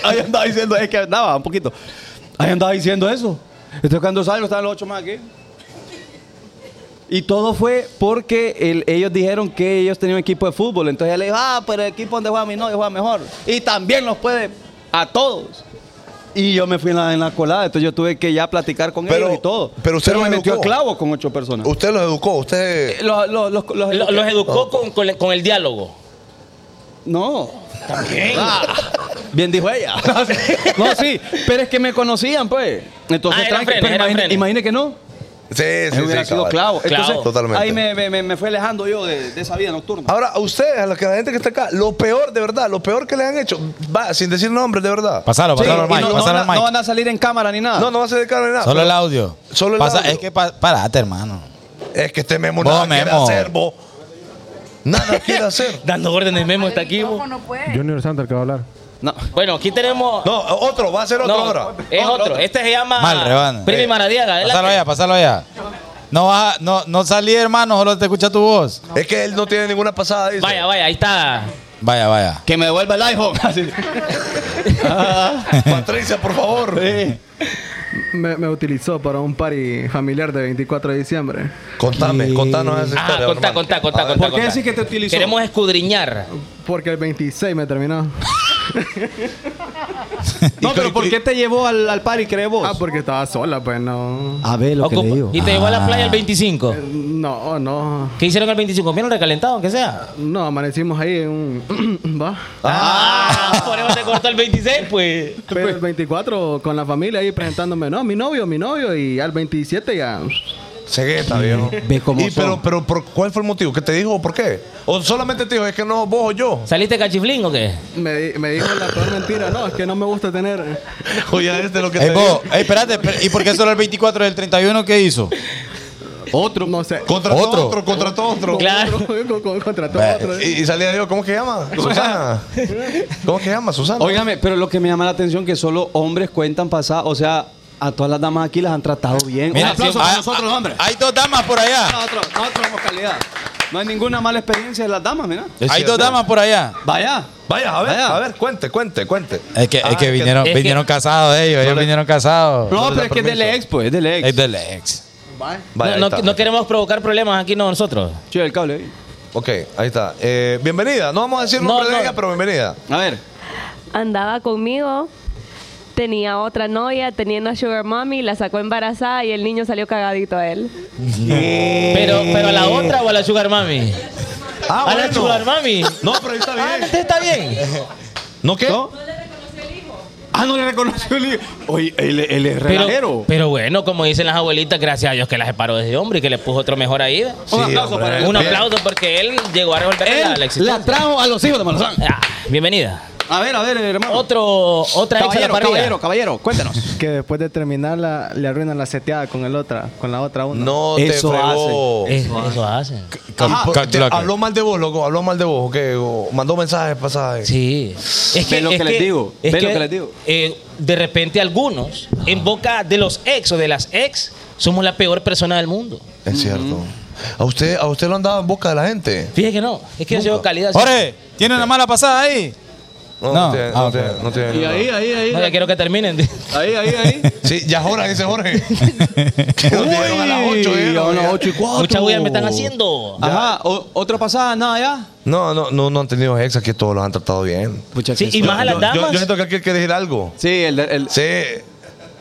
Speaker 4: ahí andaba diciendo, es que andaba un poquito. Ahí andaba diciendo eso. Entonces cuando salgo estaban los ocho más aquí. Y todo fue porque el- ellos dijeron que ellos tenían un equipo de fútbol. Entonces ella le dijo, ah, pero el equipo donde juega mi novia juega mejor. Y también los puede a todos. Y yo me fui en la, en la colada, entonces yo tuve que ya platicar con
Speaker 5: Pero-
Speaker 4: ellos y todo.
Speaker 5: pero usted los
Speaker 4: me metió a
Speaker 5: educó.
Speaker 4: clavo con ocho personas.
Speaker 5: Usted los educó. Usted.
Speaker 4: Eh, Los, los, los- los-
Speaker 3: Lo- los educó
Speaker 5: Oh.
Speaker 3: con, con el- con el diálogo.
Speaker 4: No. También. bien dijo ella. no, sí, pero es que me conocían, pues. Entonces,
Speaker 3: Ah, eran
Speaker 4: tranqui,
Speaker 3: frenes,
Speaker 4: pero
Speaker 3: eran
Speaker 4: imagine,
Speaker 3: frenes.
Speaker 4: imagine que no.
Speaker 5: Sí, sí,
Speaker 4: Me hubiera
Speaker 5: sí,
Speaker 4: sido
Speaker 5: cabal.
Speaker 4: clavo.
Speaker 3: Clavo.
Speaker 4: Entonces,
Speaker 5: Totalmente. Ah,
Speaker 4: ahí me, me- me- me fui alejando yo de, de esa vida nocturna.
Speaker 5: Ahora, a ustedes, a la, que- a la gente que está acá, lo peor, de verdad, lo peor que le han hecho, va, sin decir nombres, de verdad.
Speaker 6: Pasalo,
Speaker 4: Sí,
Speaker 6: pasalo
Speaker 4: y
Speaker 6: al mic,
Speaker 4: no, no
Speaker 6: pasalo al
Speaker 4: van a, no
Speaker 6: mic.
Speaker 4: van a salir en cámara ni nada.
Speaker 5: No, no va a ser de cara ni nada.
Speaker 6: Solo
Speaker 5: pero
Speaker 6: el audio.
Speaker 5: Solo el
Speaker 6: Pasa-
Speaker 5: audio.
Speaker 6: Es que pa- parate, hermano.
Speaker 5: Es que este memo
Speaker 6: Vos,
Speaker 5: nada quiere
Speaker 6: Memo.
Speaker 5: hacer, vos. Nada quiere hacer.
Speaker 3: Dando órdenes memo está aquí. vos.
Speaker 8: No puede.
Speaker 10: Junior Santa el que va a hablar.
Speaker 4: No.
Speaker 3: Bueno, aquí tenemos.
Speaker 5: No, otro, va a ser otro
Speaker 3: No,
Speaker 5: ahora.
Speaker 3: Es otro. Este se llama.
Speaker 6: Mal, Rebana.
Speaker 3: Primi Maradiaga.
Speaker 6: Pásalo
Speaker 3: adelante.
Speaker 6: allá, pásalo allá. No, vas a- no, no salí, hermano, solo te escucha tu voz.
Speaker 5: Es que él no tiene ninguna pasada, dice.
Speaker 3: Vaya, vaya, ahí está.
Speaker 6: Vaya, vaya.
Speaker 4: Que me devuelva el iPhone. Así.
Speaker 5: Patricia, por favor.
Speaker 10: Me, me utilizó para un party familiar de 24 de diciembre.
Speaker 5: Contame, contanos esa historia.
Speaker 3: Ajá, Ah, contá,
Speaker 5: hermano.
Speaker 3: contá, contá,
Speaker 5: A ver.
Speaker 3: contá.
Speaker 4: ¿Por qué
Speaker 3: contá.
Speaker 4: decís que te utilizó?
Speaker 3: Queremos escudriñar.
Speaker 10: Porque el 26 me terminó.
Speaker 4: No, pero ¿por qué te llevó al, al party, crees vos?
Speaker 10: Ah, porque estaba sola, pues no.
Speaker 4: a ver lo
Speaker 3: Ocupa- Y te llevó
Speaker 5: Ah.
Speaker 3: a la playa el 25.
Speaker 10: No, no.
Speaker 3: ¿Qué hicieron el 25? ¿Vieron recalentado, aunque sea?
Speaker 10: No, amanecimos ahí en un. Va.
Speaker 3: Ah, por eso te cortó el 26, pues.
Speaker 10: Pero el 24 con la familia ahí presentándome, no, mi novio, mi novio, y al 27 ya.
Speaker 5: Cegueta, viejo.
Speaker 4: Ve cómo
Speaker 5: y,
Speaker 4: son.
Speaker 5: pero, pero, por- ¿cuál fue el motivo? ¿Qué te dijo o por qué? ¿O solamente te dijo, es que no, vos o yo?
Speaker 3: ¿Saliste cachiflín o qué?
Speaker 10: Me, di- me dijo la peor mentira, no, es que no me gusta tener.
Speaker 5: Oye, este es lo que
Speaker 6: Ey,
Speaker 5: te
Speaker 6: vos,
Speaker 5: dijo.
Speaker 6: ey, espérate, espérate, ¿y por qué solo el 24 del 31 qué hizo?
Speaker 10: Otro. No sé.
Speaker 5: Contrató
Speaker 6: Otro.
Speaker 5: otro, contrató otro.
Speaker 3: Claro.
Speaker 10: Con- con- Contrató
Speaker 6: Ve.
Speaker 10: otro. ¿eh?
Speaker 5: Y, y salía yo, ¿cómo que llama? Susana. ¿Cómo que llama? Susana.
Speaker 4: Óigame, pero lo que me llama la atención es que solo hombres cuentan pasar, o sea, a todas las damas aquí las han tratado bien.
Speaker 6: Mira,
Speaker 4: Un aplauso
Speaker 6: sí,
Speaker 4: para
Speaker 6: ah,
Speaker 4: nosotros, hombre.
Speaker 6: Hay dos damas por allá.
Speaker 4: Nosotros, nosotros somos calidad. No hay ninguna mala experiencia de las damas, mira.
Speaker 5: Es
Speaker 6: Hay
Speaker 5: cierto.
Speaker 6: dos damas por allá.
Speaker 4: Vaya.
Speaker 5: Vaya, a ver,
Speaker 4: Vaya.
Speaker 5: a ver, cuente, cuente, cuente.
Speaker 6: Es que,
Speaker 5: Ah,
Speaker 6: es que vinieron,
Speaker 3: es que-
Speaker 6: vinieron casados ellos, ellos
Speaker 5: le-
Speaker 6: vinieron casados.
Speaker 4: No,
Speaker 5: le
Speaker 4: pero
Speaker 5: da
Speaker 4: es que es del
Speaker 5: permiso.
Speaker 4: ex, pues, es del ex.
Speaker 6: Es del ex.
Speaker 5: Vaya,
Speaker 3: no,
Speaker 5: ahí
Speaker 3: no-
Speaker 5: está.
Speaker 3: no queremos provocar problemas aquí no, nosotros.
Speaker 4: Che, el cable ahí.
Speaker 5: Ok, ahí está. Eh, bienvenida. No vamos a decir
Speaker 3: No,
Speaker 5: nombre
Speaker 3: no.
Speaker 5: de ella, pero bienvenida.
Speaker 4: A ver.
Speaker 11: andaba conmigo, tenía otra novia, tenía una sugar mommy, la sacó embarazada y el niño salió cagadito a él.
Speaker 3: Pero, pero a la otra o a la Sugar Mami.
Speaker 5: Eh. Ah,
Speaker 3: a la Sugar Mami.
Speaker 5: No, pero ahí está
Speaker 3: Ah,
Speaker 5: bien.
Speaker 3: este está bien.
Speaker 5: ¿No qué?
Speaker 4: Ah, no le reconoció el hijo. Oye, él, él es relajero.
Speaker 3: Pero, pero bueno, como dicen las abuelitas, gracias a Dios que las separó de ese hombre y que le puso otro mejor ahí.
Speaker 4: Un aplauso para él.
Speaker 3: Un
Speaker 5: Bien.
Speaker 3: aplauso porque él llegó a revolver
Speaker 4: Él
Speaker 3: la, la
Speaker 4: la
Speaker 3: existencia.
Speaker 4: trajo a los hijos de Malazán.
Speaker 3: Ah, bienvenida.
Speaker 4: A ver, a ver, hermano.
Speaker 3: Otro, otra ex a la
Speaker 4: caballero,
Speaker 3: parrilla.
Speaker 4: caballero, caballero, cuéntanos.
Speaker 10: Que después de terminarla, le arruinan la seteada con el otra, con la otra una.
Speaker 5: No te
Speaker 4: Eso
Speaker 5: fregó.
Speaker 3: Eh, Eso hacen.
Speaker 5: Ajá, te-
Speaker 6: Cal- calculaca.
Speaker 5: Ah, habló mal de vos, loco. Habló mal de vos. que mandó mensajes pasadas.
Speaker 3: Sí. Es
Speaker 4: Ve lo que les digo,
Speaker 3: es
Speaker 4: ve lo que les digo.
Speaker 3: eh, de repente algunos, en boca de los ex o de las ex, somos la peor persona del mundo.
Speaker 5: Es cierto.
Speaker 3: Mm.
Speaker 5: A usted, a usted lo andaba en boca de la gente.
Speaker 3: Fíjese que no, es que yo llevo calidad.
Speaker 6: Jorge, ¿tiene una mala pasada ahí?
Speaker 5: No,
Speaker 6: No.
Speaker 5: no, tiene,
Speaker 6: Ah,
Speaker 5: no
Speaker 6: ok.
Speaker 5: tiene, no tiene
Speaker 4: Y
Speaker 5: nada.
Speaker 4: ahí, ahí, ahí.
Speaker 3: No, ya quiero que terminen.
Speaker 4: Ahí, ahí, ahí.
Speaker 5: Sí, ya es hora, dice Jorge. Que nos dieron a las ocho, ¿eh?
Speaker 4: a las ocho y cuatro.
Speaker 3: Mucha bulla me están haciendo.
Speaker 4: Ajá, o- otra pasada, nada ya.
Speaker 5: No, no, no, no han tenido ex, aquí todos los han tratado bien.
Speaker 3: Sí, y más a las
Speaker 5: Yo,
Speaker 3: damas.
Speaker 5: yo siento que él quiere decir algo.
Speaker 4: Sí, el, de- el-
Speaker 5: Sí.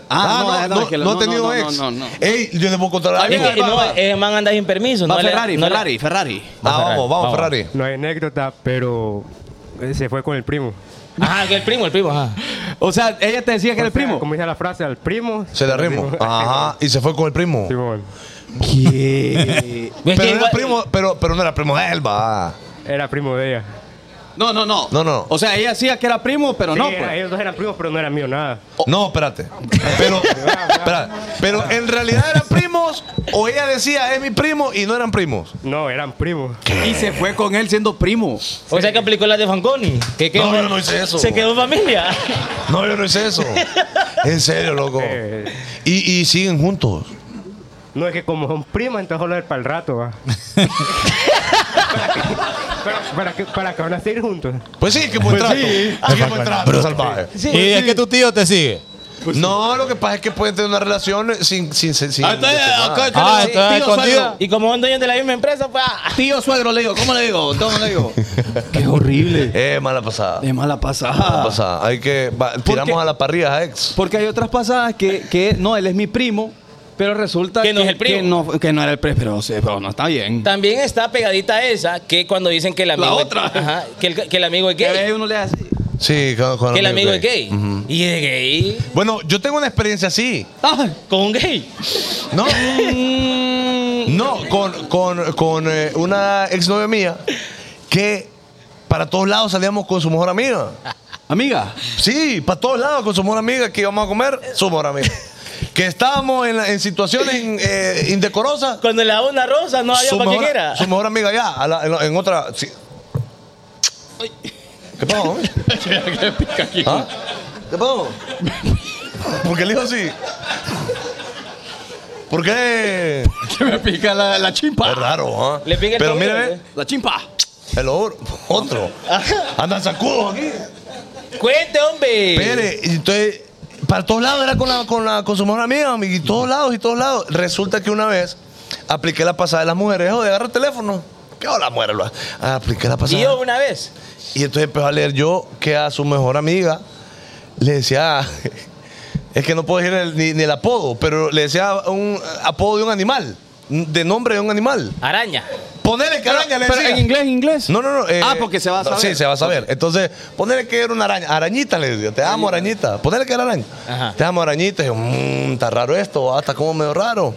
Speaker 4: Ah, no,
Speaker 5: no,
Speaker 4: no,
Speaker 5: no,
Speaker 4: es que lo-
Speaker 5: no
Speaker 4: no,
Speaker 5: he tenido
Speaker 4: no, no,
Speaker 5: ex.
Speaker 4: no, no.
Speaker 5: Ey, yo le puedo contar a
Speaker 3: Es que no, el man anda sin permiso.
Speaker 4: Va
Speaker 3: no le-
Speaker 4: Ferrari,
Speaker 3: no le-
Speaker 4: Ferrari, Ferrari.
Speaker 5: Ah, vamos, vamos,
Speaker 3: Vamos.
Speaker 5: Ferrari.
Speaker 12: No hay anécdota, pero eh, se fue con el primo.
Speaker 3: Ajá, que el primo, el primo, ajá.
Speaker 4: O sea, ella te decía que
Speaker 12: O
Speaker 4: era el
Speaker 12: sea,
Speaker 4: primo.
Speaker 12: Como dice la frase, al primo.
Speaker 5: Se le arrimo. Ajá, y se fue con el primo.
Speaker 12: Simón.
Speaker 4: ¿Qué?
Speaker 5: Pero,
Speaker 3: que
Speaker 5: era
Speaker 3: igual-
Speaker 5: primo, pero, pero no era primo de él, va.
Speaker 12: Era primo de ella.
Speaker 4: No, no, no.
Speaker 5: No, no.
Speaker 4: O sea, ella decía que era primo, pero
Speaker 12: Sí,
Speaker 4: no.
Speaker 12: era-
Speaker 4: pues.
Speaker 12: ellos dos eran primos, pero no era mío nada.
Speaker 5: No, espérate. Pero, espérate. pero en realidad eran primos o ella decía es mi primo y no eran primos.
Speaker 12: No, eran primos.
Speaker 4: Y se fue con él siendo primo.
Speaker 3: O sea que aplicó la de Fanconi. Que quedó-
Speaker 5: No, yo no hice eso.
Speaker 3: Se quedó en familia.
Speaker 5: No, yo no hice eso. En serio, loco.
Speaker 12: Eh.
Speaker 5: Y, y siguen juntos.
Speaker 12: No, es que como son primas, entonces solo es para el rato, va. para, para que, para que van a seguir juntos.
Speaker 5: Pues sí, que buen trato. Sí, que buen trato, salvaje.
Speaker 6: y es que tu tío te sigue.
Speaker 5: No, lo que pasa es que pueden tener una relación sin. sin, sin, sin-
Speaker 4: Ah, entonces,
Speaker 5: pues Ah,
Speaker 4: acá-
Speaker 6: Ah,
Speaker 4: Tío,
Speaker 6: está
Speaker 4: suegro.
Speaker 6: escondido.
Speaker 3: Y como son dueños de la misma empresa, pues. ah.
Speaker 4: Tío suegro le digo, ¿cómo le digo? ¿Cómo le digo? Qué horrible.
Speaker 5: Eh, mala pasada.
Speaker 4: De mala
Speaker 5: Mala
Speaker 4: pasada.
Speaker 5: pasada. Hay que. va- tiramos a la parrilla, a ex.
Speaker 4: Porque hay otras pasadas que, que no, él es mi primo, pero resulta
Speaker 3: Que no es el primo.
Speaker 4: Que no, que no era el primo, pero, o sea, pero no está bien.
Speaker 3: También está pegadita esa que cuando dicen que el amigo.
Speaker 4: otra.
Speaker 3: Ajá, que, el, que el amigo es
Speaker 4: Que a
Speaker 3: gay.
Speaker 4: veces uno le hace así.
Speaker 5: Sí, con, con
Speaker 3: Que el amigo es
Speaker 5: gay.
Speaker 3: gay.
Speaker 5: Ujú.
Speaker 3: Y es gay.
Speaker 5: Bueno, yo tengo una experiencia así.
Speaker 4: Ah,
Speaker 3: Con un gay.
Speaker 5: No. no, con, con, con eh, una exnovia mía que para todos lados salíamos con su mejor amiga.
Speaker 4: amiga.
Speaker 5: Sí, para todos lados con su mejor amiga que íbamos a comer, su mejor amiga. Que estábamos en, la- en situaciones eh, indecorosas.
Speaker 3: Cuando le daba una rosa, no había
Speaker 5: su,
Speaker 3: para quién
Speaker 5: mejor,
Speaker 3: era.
Speaker 5: su mejor amiga allá, a la- en, la- en otra. sí. ¿Qué pasó? hombre? ¿Ah? ¿Qué pasó? ¿Por qué le dijo así? ¿Por qué?
Speaker 4: Que me pica la, la chimpa.
Speaker 5: Es raro, ¿ah?
Speaker 3: Le pica el
Speaker 5: Pero
Speaker 3: tobillo,
Speaker 5: mira,
Speaker 3: ¿eh? Ah.
Speaker 5: eh,
Speaker 4: La chimpa.
Speaker 5: el otro. otro. Andan sacudos aquí.
Speaker 3: Cuente, hombre.
Speaker 5: Pere, y entonces, para todos lados era con, la, con, la, con su mejor amiga, amigo, y todos lados, y todos lados. Resulta que una vez apliqué la pasada de las mujeres, joder, agarra el teléfono. ¿Qué hola, mujer? lo- ah, Apliqué la pasada.
Speaker 3: Y yo una vez.
Speaker 5: Y entonces empezó a leer yo que a su mejor amiga le decía, es que no puedo decir el- ni, ni el apodo, pero le decía un apodo de un animal, de nombre de un animal.
Speaker 3: Araña.
Speaker 5: Ponele que araña le
Speaker 4: Pero
Speaker 5: decía.
Speaker 4: en inglés, en inglés.
Speaker 5: No, no, no. eh,
Speaker 4: Ah, porque se va a
Speaker 5: no,
Speaker 4: saber.
Speaker 5: Sí, se va a saber. Entonces, ponele que era una araña. Arañita le digo, te amo, arañita. Ponele que era araña.
Speaker 3: Ajá.
Speaker 5: Te amo, arañita. Y yo, mmm, está raro esto, hasta como medio raro.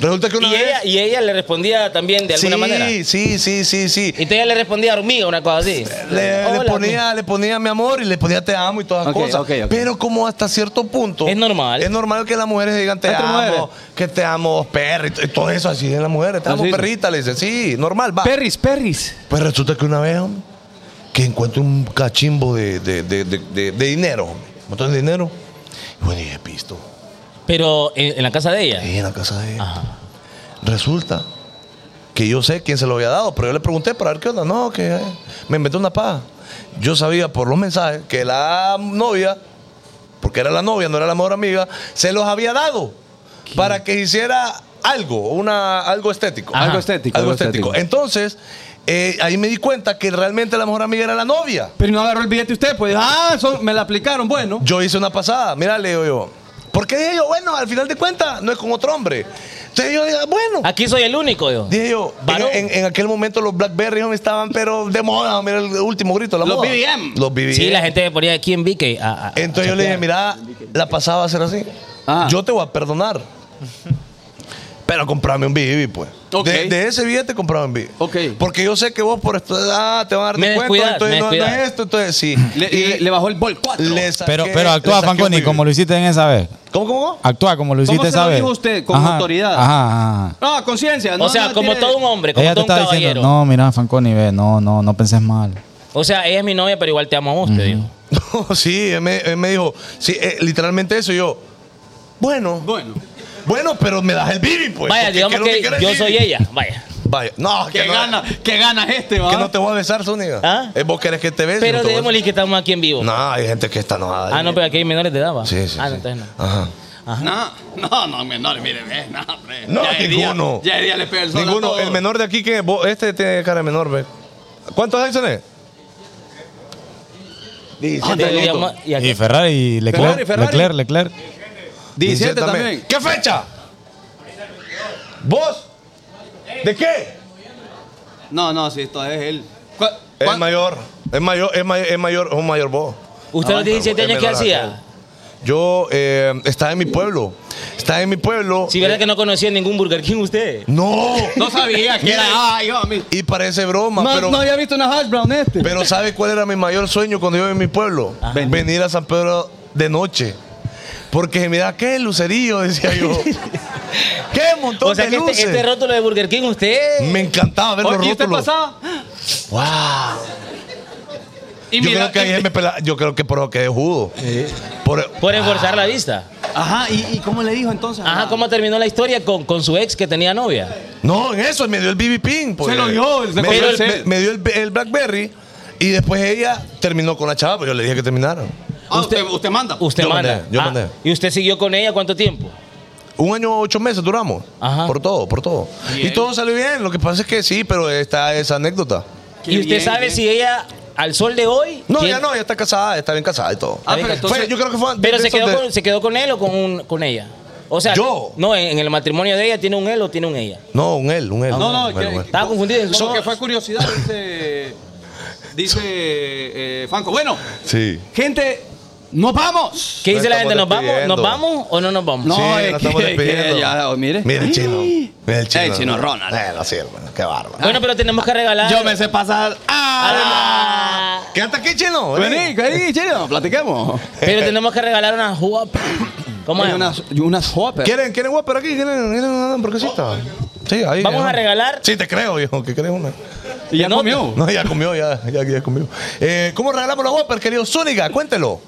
Speaker 5: Resulta que una
Speaker 3: Y
Speaker 5: vez.
Speaker 3: ella, y ella le respondía también de alguna
Speaker 5: sí,
Speaker 3: manera. Y
Speaker 5: sí, sí, sí, sí.
Speaker 3: entonces ella le respondía hormiga, una cosa así.
Speaker 5: Le, le
Speaker 3: Hola,
Speaker 5: ponía, le ponía mi amor y le ponía te amo y todas las
Speaker 4: Ok,
Speaker 5: cosas.
Speaker 4: ok, ok.
Speaker 5: Pero como hasta cierto punto.
Speaker 3: Es normal.
Speaker 5: Es normal que las mujeres digan te
Speaker 4: Entre
Speaker 5: amo,
Speaker 4: Ah, mujeres.
Speaker 5: que te amo, perro, y t- y todo eso así de las mujeres. Te amo,
Speaker 4: Así.
Speaker 5: perrita, le dicen. Sí, normal, va.
Speaker 4: Perris, Perris.
Speaker 5: Pues resulta que una vez, hombre, que encuentro un cachimbo de, de- de- de- de- de dinero, hombre, un montón de dinero. Y bueno, dije, pisto,
Speaker 3: Pero en, en la casa de ella.
Speaker 5: ahí eh, en la casa de ella.
Speaker 3: Ajá.
Speaker 5: Resulta que yo sé quién se lo había dado, pero yo le pregunté para ver qué onda. No, que eh, me inventé una paja. Yo sabía por los mensajes que la novia, porque era la novia, no era la mejor amiga, se los había dado para que hiciera algo, una, algo estético.
Speaker 3: Ajá.
Speaker 4: Algo estético.
Speaker 5: Algo estético. Entonces, eh, ahí me di cuenta que realmente la mejor amiga era la novia.
Speaker 4: Pero no agarró el billete usted, pues. Ah, son- me la aplicaron, bueno.
Speaker 5: Yo hice una pasada, mira, le digo yo. Porque dije yo, bueno, al final de cuentas, no es con otro hombre. Entonces yo dije, "Ah, bueno.
Speaker 3: Aquí soy el único, yo.
Speaker 5: Dije yo,
Speaker 3: Varón.
Speaker 5: en, en- en aquel momento los Blackberry homie, estaban, pero de moda, mira el último grito, la
Speaker 4: Los
Speaker 5: moda.
Speaker 4: BBM.
Speaker 5: Los BBM.
Speaker 3: Sí, la gente me ponía aquí en Vique. a- a-
Speaker 5: Entonces yo le dije, mira, la pasada va a ser así.
Speaker 4: Ah.
Speaker 5: Yo te voy a perdonar. Pero comprame un BB, pues.
Speaker 4: Ok.
Speaker 5: De, de ese billete comprame un BB.
Speaker 4: Ok.
Speaker 5: Porque yo sé que vos por esto ah, te van a dar
Speaker 3: Me
Speaker 5: descuento,
Speaker 3: descuidas,
Speaker 5: entonces
Speaker 3: me
Speaker 5: no no
Speaker 3: descuidas.
Speaker 5: es esto, entonces sí.
Speaker 4: Le,
Speaker 5: Y
Speaker 4: le- le bajó el bol 4.
Speaker 5: le saqué-
Speaker 6: Pero, pero
Speaker 5: le
Speaker 6: actúa,
Speaker 5: saqué un
Speaker 6: Fanconi,
Speaker 5: BB.
Speaker 6: como lo hiciste en esa vez.
Speaker 5: ¿Cómo, cómo, cómo?
Speaker 6: Actúa como lo
Speaker 4: ¿Cómo
Speaker 6: hiciste
Speaker 4: se lo
Speaker 6: esa vez.
Speaker 4: dijo usted? Con autoridad.
Speaker 6: Ajá, ajá.
Speaker 4: No, conciencia. No,
Speaker 3: o sea,
Speaker 4: no
Speaker 3: como
Speaker 4: tiene-
Speaker 3: todo un hombre, como
Speaker 6: Ella te
Speaker 3: todo un
Speaker 6: estaba
Speaker 3: caballero.
Speaker 6: diciendo, no, mira, Fanconi, ve, no, no, no penses mal.
Speaker 3: O sea, ella es mi novia, pero igual te amo a vos, te digo.
Speaker 5: No, Oh, sí, él me, él me dijo, sí, eh, literalmente eso. y yo, bueno,
Speaker 4: Bueno.
Speaker 5: bueno, pero me das el bibi, pues.
Speaker 3: Vaya,
Speaker 5: porque
Speaker 3: digamos
Speaker 5: quiero
Speaker 3: que,
Speaker 5: quieras el
Speaker 3: yo
Speaker 5: bibi.
Speaker 3: soy ella. Vaya.
Speaker 5: Vaya, no,
Speaker 4: ¿Qué
Speaker 5: que no,
Speaker 4: gana? ¿Qué gana este, va?
Speaker 5: Que no te voy a besar, Zúñiga.
Speaker 3: ¿Ah?
Speaker 5: Eh, vos querés que te bese.
Speaker 3: Pero
Speaker 5: no te voy a-
Speaker 3: démosle que estamos aquí en vivo.
Speaker 5: No, hay gente que está enojada.
Speaker 3: Ah, no, pero aquí hay menores de edad, ¿va?
Speaker 5: Sí, sí.
Speaker 3: Ah,
Speaker 5: sí.
Speaker 3: no, entonces no.
Speaker 5: Ajá.
Speaker 4: No, no, no, menor, mire, ve, no, hombre.
Speaker 5: No,
Speaker 4: el día-
Speaker 5: ninguno.
Speaker 4: ya el día le pega el sol a
Speaker 5: Ninguno,
Speaker 4: todos.
Speaker 5: el menor de aquí que vos- este tiene cara de menor, ve. ¿Cuántos años tenés?
Speaker 3: Ah, Entonces, digamos, y acá-
Speaker 6: Y Ferrari, Leclerc,
Speaker 4: Ferrari, Ferrari.
Speaker 6: Leclerc, Leclerc.
Speaker 4: 17 también.
Speaker 5: ¿Qué fecha? ¿Vos? ¿De qué?
Speaker 4: No, no, sí, esto es él.
Speaker 5: Es mayor, es mayor, es mayor, es mayor, es un mayor vos.
Speaker 3: ¿Usted a los 17 años qué
Speaker 5: menor a
Speaker 3: hacía?
Speaker 5: aquel. Yo eh, estaba en mi pueblo. Estaba en mi pueblo.
Speaker 3: Si verdad que no conocía ningún Burger King usted.
Speaker 5: ¡No!
Speaker 4: No sabía que era.
Speaker 5: ah,
Speaker 4: Ay, homie.
Speaker 5: Y parece broma,
Speaker 4: No,
Speaker 5: pero.
Speaker 4: no había visto una hash brown este.
Speaker 5: Pero ¿sabe cuál era mi mayor sueño cuando yo en mi pueblo? Venir a San Pedro de noche. Porque mira qué lucerío, decía yo. ¡Qué montón
Speaker 3: O sea
Speaker 5: de
Speaker 3: que este,
Speaker 5: luces!
Speaker 3: este rótulo de Burger King usted.
Speaker 5: Me encantaba ver los
Speaker 4: Oye, ¿y usted
Speaker 5: rótulos.
Speaker 4: pasaba?
Speaker 5: ¡Wow!
Speaker 3: Y
Speaker 5: yo,
Speaker 3: mira-
Speaker 5: creo que
Speaker 4: eh,
Speaker 5: ayer me pela- yo creo que por eso quedé judo. Por,
Speaker 3: Por enforzar
Speaker 5: Ah.
Speaker 3: la vista.
Speaker 4: Ajá, ¿y, y cómo le dijo entonces?
Speaker 3: Ajá, ¿cómo terminó la historia con, con su ex que tenía novia?
Speaker 5: No, en eso me dio el BB Ping. porque
Speaker 4: lo dio, se
Speaker 5: me,
Speaker 4: compró
Speaker 5: dio
Speaker 4: el
Speaker 5: el,
Speaker 4: cel.
Speaker 5: me- me dio el- el Blackberry y después ella terminó con la chava, pero yo le dije que terminaron.
Speaker 4: Ah, usted, usted manda.
Speaker 3: Usted
Speaker 5: Yo
Speaker 3: manda.
Speaker 5: mandé, yo
Speaker 3: Ah,
Speaker 5: mandé.
Speaker 3: ¿Y usted siguió con ella cuánto tiempo?
Speaker 5: Un año ocho meses duramos. Por todo, por todo.
Speaker 3: Bien.
Speaker 5: Y todo salió bien. Lo que pasa es que sí, pero está esa anécdota.
Speaker 4: Qué
Speaker 3: ¿Y usted
Speaker 4: bien, eh.
Speaker 3: sabe
Speaker 4: bien.
Speaker 3: si ella, al sol de hoy.
Speaker 5: No,
Speaker 3: quién-
Speaker 5: ya no, ella está casada, está bien casada y todo.
Speaker 4: Ah, pero
Speaker 5: Fue-
Speaker 4: entonces-
Speaker 5: yo creo que fue
Speaker 3: Pero
Speaker 5: de
Speaker 3: se
Speaker 5: esos
Speaker 3: quedó,
Speaker 5: de-
Speaker 3: con, se quedó con él o con, un- con ella. O sea,
Speaker 5: Yo.
Speaker 3: no, en, en el matrimonio de ella tiene un él o tiene un ella.
Speaker 5: No, un él, un él.
Speaker 4: No, no,
Speaker 5: un él,
Speaker 4: que-
Speaker 5: un él.
Speaker 3: Estaba confundido en su
Speaker 4: Solo que fue curiosidad, dice. Dice eh, Franco. Bueno,
Speaker 5: Sí.
Speaker 4: gente, nos vamos.
Speaker 3: ¿Qué dice
Speaker 5: Nos
Speaker 3: la gente? ¿Nos
Speaker 5: estamos
Speaker 3: vamos? ¿Nos
Speaker 5: despidiendo.
Speaker 3: vamos o no nos vamos?
Speaker 4: No,
Speaker 5: Sí,
Speaker 4: es
Speaker 5: nos estamos
Speaker 4: que- que
Speaker 5: despidiendo.
Speaker 4: ya, oh, mire.
Speaker 5: Mira el chino. Mira el chino.
Speaker 4: El chino Ronald.
Speaker 5: Eh, no sirve, qué bárbaro.
Speaker 3: Bueno, pero tenemos que regalar.
Speaker 4: Yo me sé pasar. ¡Ah!
Speaker 3: Ah,
Speaker 5: Quédate aquí, chino.
Speaker 4: Vení, vení, chino, platiquemos.
Speaker 3: pero tenemos que regalar una jugo. ¿Cómo
Speaker 4: Hay
Speaker 3: es?
Speaker 4: unas, y unas hoppers.
Speaker 5: ¿Quieren, quieren Whopper aquí? ¿Quieren, quieren hamburguesita? Sí, ahí.
Speaker 3: Vamos
Speaker 5: ahí.
Speaker 3: a regalar-
Speaker 5: Sí, te creo, viejo, que querés una.
Speaker 4: ¿Y ya
Speaker 3: ¿Nota?
Speaker 4: comió?
Speaker 5: No, ya comió, ya, ya, ya comió. Eh, ¿Cómo regalamos la Whopper, querido Zúñiga? Cuéntelo.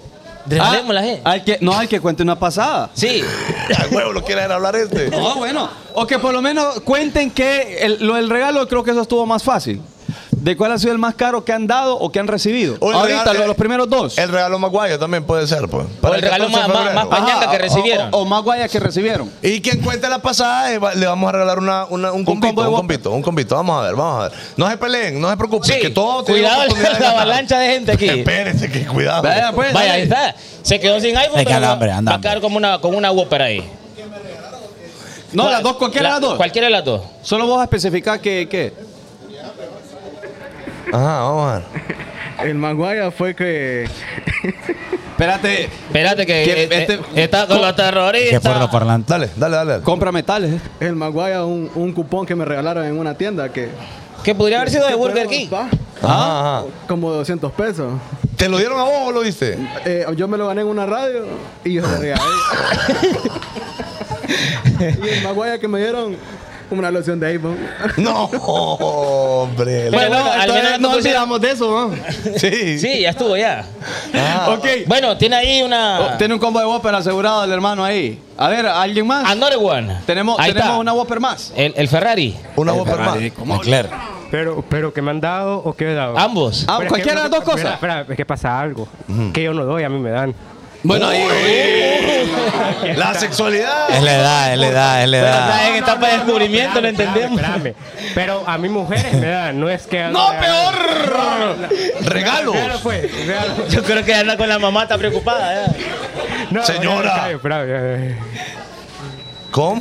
Speaker 3: Regalémosla,
Speaker 5: Ah.
Speaker 3: eh.
Speaker 4: Ah, al que, no, al que cuente una pasada.
Speaker 3: Sí.
Speaker 5: Ya, huevo, lo quiere hablar este.
Speaker 4: No, bueno. O que por lo menos cuenten que el, lo del regalo, creo que eso estuvo más fácil. ¿De cuál ha sido el más caro que han dado o que han recibido?
Speaker 5: O el
Speaker 4: Ahorita,
Speaker 5: regalo-
Speaker 4: lo- los primeros dos.
Speaker 5: El regalo más guayo también puede ser, pues. Para
Speaker 3: el regalo
Speaker 5: 14 de
Speaker 3: más- más-
Speaker 5: febrero.
Speaker 3: más pañaca que recibieron.
Speaker 4: O, o más guayas que recibieron.
Speaker 5: Y quien cuente la pasada, eh, va- le vamos a regalar una, una- un
Speaker 4: combo
Speaker 5: compito,
Speaker 4: de
Speaker 5: un
Speaker 4: Whopper.
Speaker 5: compito, un compito. Vamos a ver, vamos a ver. No se peleen, no se preocupen,
Speaker 3: Sí.
Speaker 5: que todo tiene
Speaker 3: Cuidado
Speaker 5: oportunidad
Speaker 3: la,
Speaker 5: de ganar.
Speaker 3: avalancha de gente aquí.
Speaker 5: Espérense, que cuidado.
Speaker 4: Vaya, pues,
Speaker 3: Vaya, ahí
Speaker 4: dale.
Speaker 3: está. Se quedó sin iPhone.
Speaker 6: Es que
Speaker 3: pero
Speaker 6: anda
Speaker 3: va-
Speaker 6: hambre, anda
Speaker 3: Va a quedar como una, con una Whopper ahí.
Speaker 4: No, las dos, cualquiera de las dos.
Speaker 3: Cualquiera de las dos.
Speaker 4: Solo vos a especificar que, que.
Speaker 5: Ajá, vamos a ver.
Speaker 2: El Maguaya fue que.
Speaker 4: Espérate,
Speaker 3: Espérate que
Speaker 4: Que
Speaker 3: eh, eh,
Speaker 4: este-
Speaker 3: está con los
Speaker 6: Que por los
Speaker 3: terroristas.
Speaker 6: parlantes.
Speaker 5: Dale, dale, dale.
Speaker 4: compra metales. eh.
Speaker 2: El Maguaya, un, un cupón que me regalaron en una tienda que.
Speaker 3: Que podría haber sido de
Speaker 2: que
Speaker 3: Burger
Speaker 2: fueron,
Speaker 3: King.
Speaker 2: pa,
Speaker 5: Ajá, ajá.
Speaker 2: Como 200 pesos.
Speaker 5: Ah, ¿Te lo dieron a vos o lo diste?
Speaker 2: Eh, yo me lo gané en una radio y yo le regalé. y el Maguaya que me dieron una loción de iPhone.
Speaker 5: No, hombre.
Speaker 3: Bueno,
Speaker 2: Bueno,
Speaker 3: al
Speaker 2: entonces
Speaker 3: menos
Speaker 2: no
Speaker 3: entonces-
Speaker 2: olvidamos de eso, ¿no?
Speaker 5: sí.
Speaker 3: Sí, ya estuvo ya.
Speaker 5: Ah,
Speaker 4: ok.
Speaker 3: Bueno, tiene ahí
Speaker 4: Oh,
Speaker 3: una.
Speaker 4: tiene un combo de Whopper asegurado el hermano ahí. A ver, ¿alguien más?
Speaker 3: Another one.
Speaker 4: Tenemos,
Speaker 3: Ah, Ahí
Speaker 4: tenemos
Speaker 3: está.
Speaker 4: una Whopper más.
Speaker 3: El, el Ferrari.
Speaker 5: Una Whopper más.
Speaker 6: Leclerc.
Speaker 12: Pero, pero que me han dado o que he dado.
Speaker 3: Ambos.
Speaker 4: Ah,
Speaker 12: Pero es que
Speaker 4: cualquiera de
Speaker 12: no-
Speaker 4: las dos
Speaker 12: espera,
Speaker 4: cosas.
Speaker 12: Espera, es que pasa algo. Que yo no doy, a mí me dan.
Speaker 4: Bueno, ahí.
Speaker 5: La sexualidad.
Speaker 6: Es la edad, es la edad, es la edad.
Speaker 3: Está en etapa de descubrimiento, lo entendemos.
Speaker 12: espérame, espérame. Pero a mí mujeres me dan, no es que.
Speaker 4: ¡No, peor!
Speaker 5: Regalos.
Speaker 12: Claro, pues, regalo.
Speaker 3: Yo creo que anda con la mamá, está preocupada. ya.
Speaker 12: No,
Speaker 5: Señora.
Speaker 12: ya, ya, espérame, ya, ya.
Speaker 5: ¿Cómo?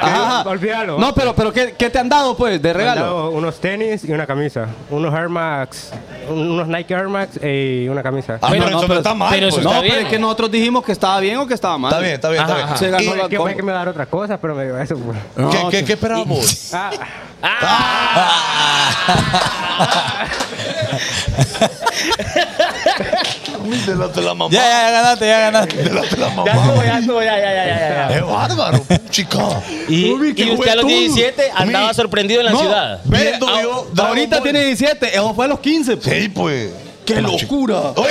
Speaker 12: Ah, olvídalo.
Speaker 4: No, pero, pero ¿qué, qué te han dado, pues, de
Speaker 12: Me han
Speaker 4: regalo?
Speaker 12: dado unos tenis y una camisa. Unos Air Max, un- unos Nike Air Max y una camisa.
Speaker 5: Ah, pero
Speaker 3: Bueno, no,
Speaker 5: eso no
Speaker 3: pero-
Speaker 5: está mal.
Speaker 3: pero
Speaker 5: pues.
Speaker 3: eso
Speaker 4: No,
Speaker 3: está
Speaker 4: pero
Speaker 3: bien.
Speaker 4: es que nosotros dijimos que estaba bien o que estaba mal.
Speaker 5: Está bien, está bien, está
Speaker 3: Ajá,
Speaker 5: bien.
Speaker 3: ajá.
Speaker 4: Se ganó
Speaker 5: ¿Y
Speaker 4: la
Speaker 12: Es que fue
Speaker 4: combo.
Speaker 12: que me va a dar otra cosa, pero me dio eso. pues.
Speaker 5: ¿Qué,
Speaker 4: No,
Speaker 5: qué, Ah. qué esperábamos?
Speaker 12: Ah,
Speaker 5: De la, de la mamá.
Speaker 6: Ya, ya, ya ganaste, ya ganaste.
Speaker 5: De la, de la
Speaker 3: Ya estuvo,
Speaker 5: mamá.
Speaker 3: ya estuvo, ya, ya, ya, ya, ya.
Speaker 5: Es bárbaro, chica.
Speaker 3: Y,
Speaker 5: Uy, qué
Speaker 3: y usted a los
Speaker 5: juventud.
Speaker 3: 17 andaba
Speaker 5: Uy.
Speaker 3: sorprendido en la
Speaker 4: No,
Speaker 3: ciudad.
Speaker 4: ve,
Speaker 5: Viendo
Speaker 4: a-
Speaker 5: yo Dragon
Speaker 4: ahorita
Speaker 5: Ball.
Speaker 4: tiene 17, eso fue a los 15. pues.
Speaker 5: Sí, pues.
Speaker 4: ¡Qué locura!
Speaker 5: Oye,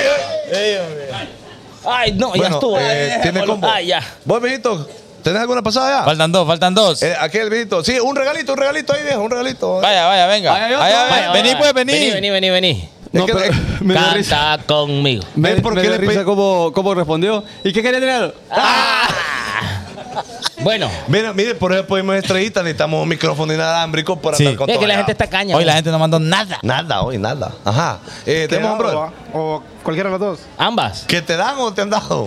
Speaker 5: oye.
Speaker 3: Ay, no, ya
Speaker 5: Bueno,
Speaker 3: estuvo.
Speaker 5: eh,
Speaker 3: Ay,
Speaker 5: tiene
Speaker 3: déjalo.
Speaker 5: combo.
Speaker 3: Ay, ya.
Speaker 5: Vos, viejito, ¿tenés alguna pasada ya?
Speaker 6: Faltan dos, faltan dos.
Speaker 5: Eh, aquel viejito. Sí, un regalito, un regalito ahí, viejo, un regalito.
Speaker 6: Vaya, vaya, venga.
Speaker 4: Vaya, yo
Speaker 6: Vaya,
Speaker 4: otro.
Speaker 6: vaya.
Speaker 3: Vaya,
Speaker 6: Vení,
Speaker 3: vaya.
Speaker 6: pues, vení.
Speaker 3: Vení, vení, vení.
Speaker 5: Es
Speaker 4: No,
Speaker 5: que-
Speaker 4: pero me dio risa.
Speaker 3: Canta conmigo.
Speaker 4: Me,
Speaker 5: ¿Ves por
Speaker 4: me
Speaker 5: qué
Speaker 4: dio
Speaker 5: le pe-
Speaker 4: risa cómo, cómo respondió. ¿Y qué quería tener?
Speaker 13: Bueno.
Speaker 5: Mira, mire, por eso pedimos estrellitas, necesitamos un micrófono inalámbrico para
Speaker 6: Sí.
Speaker 5: estar con
Speaker 6: Es que
Speaker 5: todo
Speaker 6: la
Speaker 5: allá.
Speaker 6: gente está caña, Hoy la ¿no? gente no mandó nada.
Speaker 5: Nada, hoy nada. Ajá. Eh, ¿Tenemos un
Speaker 4: ah.
Speaker 5: brother?
Speaker 12: O cualquiera de las dos.
Speaker 13: Ambas.
Speaker 5: ¿Que te dan o te han dado?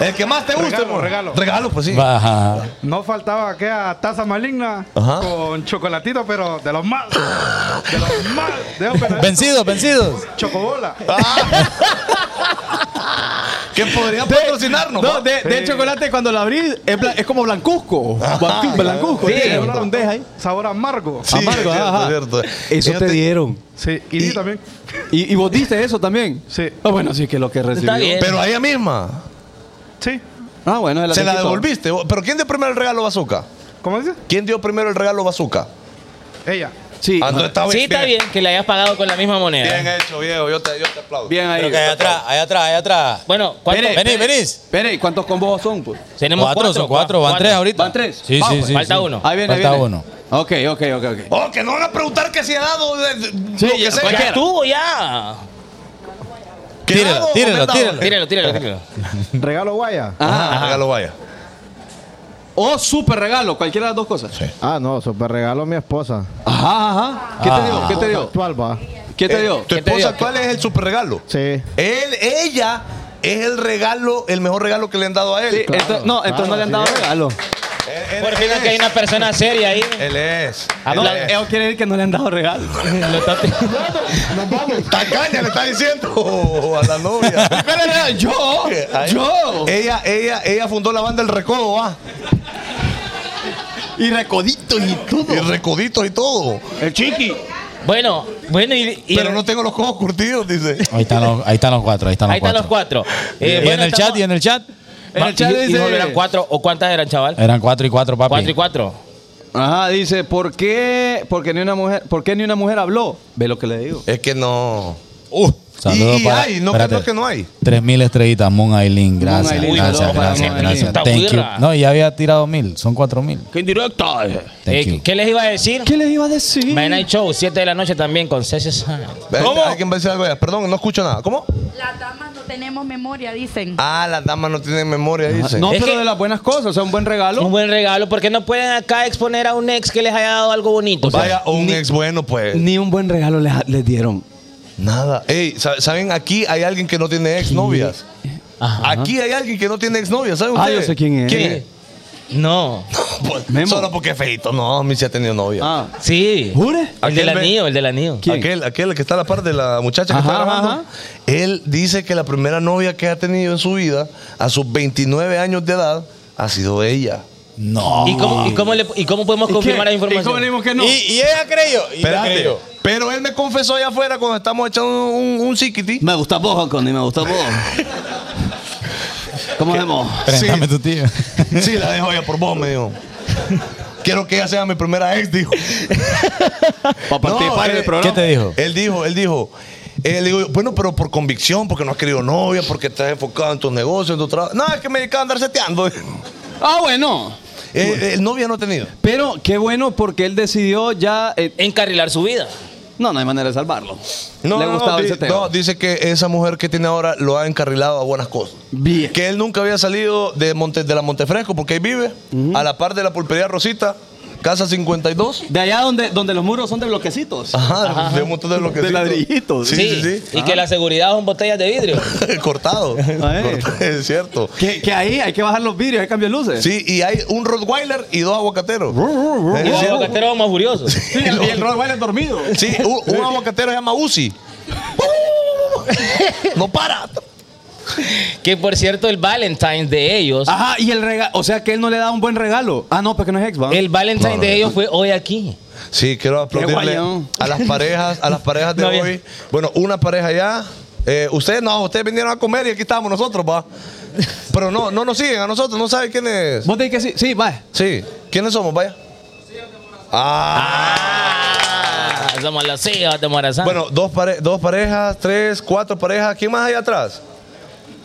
Speaker 5: El que más te guste,
Speaker 12: Regalo,
Speaker 5: bro.
Speaker 12: regalo.
Speaker 5: Regalo, pues sí.
Speaker 6: Baja.
Speaker 12: No faltaba aquella taza maligna
Speaker 5: Ajá.
Speaker 12: con chocolatito, pero de los malos. De los malos. De los pedazos.
Speaker 6: Vencidos, vencidos.
Speaker 12: Chocobola.
Speaker 3: Ah.
Speaker 5: Que podría patrocinarnos.
Speaker 4: No,
Speaker 5: ¿va?
Speaker 4: de, de chocolate cuando la abrí es, bla- es como blancuzco. Blancu- blancuzco.
Speaker 12: Sí,
Speaker 4: tiene una
Speaker 12: sabor-
Speaker 4: bandeja ahí.
Speaker 12: Sabor amargo.
Speaker 5: Sí,
Speaker 4: Amargo,
Speaker 5: es cierto,
Speaker 4: ajá.
Speaker 5: es cierto.
Speaker 4: Eso te dieron.
Speaker 12: Sí, y, di también.
Speaker 4: ¿Y, y vos diste eso también?
Speaker 12: Sí.
Speaker 4: Ah, bueno, sí que lo que recibió.
Speaker 13: Está bien.
Speaker 5: Pero a ella misma.
Speaker 12: Sí.
Speaker 4: Ah, bueno,
Speaker 5: Se la
Speaker 4: quitó.
Speaker 5: devolviste. ¿Pero quién dio primero el regalo bazooka?
Speaker 12: ¿Cómo dices?
Speaker 5: ¿Quién dio primero el regalo bazooka?
Speaker 12: Ella.
Speaker 4: Sí.
Speaker 5: Ah, no, está
Speaker 13: Sí, está bien que le hayas pagado con la misma moneda.
Speaker 5: Bien hecho, viejo. Yo te, yo te aplaudo.
Speaker 4: Bien ahí.
Speaker 6: Pero que allá atrás, allá atrás, allá atrás.
Speaker 13: Bueno, ¿cuánto?
Speaker 4: Espere,
Speaker 6: Venís,
Speaker 4: espere.
Speaker 6: venís.
Speaker 4: Espere, ¿y ¿cuántos combos son? Pues?
Speaker 13: Tenemos
Speaker 6: Cuatro, son cuatro, van tres ahorita.
Speaker 4: ¿Van tres?
Speaker 6: Sí,
Speaker 4: Vamos, pues.
Speaker 6: sí, sí.
Speaker 13: falta
Speaker 6: sí.
Speaker 13: uno.
Speaker 4: Ahí viene, ahí
Speaker 6: Falta
Speaker 4: viene.
Speaker 6: uno.
Speaker 4: Ok, ok, ok, ok.
Speaker 5: Oh, que no van a preguntar que si ha dado. eh, de- de-
Speaker 4: Sí,
Speaker 5: lo que
Speaker 4: ya-
Speaker 5: sea.
Speaker 13: Pues Ya estuvo, ya.
Speaker 5: ¿Que
Speaker 6: Tírelo,
Speaker 5: ha dado o
Speaker 6: tírelo,
Speaker 5: no ha dado?
Speaker 6: tírelo.
Speaker 13: Tíralo, tíralo, tíralo.
Speaker 10: Regalo guaya.
Speaker 3: Ah.
Speaker 5: Ajá,
Speaker 4: Ajá.
Speaker 5: hágalo, vaya.
Speaker 4: O super Oh, regalo, cualquiera de las dos cosas.
Speaker 10: Ah, no, super regalo a mi esposa.
Speaker 4: Ajá, ajá. ¿Qué te dio? ¿Qué te dio?
Speaker 10: Actual, va.
Speaker 4: ¿Qué te
Speaker 5: Eh,
Speaker 4: dio?
Speaker 5: Tu
Speaker 13: ¿Qué te
Speaker 5: esposa
Speaker 13: dio?
Speaker 5: actual es el super regalo.
Speaker 10: Sí.
Speaker 5: Él, ella es el regalo, el mejor regalo que le han dado a él.
Speaker 4: Sí, esto- no, entonces no le han dado
Speaker 10: sí.
Speaker 4: regalo.
Speaker 5: Él- él
Speaker 13: Por fin
Speaker 5: es.
Speaker 13: que hay una persona seria ahí.
Speaker 5: Él es.
Speaker 13: Ah,
Speaker 5: él
Speaker 13: no,
Speaker 5: es.
Speaker 4: Eso quiere decir que no le han dado regalo.
Speaker 13: Lo está-
Speaker 5: Tacaña le está diciendo a la novia.
Speaker 4: ¿Cuál era? Yo,
Speaker 5: Ay.
Speaker 4: yo.
Speaker 5: Ella, ella, ella fundó la banda El Recodo, va.
Speaker 4: Y recoditos y todo.
Speaker 5: Y recoditos y todo.
Speaker 4: El chiqui.
Speaker 13: Bueno, bueno, y, y-
Speaker 5: Pero no tengo los cojos curtidos, dice.
Speaker 6: Ahí están los, ahí están los cuatro, ahí están los
Speaker 13: ahí están
Speaker 6: cuatro.
Speaker 13: los cuatro.
Speaker 6: Y
Speaker 13: Eh,
Speaker 6: en
Speaker 13: bueno,
Speaker 6: el
Speaker 13: estamos-
Speaker 6: chat, y en el chat.
Speaker 4: En el chat
Speaker 13: Hijo,
Speaker 4: dice.
Speaker 13: eran cuatro o cuántas eran, chaval?
Speaker 6: Eran cuatro y cuatro, papi.
Speaker 13: Cuatro y cuatro.
Speaker 4: Ajá, dice, ¿por qué, por qué ni una mujer, por qué ni una mujer habló? Ve lo que le digo.
Speaker 5: Es que no.
Speaker 6: Uh, saludos
Speaker 5: Y- y
Speaker 6: para-
Speaker 5: hay, no
Speaker 6: espérate.
Speaker 5: creo que no hay.
Speaker 6: 3.000 estrellitas, Moon Aileen. Gracias,
Speaker 4: Aileen,
Speaker 6: gracias,
Speaker 4: saludos para
Speaker 6: gracias,
Speaker 4: Moon
Speaker 6: gracias.
Speaker 4: Aileen.
Speaker 6: Thank you.
Speaker 13: Esta
Speaker 6: No, y ya había tirado 1.000, son 4.000.
Speaker 4: ¡Qué indirecta!
Speaker 6: Thank
Speaker 13: Eh,
Speaker 6: you.
Speaker 13: ¿Qué les iba a decir?
Speaker 4: ¿Qué les iba a decir?
Speaker 13: Mañana hay show, 7 de la noche también con César
Speaker 5: ¿Cómo? ¿Alguien va a decir algo allá? Perdón, no escucho nada. ¿Cómo?
Speaker 8: Las damas no tenemos memoria, dicen.
Speaker 5: Ah, las damas no tienen memoria, dice.
Speaker 4: No,
Speaker 13: Es
Speaker 4: pero
Speaker 13: que-
Speaker 4: de las buenas cosas, o sea, un buen regalo.
Speaker 13: Un buen regalo, porque no pueden acá exponer a un ex que les haya dado algo bonito.
Speaker 5: Vaya, un ex bueno, pues.
Speaker 4: Ni un buen regalo les, les dieron.
Speaker 5: Nada. Ey, sa- ¿saben? Aquí hay alguien que no tiene exnovias. Aquí hay alguien que no tiene exnovias, ¿saben
Speaker 4: Ah,
Speaker 5: ustedes?
Speaker 4: yo sé quién es.
Speaker 5: ¿Quién es?
Speaker 13: No.
Speaker 5: Pues,
Speaker 4: Memo.
Speaker 5: Solo porque es feito. No, a mí sí ha tenido novia.
Speaker 4: Ah.
Speaker 13: Sí.
Speaker 4: ¿Jure?
Speaker 13: El del
Speaker 5: Aquel ve-
Speaker 13: anillo, el del anillo.
Speaker 4: ¿Quién?
Speaker 5: Aquel, aquel que está a la par de la muchacha que
Speaker 4: Ajá,
Speaker 5: está grabando.
Speaker 4: ajá.
Speaker 5: Él dice que la primera novia que ha tenido en su vida, a sus 29 años de edad, ha sido ella.
Speaker 6: No.
Speaker 13: ¿Y cómo, y cómo le- y cómo podemos confirmar la información?
Speaker 4: ¿Y cómo le dimos que no?
Speaker 6: Y, y ella creyó. y ella
Speaker 5: Espérate.
Speaker 6: creyó.
Speaker 5: Pero él me confesó allá afuera cuando estamos echando un, un siquiti.
Speaker 4: Me gusta vos, Connie, me gusta vos. ¿Cómo hacemos?
Speaker 6: Préstame tu tío.
Speaker 5: Sí, la dejo allá por vos, me dijo. Quiero que ella sea mi primera ex, dijo.
Speaker 4: Para
Speaker 5: No,
Speaker 4: participar en
Speaker 5: eh,
Speaker 4: el programa.
Speaker 6: ¿Qué te dijo?
Speaker 5: Él dijo, él dijo. eh, le digo, bueno, pero por convicción, porque no has querido novia, porque estás enfocado en tus negocios, en tu trabajo. No, es que me dedicaba a andar seteando. Eh,
Speaker 4: Ah, bueno.
Speaker 5: eh, novia no ha tenido.
Speaker 4: Pero qué bueno porque él decidió ya. eh,
Speaker 13: Encarrilar su vida.
Speaker 4: no, no hay manera de salvarlo.
Speaker 5: No,
Speaker 4: le
Speaker 5: no, no,
Speaker 4: gustaba ese
Speaker 5: di-
Speaker 4: tema.
Speaker 5: no, dice que esa mujer que tiene ahora lo ha encarrilado a buenas cosas.
Speaker 4: Bien.
Speaker 5: Que él nunca había salido de, Monte, de la Montefresco, porque ahí vive, a la par de la pulpería Rosita, Casa 52.
Speaker 4: De allá donde, donde los muros son de bloquecitos.
Speaker 5: Ajá, de un montón de bloquecitos.
Speaker 4: De ladrillitos.
Speaker 5: Sí, sí, sí.
Speaker 13: Y que la seguridad son botellas de vidrio.
Speaker 5: Cortado.
Speaker 4: ver.
Speaker 5: Cortado, es cierto.
Speaker 4: Que, que ahí hay que bajar los vidrios, hay que cambiar luces.
Speaker 5: Sí, y hay un Rottweiler y dos aguacateros.
Speaker 13: Y los aguacateros son más furiosos.
Speaker 4: Sí, y el Rottweiler dormido.
Speaker 5: Sí, un, un aguacatero se llama Uzi. No para.
Speaker 13: Que por cierto, el Valentine de ellos,
Speaker 4: Ajá, y el regalo. O sea que él no le da un buen regalo. Ah, no, porque no es ex, ¿va?
Speaker 13: el Valentine
Speaker 5: No, no,
Speaker 13: de
Speaker 5: no.
Speaker 13: ellos fue hoy aquí.
Speaker 5: Sí, quiero aplaudirle
Speaker 4: guayón.
Speaker 5: a las parejas, a las parejas de
Speaker 13: No, bien.
Speaker 5: hoy. Bueno, una pareja ya. eh, ustedes no, ustedes vinieron a comer y aquí estábamos nosotros, va. Pero no, no nos siguen a nosotros, no saben quién es.
Speaker 4: Vos tenés que sí. Sí, va.
Speaker 5: Sí, ¿quiénes somos, vaya? Ah.
Speaker 13: Ah, somos los hijos de
Speaker 4: Ah.
Speaker 13: Morazán.
Speaker 5: Bueno, dos, pare- dos parejas, tres, cuatro parejas. ¿Quién más hay atrás?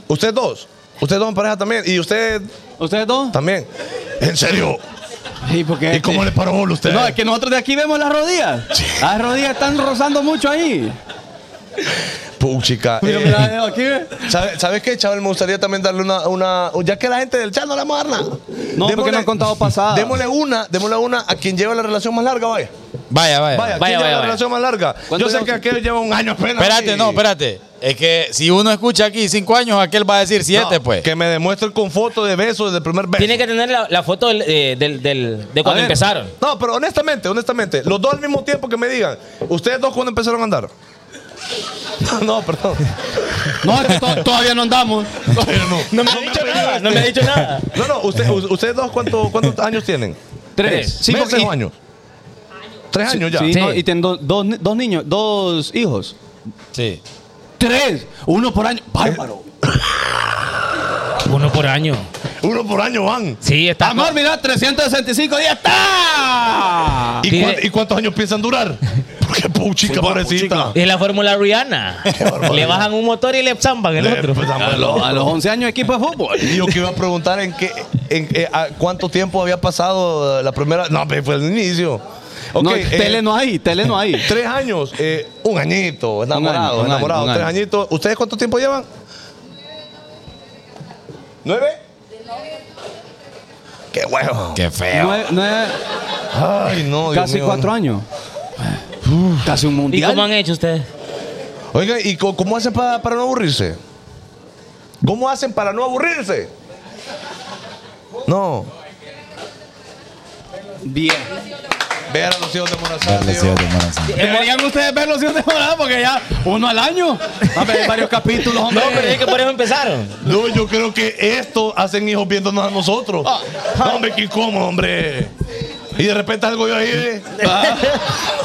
Speaker 5: Ustedes dos. Ustedes dos en pareja también. Y usted
Speaker 4: ¿Ustedes dos?
Speaker 5: también. ¿En serio?
Speaker 4: Eh, Sí, porque. este-
Speaker 5: ¿Y cómo le paró bola usted?
Speaker 4: No, es que nosotros de aquí vemos las rodillas. Las rodillas están rozando mucho ahí.
Speaker 5: Puchica.
Speaker 4: Mira,
Speaker 5: eh,
Speaker 4: mira, aquí.
Speaker 5: ¿sabe- ¿Sabes qué, chaval? Me gustaría también darle una, una. Ya que la gente del chat no le vamos a dar nada.
Speaker 4: No, porque no han contado pasadas.
Speaker 5: Démosle una, démosle una a quien lleva la relación más larga, vaya.
Speaker 6: Vaya, vaya.
Speaker 5: Vaya, ¿quién lleva
Speaker 6: vaya, vaya,
Speaker 5: la
Speaker 6: vaya.
Speaker 5: relación más larga? Yo sé que aquel lleva un año apenas.
Speaker 6: Espérate,
Speaker 5: y-
Speaker 6: no, espérate. Es que si uno escucha aquí cinco años, aquel va a decir siete,
Speaker 5: No,
Speaker 6: pues.
Speaker 5: Que me demuestre con fotos de besos desde el primer beso.
Speaker 3: Tiene que tener la, la foto del, eh, del- del- de
Speaker 5: A
Speaker 3: cuando
Speaker 5: ver.
Speaker 3: empezaron.
Speaker 5: No, pero honestamente, honestamente, los dos al mismo tiempo que me digan, ¿ustedes dos cuándo empezaron a andar? no, perdón.
Speaker 2: No, es que to- todavía no andamos.
Speaker 3: No me ha dicho nada, no me ha dicho nada.
Speaker 5: No, no, usted- u- ¿ustedes dos cuánto- cuántos años tienen?
Speaker 4: Tres.
Speaker 5: Sí, ¿Meses
Speaker 4: porque-
Speaker 5: o años? Tres años ya.
Speaker 4: Sí, no, y tienen do- dos, ni- dos niños, dos hijos.
Speaker 6: Sí.
Speaker 2: Tres. Uno por año. Bárbaro.
Speaker 3: Uno por año.
Speaker 5: Uno por año van.
Speaker 3: Sí, está.
Speaker 2: Amor, mira, 365 días. ¡Está!
Speaker 5: ¿Y,
Speaker 3: Tiene-
Speaker 5: cuán- y cuántos años piensan durar? Porque puchica, pobrecita.
Speaker 3: Es la fórmula Rihanna. le bajan un motor y le zampan el
Speaker 5: Le-
Speaker 3: otro.
Speaker 5: pues, dámelo.
Speaker 4: A, los- a los 11 años, equipo de fútbol.
Speaker 5: Y yo que iba a preguntar en qué, en, eh, a cuánto tiempo había pasado la primera. No, pues, fue el inicio. Ok,
Speaker 4: No,
Speaker 5: eh,
Speaker 4: tele no hay, tele no hay.
Speaker 5: Tres años, eh, un añito, enamorado,
Speaker 4: año, un
Speaker 5: enamorado,
Speaker 4: año, un
Speaker 5: tres
Speaker 4: año.
Speaker 5: añitos. ¿Ustedes cuánto tiempo llevan? ¿Nueve? ¡Qué huevo!
Speaker 6: Qué feo.
Speaker 4: Nueve- nueve-
Speaker 5: ¡Ay, no! Dios
Speaker 4: casi
Speaker 5: mío.
Speaker 4: cuatro años. casi un
Speaker 3: ¿Y
Speaker 4: mundial.
Speaker 3: cómo han hecho ustedes?
Speaker 5: Oiga, ¿y co- cómo hacen pa- para no aburrirse? ¿Cómo hacen para no aburrirse? No.
Speaker 4: Bien.
Speaker 5: Ver a los hijos de Morazán.
Speaker 6: Verle siete, Morazán.
Speaker 2: Deberían ustedes ver los 100 temporadas porque ya uno al año. Va a ver varios capítulos,
Speaker 3: No,
Speaker 2: hombre.
Speaker 3: pero es que por eso empezaron.
Speaker 5: No, yo creo que esto hacen hijos viéndonos a nosotros. No, hombre, qué incómodo, hombre. Y de repente algo yo ahí. eh. Ah.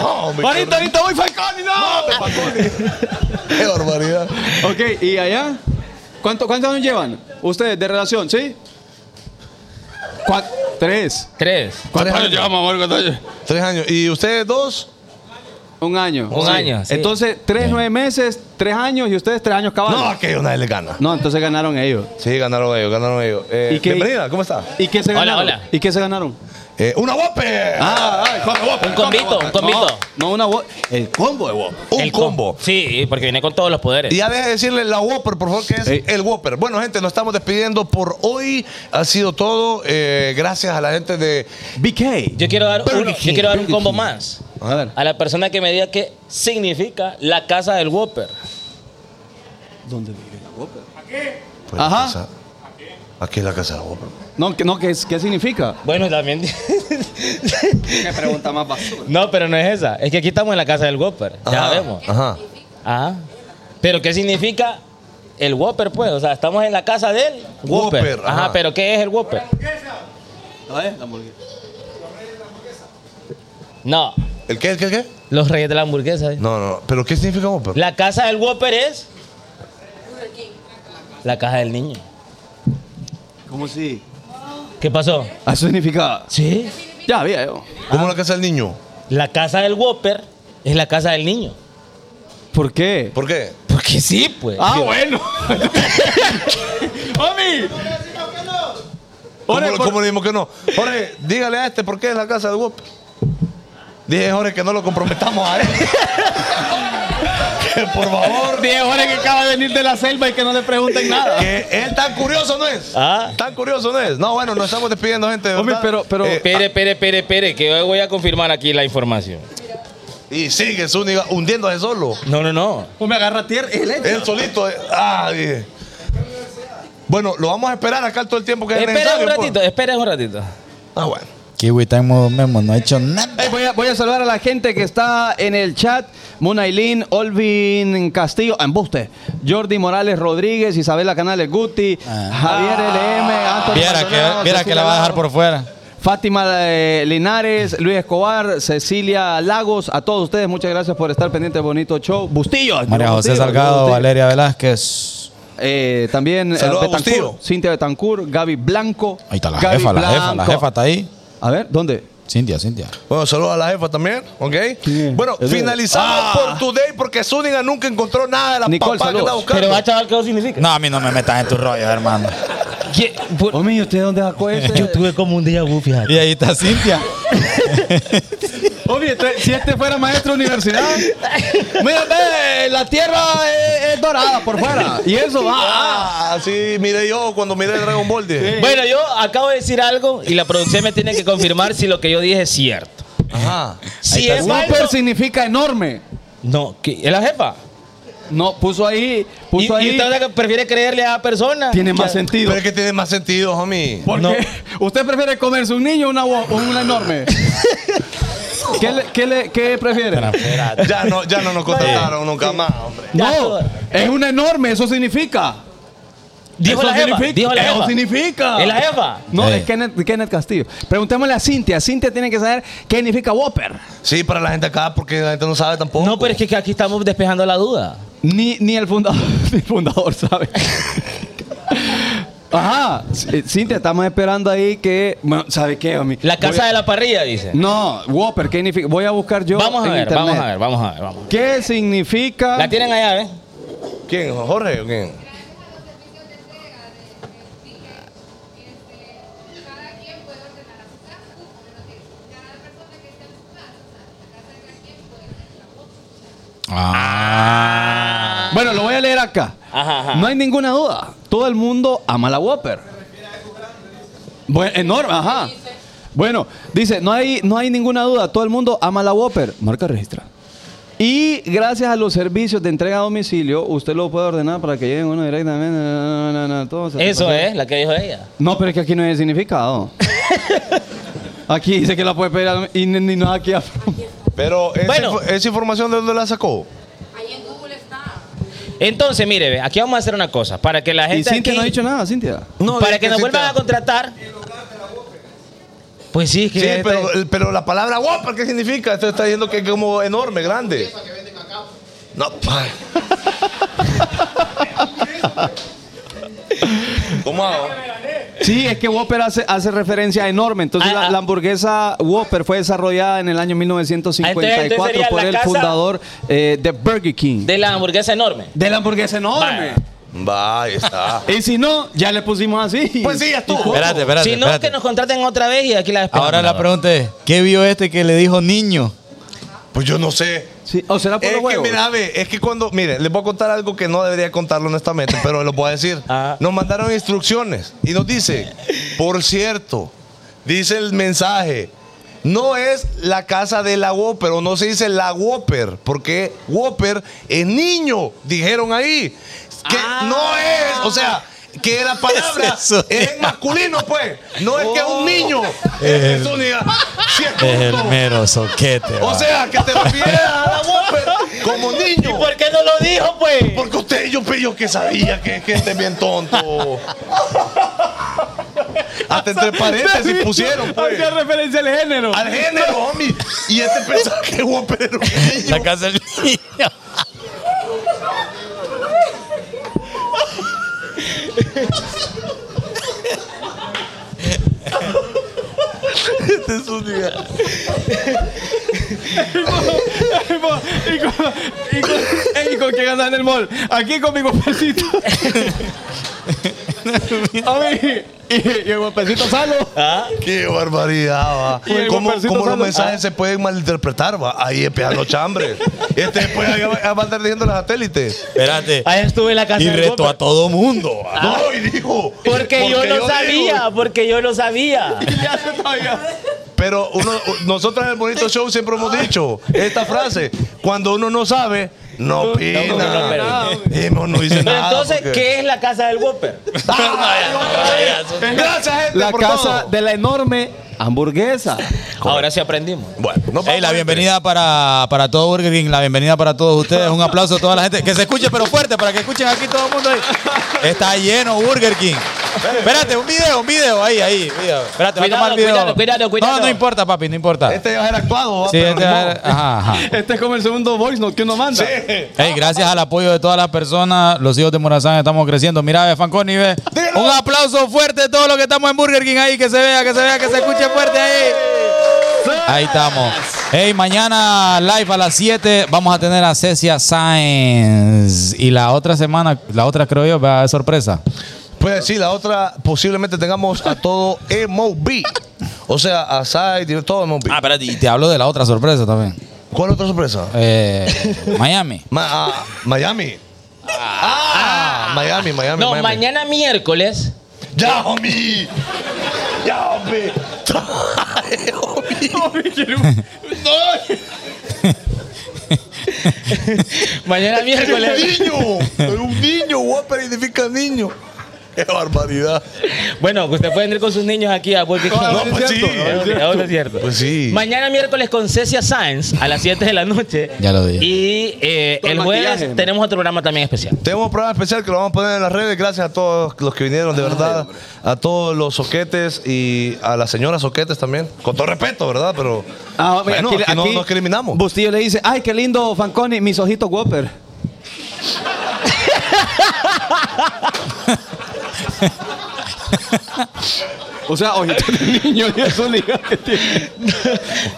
Speaker 5: No, hombre, qué
Speaker 2: Ahorita, ahorita voy Falcón y no.
Speaker 5: Qué barbaridad.
Speaker 4: Ok, ¿y allá? ¿Cuánto, ¿Cuántos años llevan ustedes de relación, sí? Cua- tres.
Speaker 3: Tres.
Speaker 2: ¿Cuántos años llevamos, amor? ¿Cuántos años?
Speaker 5: Tres años. ¿Y ustedes dos?
Speaker 4: Un año.
Speaker 3: Un
Speaker 4: Sí.
Speaker 3: año, sí.
Speaker 4: Entonces, tres, nueve meses, tres años y ustedes tres años caballos.
Speaker 5: No, aquello nadie les gana.
Speaker 4: No, entonces ganaron ellos.
Speaker 5: Sí, ganaron ellos, ganaron ellos. Eh,
Speaker 4: ¿Y qué-
Speaker 5: Bienvenida, ¿cómo está?
Speaker 4: ¿Y qué se
Speaker 3: Hola,
Speaker 4: ganaron?
Speaker 3: hola.
Speaker 4: ¿Y qué se ganaron?
Speaker 5: Eh, ¡Una guape!
Speaker 4: Ah, ay, con-
Speaker 3: Un combito, un combito.
Speaker 4: No, no una eh, wo- El combo de Wop.
Speaker 5: Un
Speaker 3: El
Speaker 5: combo.
Speaker 3: Sí, porque viene con todos los poderes.
Speaker 5: Y ya deja de decirle la Whopper, por favor, que es
Speaker 4: Ey.
Speaker 5: el Whopper. Bueno, gente, nos estamos despidiendo por hoy. Ha sido todo. Eh, gracias a la gente de.
Speaker 4: BK.
Speaker 3: Yo quiero dar, uno- yo quiero dar un combo más.
Speaker 4: A ver.
Speaker 3: A la persona que me diga qué significa la casa del Whopper.
Speaker 4: ¿Dónde vive la Whopper?
Speaker 5: Pues, la
Speaker 4: Ajá.
Speaker 5: casa- Aquí es la casa de la Whopper.
Speaker 4: No, que, no ¿qué, es- ¿qué significa?
Speaker 3: Bueno, también.
Speaker 4: ¿Qué pregunta más basura?
Speaker 3: no, pero no es esa. Es que aquí estamos en la casa del Whopper. Ya
Speaker 5: Ajá,
Speaker 3: vemos.
Speaker 5: Ajá.
Speaker 3: Ajá. Ah. Pero ¿qué significa el Whopper, pues? O sea, estamos en la casa del Whopper.
Speaker 5: Whopper,
Speaker 3: ajá.
Speaker 5: ajá.
Speaker 3: pero ¿qué es el Whopper?
Speaker 4: A ver, la hamburguesa.
Speaker 3: No,
Speaker 5: ¿El qué? ¿El qué? ¿El qué?
Speaker 3: los reyes de la hamburguesa.
Speaker 5: No, no, no. ¿Pero qué significa Whopper?
Speaker 3: La casa del Whopper es. La casa del niño.
Speaker 4: ¿Cómo sí?
Speaker 3: ¿Qué pasó?
Speaker 4: Ah, Eso significa.
Speaker 3: Sí.
Speaker 4: Ya había yo.
Speaker 5: ¿Cómo la casa del niño?
Speaker 3: La casa del Whopper es la casa del niño.
Speaker 4: ¿Por qué?
Speaker 5: ¿Por qué?
Speaker 3: Porque sí, pues.
Speaker 4: Ah, bueno.
Speaker 2: Este ¡Mami!
Speaker 5: ¿Cómo,
Speaker 2: Jorge, por-
Speaker 5: cómo le dimos que no? Jorge, dígale a este por qué es la casa del Whopper. Dije, Jorge, que no lo comprometamos a él. que por favor.
Speaker 2: Diez horas que acaba de venir de la selva y que no le pregunten nada.
Speaker 5: Que él tan curioso no es.
Speaker 3: Ah.
Speaker 5: Tan curioso no es. No, bueno, nos estamos despidiendo, gente. de
Speaker 4: Hombre,
Speaker 5: verdad.
Speaker 4: pero- pero-
Speaker 5: Eh,
Speaker 3: Pere, pere, pere, pere, que hoy voy a confirmar aquí la información.
Speaker 5: ah, y sigue Zúñiga hundiéndose solo.
Speaker 3: No, no, no.
Speaker 2: Pues me agarra tierra. El hecho.
Speaker 5: Él solito. eh, Ah, dije. Bueno, lo vamos a esperar acá todo el tiempo que es
Speaker 3: Espera
Speaker 5: necesario.
Speaker 3: un
Speaker 5: pues.
Speaker 3: ratito, espera un ratito.
Speaker 5: Ah, bueno.
Speaker 6: Kiwi está en modo memo, no ha hecho nada.
Speaker 4: Ey, voy, a, voy a saludar a la gente que está en el chat. Munailín, Olvin Castillo, ah, embuste. Jordi Morales Rodríguez, Isabela Canales Guti, Javier LM, Antonio
Speaker 6: Ah. Viera
Speaker 4: Maldonado,
Speaker 6: que, viera que
Speaker 4: Cecilia
Speaker 6: la va a dejar
Speaker 4: Lago,
Speaker 6: por fuera.
Speaker 4: Fátima eh, Linares, Luis Escobar, Cecilia Lagos, a todos ustedes, muchas gracias por estar pendiente del bonito show. Bustillo.
Speaker 6: María
Speaker 4: no,
Speaker 6: José
Speaker 4: Bustillo,
Speaker 6: Salgado,
Speaker 4: Bustillo.
Speaker 6: Valeria Velázquez.
Speaker 4: Eh, también eh,
Speaker 5: Saludos a
Speaker 4: Betancur,
Speaker 5: Bustillo.
Speaker 4: Cintia Betancur, Gaby Blanco.
Speaker 6: Ahí está la
Speaker 4: Gaby
Speaker 6: jefa, la jefa, la
Speaker 4: Blanco.
Speaker 6: jefa está ahí.
Speaker 4: A ver, ¿dónde?
Speaker 6: Cintia, Cintia.
Speaker 5: Bueno, saludos a la jefa también, ¿ok?
Speaker 4: Sí.
Speaker 5: Bueno,
Speaker 4: Es
Speaker 5: finalizamos
Speaker 3: Ah.
Speaker 5: por Today porque Zúñiga nunca encontró nada de la
Speaker 4: Nicole,
Speaker 5: papá que
Speaker 4: saludos.
Speaker 5: estaba buscando.
Speaker 3: Pero va, chaval, ¿qué eso significa?
Speaker 6: No, a mí no me metas en tus rollos, hermano.
Speaker 3: ¿Qué? Por-
Speaker 4: Hombre, ¿usted dónde sacó ese?
Speaker 3: Yo tuve como un día vu, fíjate.
Speaker 6: Y ahí está Cintia.
Speaker 2: Obvio, tre- si este fuera maestro de universidad, mira, ve, la tierra es, es dorada por fuera. Y eso va.
Speaker 5: Ah, así miré yo cuando miré el Dragon Ball. dije.
Speaker 3: Bueno, yo acabo de decir algo y la producción me tiene que confirmar si lo que yo dije es cierto.
Speaker 5: Ajá.
Speaker 3: Si es
Speaker 2: Super
Speaker 3: falso,
Speaker 2: significa enorme.
Speaker 3: No, ¿qué? ¿es la jefa?
Speaker 2: No, puso ahí. Puso
Speaker 3: ¿Y-
Speaker 2: ahí.
Speaker 3: y usted prefiere creerle a esa persona?
Speaker 2: Tiene más
Speaker 3: Que-
Speaker 2: sentido.
Speaker 5: Pero es que tiene más sentido, homie.
Speaker 2: ¿Por qué? ¿Usted prefiere comerse un niño o una, bo- o una enorme? ¿Qué, le- qué le- qué prefiere?
Speaker 5: Ah, Ya no, ya no nos contrataron nunca más, hombre.
Speaker 2: No, es una enorme, eso significa.
Speaker 3: Dijo
Speaker 2: Eso
Speaker 3: la jefa,
Speaker 2: significa-
Speaker 3: dijo la
Speaker 2: Eso
Speaker 3: jefa.
Speaker 2: significa.
Speaker 3: ¿Es la jefa?
Speaker 2: No,
Speaker 5: Sí.
Speaker 2: es Kenneth, Kenneth Castillo. Preguntémosle a Cintia. Cintia tiene que saber qué significa Whopper.
Speaker 5: Sí, para la gente acá, porque la gente no sabe tampoco.
Speaker 3: No, pero es que aquí estamos despejando la duda.
Speaker 2: Ni, ni el fundador, ni el fundador sabe. Ajá, C- Cintia, estamos esperando ahí que. Bueno, ¿Sabe qué, homie?
Speaker 3: La casa
Speaker 2: Voy a-
Speaker 3: de la parrilla, dice.
Speaker 2: No, Whopper, ¿qué significa? Voy a buscar yo.
Speaker 3: Vamos a
Speaker 2: en
Speaker 3: ver,
Speaker 2: internet.
Speaker 3: vamos a ver, vamos a ver, vamos a ver.
Speaker 2: ¿Qué significa?
Speaker 3: La tienen allá, ¿eh? ¿ves?
Speaker 5: ¿Quién? ¿Jorge o quién?
Speaker 2: Bueno, lo voy a leer acá.
Speaker 3: Ajá, ajá.
Speaker 2: No hay ninguna duda. Todo el mundo ama la Whopper. Bueno, enorme, ajá. Bueno, dice, no hay, no hay ninguna duda. Todo el mundo ama la Whopper. Marca registra. Y gracias a los servicios de entrega a domicilio, usted lo puede ordenar para que lleguen uno directamente. No, no, no, no, todo se-
Speaker 3: Eso es, la que dijo ella.
Speaker 2: No, pero es que aquí no hay significado. aquí dice que la puede pedir a- y ni, ni nada aquí. a-
Speaker 5: Pero esa,
Speaker 3: Bueno.
Speaker 5: info- esa información de dónde la sacó.
Speaker 3: Entonces, mire, ve, aquí vamos a hacer una cosa. Para que la
Speaker 2: Y
Speaker 3: gente.
Speaker 2: Cintia
Speaker 3: aquí-
Speaker 2: no ha dicho nada, Cintia.
Speaker 3: para
Speaker 5: es
Speaker 3: que
Speaker 5: que
Speaker 3: nos
Speaker 5: sí
Speaker 3: vuelvan
Speaker 5: te-
Speaker 3: a contratar. Pues sí, es que.
Speaker 5: Sí,
Speaker 3: este-
Speaker 5: pero, el- pero la palabra Whopper, ¿qué significa? Esto está diciendo que es como enorme, grande. No, pa. ¿Cómo hago?
Speaker 2: Sí, es que Whopper hace, hace referencia a enorme. Entonces,
Speaker 3: Ah,
Speaker 2: la,
Speaker 3: ah.
Speaker 2: la hamburguesa Whopper fue desarrollada en el año
Speaker 3: Ah, entonces-
Speaker 2: 1954
Speaker 3: entonces
Speaker 2: por
Speaker 3: sería la
Speaker 2: el
Speaker 3: casa-
Speaker 2: fundador eh, de Burger King.
Speaker 3: De la hamburguesa enorme.
Speaker 2: De la hamburguesa enorme.
Speaker 3: Vaya.
Speaker 5: Va, ahí está.
Speaker 2: Y si no, ya le pusimos así.
Speaker 5: Pues sí, ya estuvo.
Speaker 6: Espérate, espérate,
Speaker 3: si no,
Speaker 6: espérate.
Speaker 3: que nos contraten otra vez y aquí la esperamos.
Speaker 6: Ahora la pregunta es, ¿qué vio este que le dijo niño?
Speaker 5: Pues yo no sé.
Speaker 2: Sí, O será por
Speaker 5: Es
Speaker 2: los
Speaker 5: que,
Speaker 2: huevos.
Speaker 5: mira, ve, es que cuando, mire, les voy a contar algo que no debería contarlo honestamente, pero lo voy a decir.
Speaker 3: Ajá.
Speaker 5: Nos mandaron instrucciones y nos dice, por cierto, dice el mensaje, no es la casa de la Whopper, o no se dice la Whopper, porque Whopper es niño, dijeron ahí. Que no es, o sea. Que la palabra
Speaker 6: Es eso.
Speaker 5: es en masculino, pues. No es que es un niño. Es, eso, diga, si es
Speaker 6: Es el
Speaker 5: justo.
Speaker 6: mero soquete.
Speaker 5: O
Speaker 6: va.
Speaker 5: sea, que te refieres a la Whopper como niño.
Speaker 3: ¿Por qué no lo dijo, pues?
Speaker 5: Porque usted, yo, yo que sabía que, que este es bien tonto. Hasta entre paréntesis pusieron, pues.
Speaker 2: Hacía referencia al género.
Speaker 5: Al género, homie. Y este pensaba que Whopper era un niño.
Speaker 6: la casa del niño.
Speaker 5: Este es un día.
Speaker 2: y, con, y, con, ey, ¿y con qué andas en el mall. Aquí con mi guapecito. A mí. Y, y el guapecito salo.
Speaker 5: Qué barbaridad, va.
Speaker 2: Y el
Speaker 5: ¿Cómo,
Speaker 2: Whoppercito
Speaker 5: cómo los
Speaker 2: sale.
Speaker 5: mensajes
Speaker 2: Ah.
Speaker 5: se pueden malinterpretar, va? Ahí empiezan los chambres. Este después ahí va va a estar diciendo las satélites.
Speaker 6: Espérate.
Speaker 3: Ahí estuve en la casa
Speaker 6: Eh, Y
Speaker 3: del
Speaker 6: reto a
Speaker 3: Whopper.
Speaker 6: todo mundo. va.
Speaker 5: No, y dijo.
Speaker 3: Ah. Porque, yo no
Speaker 5: digo,
Speaker 3: sabía, porque yo no sabía.
Speaker 5: Pero uno, nosotros en el bonito show siempre hemos dicho esta frase: cuando uno no sabe, no opina.
Speaker 3: no, no, no,
Speaker 5: Y no, no dice
Speaker 3: Pero
Speaker 5: nada.
Speaker 3: entonces,
Speaker 5: porque- Ah,
Speaker 3: ¿qué es la casa del Whopper?
Speaker 5: Gracias, gente.
Speaker 2: La
Speaker 5: por
Speaker 2: casa
Speaker 5: todo.
Speaker 2: de la enorme hamburguesa.
Speaker 3: Ahora sí aprendimos.
Speaker 5: Bueno, nos
Speaker 6: Ey,
Speaker 5: vamos,
Speaker 6: la
Speaker 5: gente.
Speaker 6: bienvenida para, para todo Burger King, la bienvenida para todos ustedes. Un aplauso a toda la gente. Que se escuche, pero fuerte, para que escuchen aquí todo el mundo. Ahí. Está lleno Burger King. Espérate, un video, un video, ahí, ahí. video. Espérate, voy a
Speaker 3: Cuidado,
Speaker 6: tomar el video.
Speaker 3: cuidado, cuidado, cuidado.
Speaker 6: No, no importa, papi, no importa.
Speaker 5: Este va a ser actuado, va,
Speaker 6: Sí,
Speaker 5: pero
Speaker 6: este
Speaker 5: ni
Speaker 6: va a-
Speaker 5: modo.
Speaker 6: ajá, ajá.
Speaker 2: Este es como el segundo voice note que uno manda.
Speaker 6: Ey, gracias al apoyo de todas las personas, los hijos de Morazán estamos creciendo. Mira, ve, Fanconi, ve.
Speaker 5: Dígalo.
Speaker 6: Un aplauso fuerte a todos los que estamos en Burger King ahí, que se vea, que se vea, que se escuche fuerte ahí. Ahí estamos. Hey, mañana live a las 7 vamos a tener a Cecia Sainz. Y la otra semana, la otra creo yo, va a sorpresa.
Speaker 5: Pues sí, la otra posiblemente tengamos a todo MOB. O sea, aside, y todo hemos visto. Ah,
Speaker 6: espérate. Y te hablo de la otra sorpresa también.
Speaker 5: ¿Cuál otra sorpresa?
Speaker 6: Eh. Miami.
Speaker 5: Miami. Ah, Miami, Miami,
Speaker 3: No,
Speaker 5: Miami.
Speaker 3: mañana miércoles.
Speaker 5: ¡Ya, homie! ¡Ya, homie!
Speaker 3: mañana miércoles.
Speaker 5: ¡Es un niño! ¡Es un niño! ¡Whopper identifica al niño! ¡Qué barbaridad!
Speaker 3: Bueno, usted puede venir con sus niños aquí a Burger King.
Speaker 5: No, pues sí, es
Speaker 3: Ahora es cierto.
Speaker 5: Pues sí.
Speaker 3: Mañana miércoles con Cecia Sáenz a las 7 de la noche.
Speaker 6: Ya lo dije.
Speaker 3: Y eh,
Speaker 5: Con
Speaker 3: el jueves
Speaker 5: maquillaje.
Speaker 3: tenemos otro programa también especial.
Speaker 5: Tenemos un programa especial que lo vamos a poner en las redes. Gracias a todos los que vinieron, de verdad. A todos los soquetes y a las señoras soquetes también. Con todo respeto, ¿verdad? Pero.
Speaker 2: Ah, mira,
Speaker 5: bueno,
Speaker 2: aquí,
Speaker 5: aquí no-
Speaker 2: aquí
Speaker 5: no discriminamos.
Speaker 2: Bustillo le dice, ay, qué lindo, Fanconi, mis ojitos Whopper. o sea, ojitos de niño, y es un liga que tiene.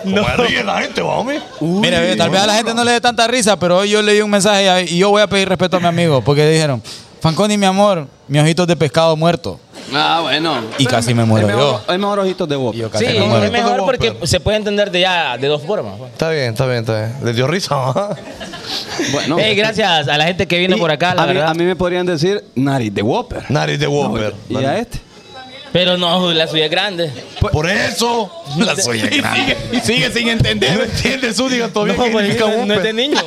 Speaker 5: No. ríe la gente, va, hombre?
Speaker 6: Mira, ve, tal vez a la gente no le dé tanta risa, pero hoy yo leí un mensaje ahí y yo voy a pedir respeto a mi amigo porque dijeron, Fanconi, mi amor, mis ojitos de pescado muerto.
Speaker 2: Ah, bueno.
Speaker 6: Y casi me muero
Speaker 2: Hay
Speaker 6: yo.
Speaker 2: mejor- Hay mejor ojitos de Whopper.
Speaker 3: Sí, es mejor porque se puede entender de ya de dos formas. pues.
Speaker 5: Está bien, está bien, está bien. Les dio risa, ¿va?
Speaker 2: Bueno.
Speaker 3: Hey, gracias a la gente que vino por acá, la
Speaker 2: a, mí,
Speaker 3: verdad.
Speaker 2: a mí me podrían decir nariz de Whopper.
Speaker 5: Nariz de Whopper.
Speaker 2: ¿Y a este?
Speaker 3: Pero no, la suya es grande.
Speaker 5: Por eso. La soya grande.
Speaker 6: Y sigue sin entender.
Speaker 5: No entiendes, Zúñiga, todavía.
Speaker 3: No,
Speaker 5: qué
Speaker 3: pues,
Speaker 5: significa
Speaker 3: no es
Speaker 5: Whopper.
Speaker 3: de niño.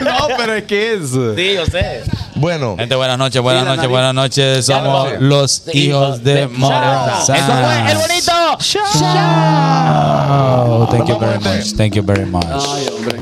Speaker 2: no, pero es que es. eh,
Speaker 3: Sí, yo sé.
Speaker 5: Bueno.
Speaker 6: Gente, buenas noches, buenas
Speaker 3: Mira,
Speaker 6: noches,
Speaker 3: nariz.
Speaker 6: buenas noches.
Speaker 3: Ya nos
Speaker 6: Somos
Speaker 3: vamos.
Speaker 6: los hijos de
Speaker 3: Eso fue el
Speaker 6: Morazán.
Speaker 3: bonito.
Speaker 6: Oh, thank you very much. Thank you very much.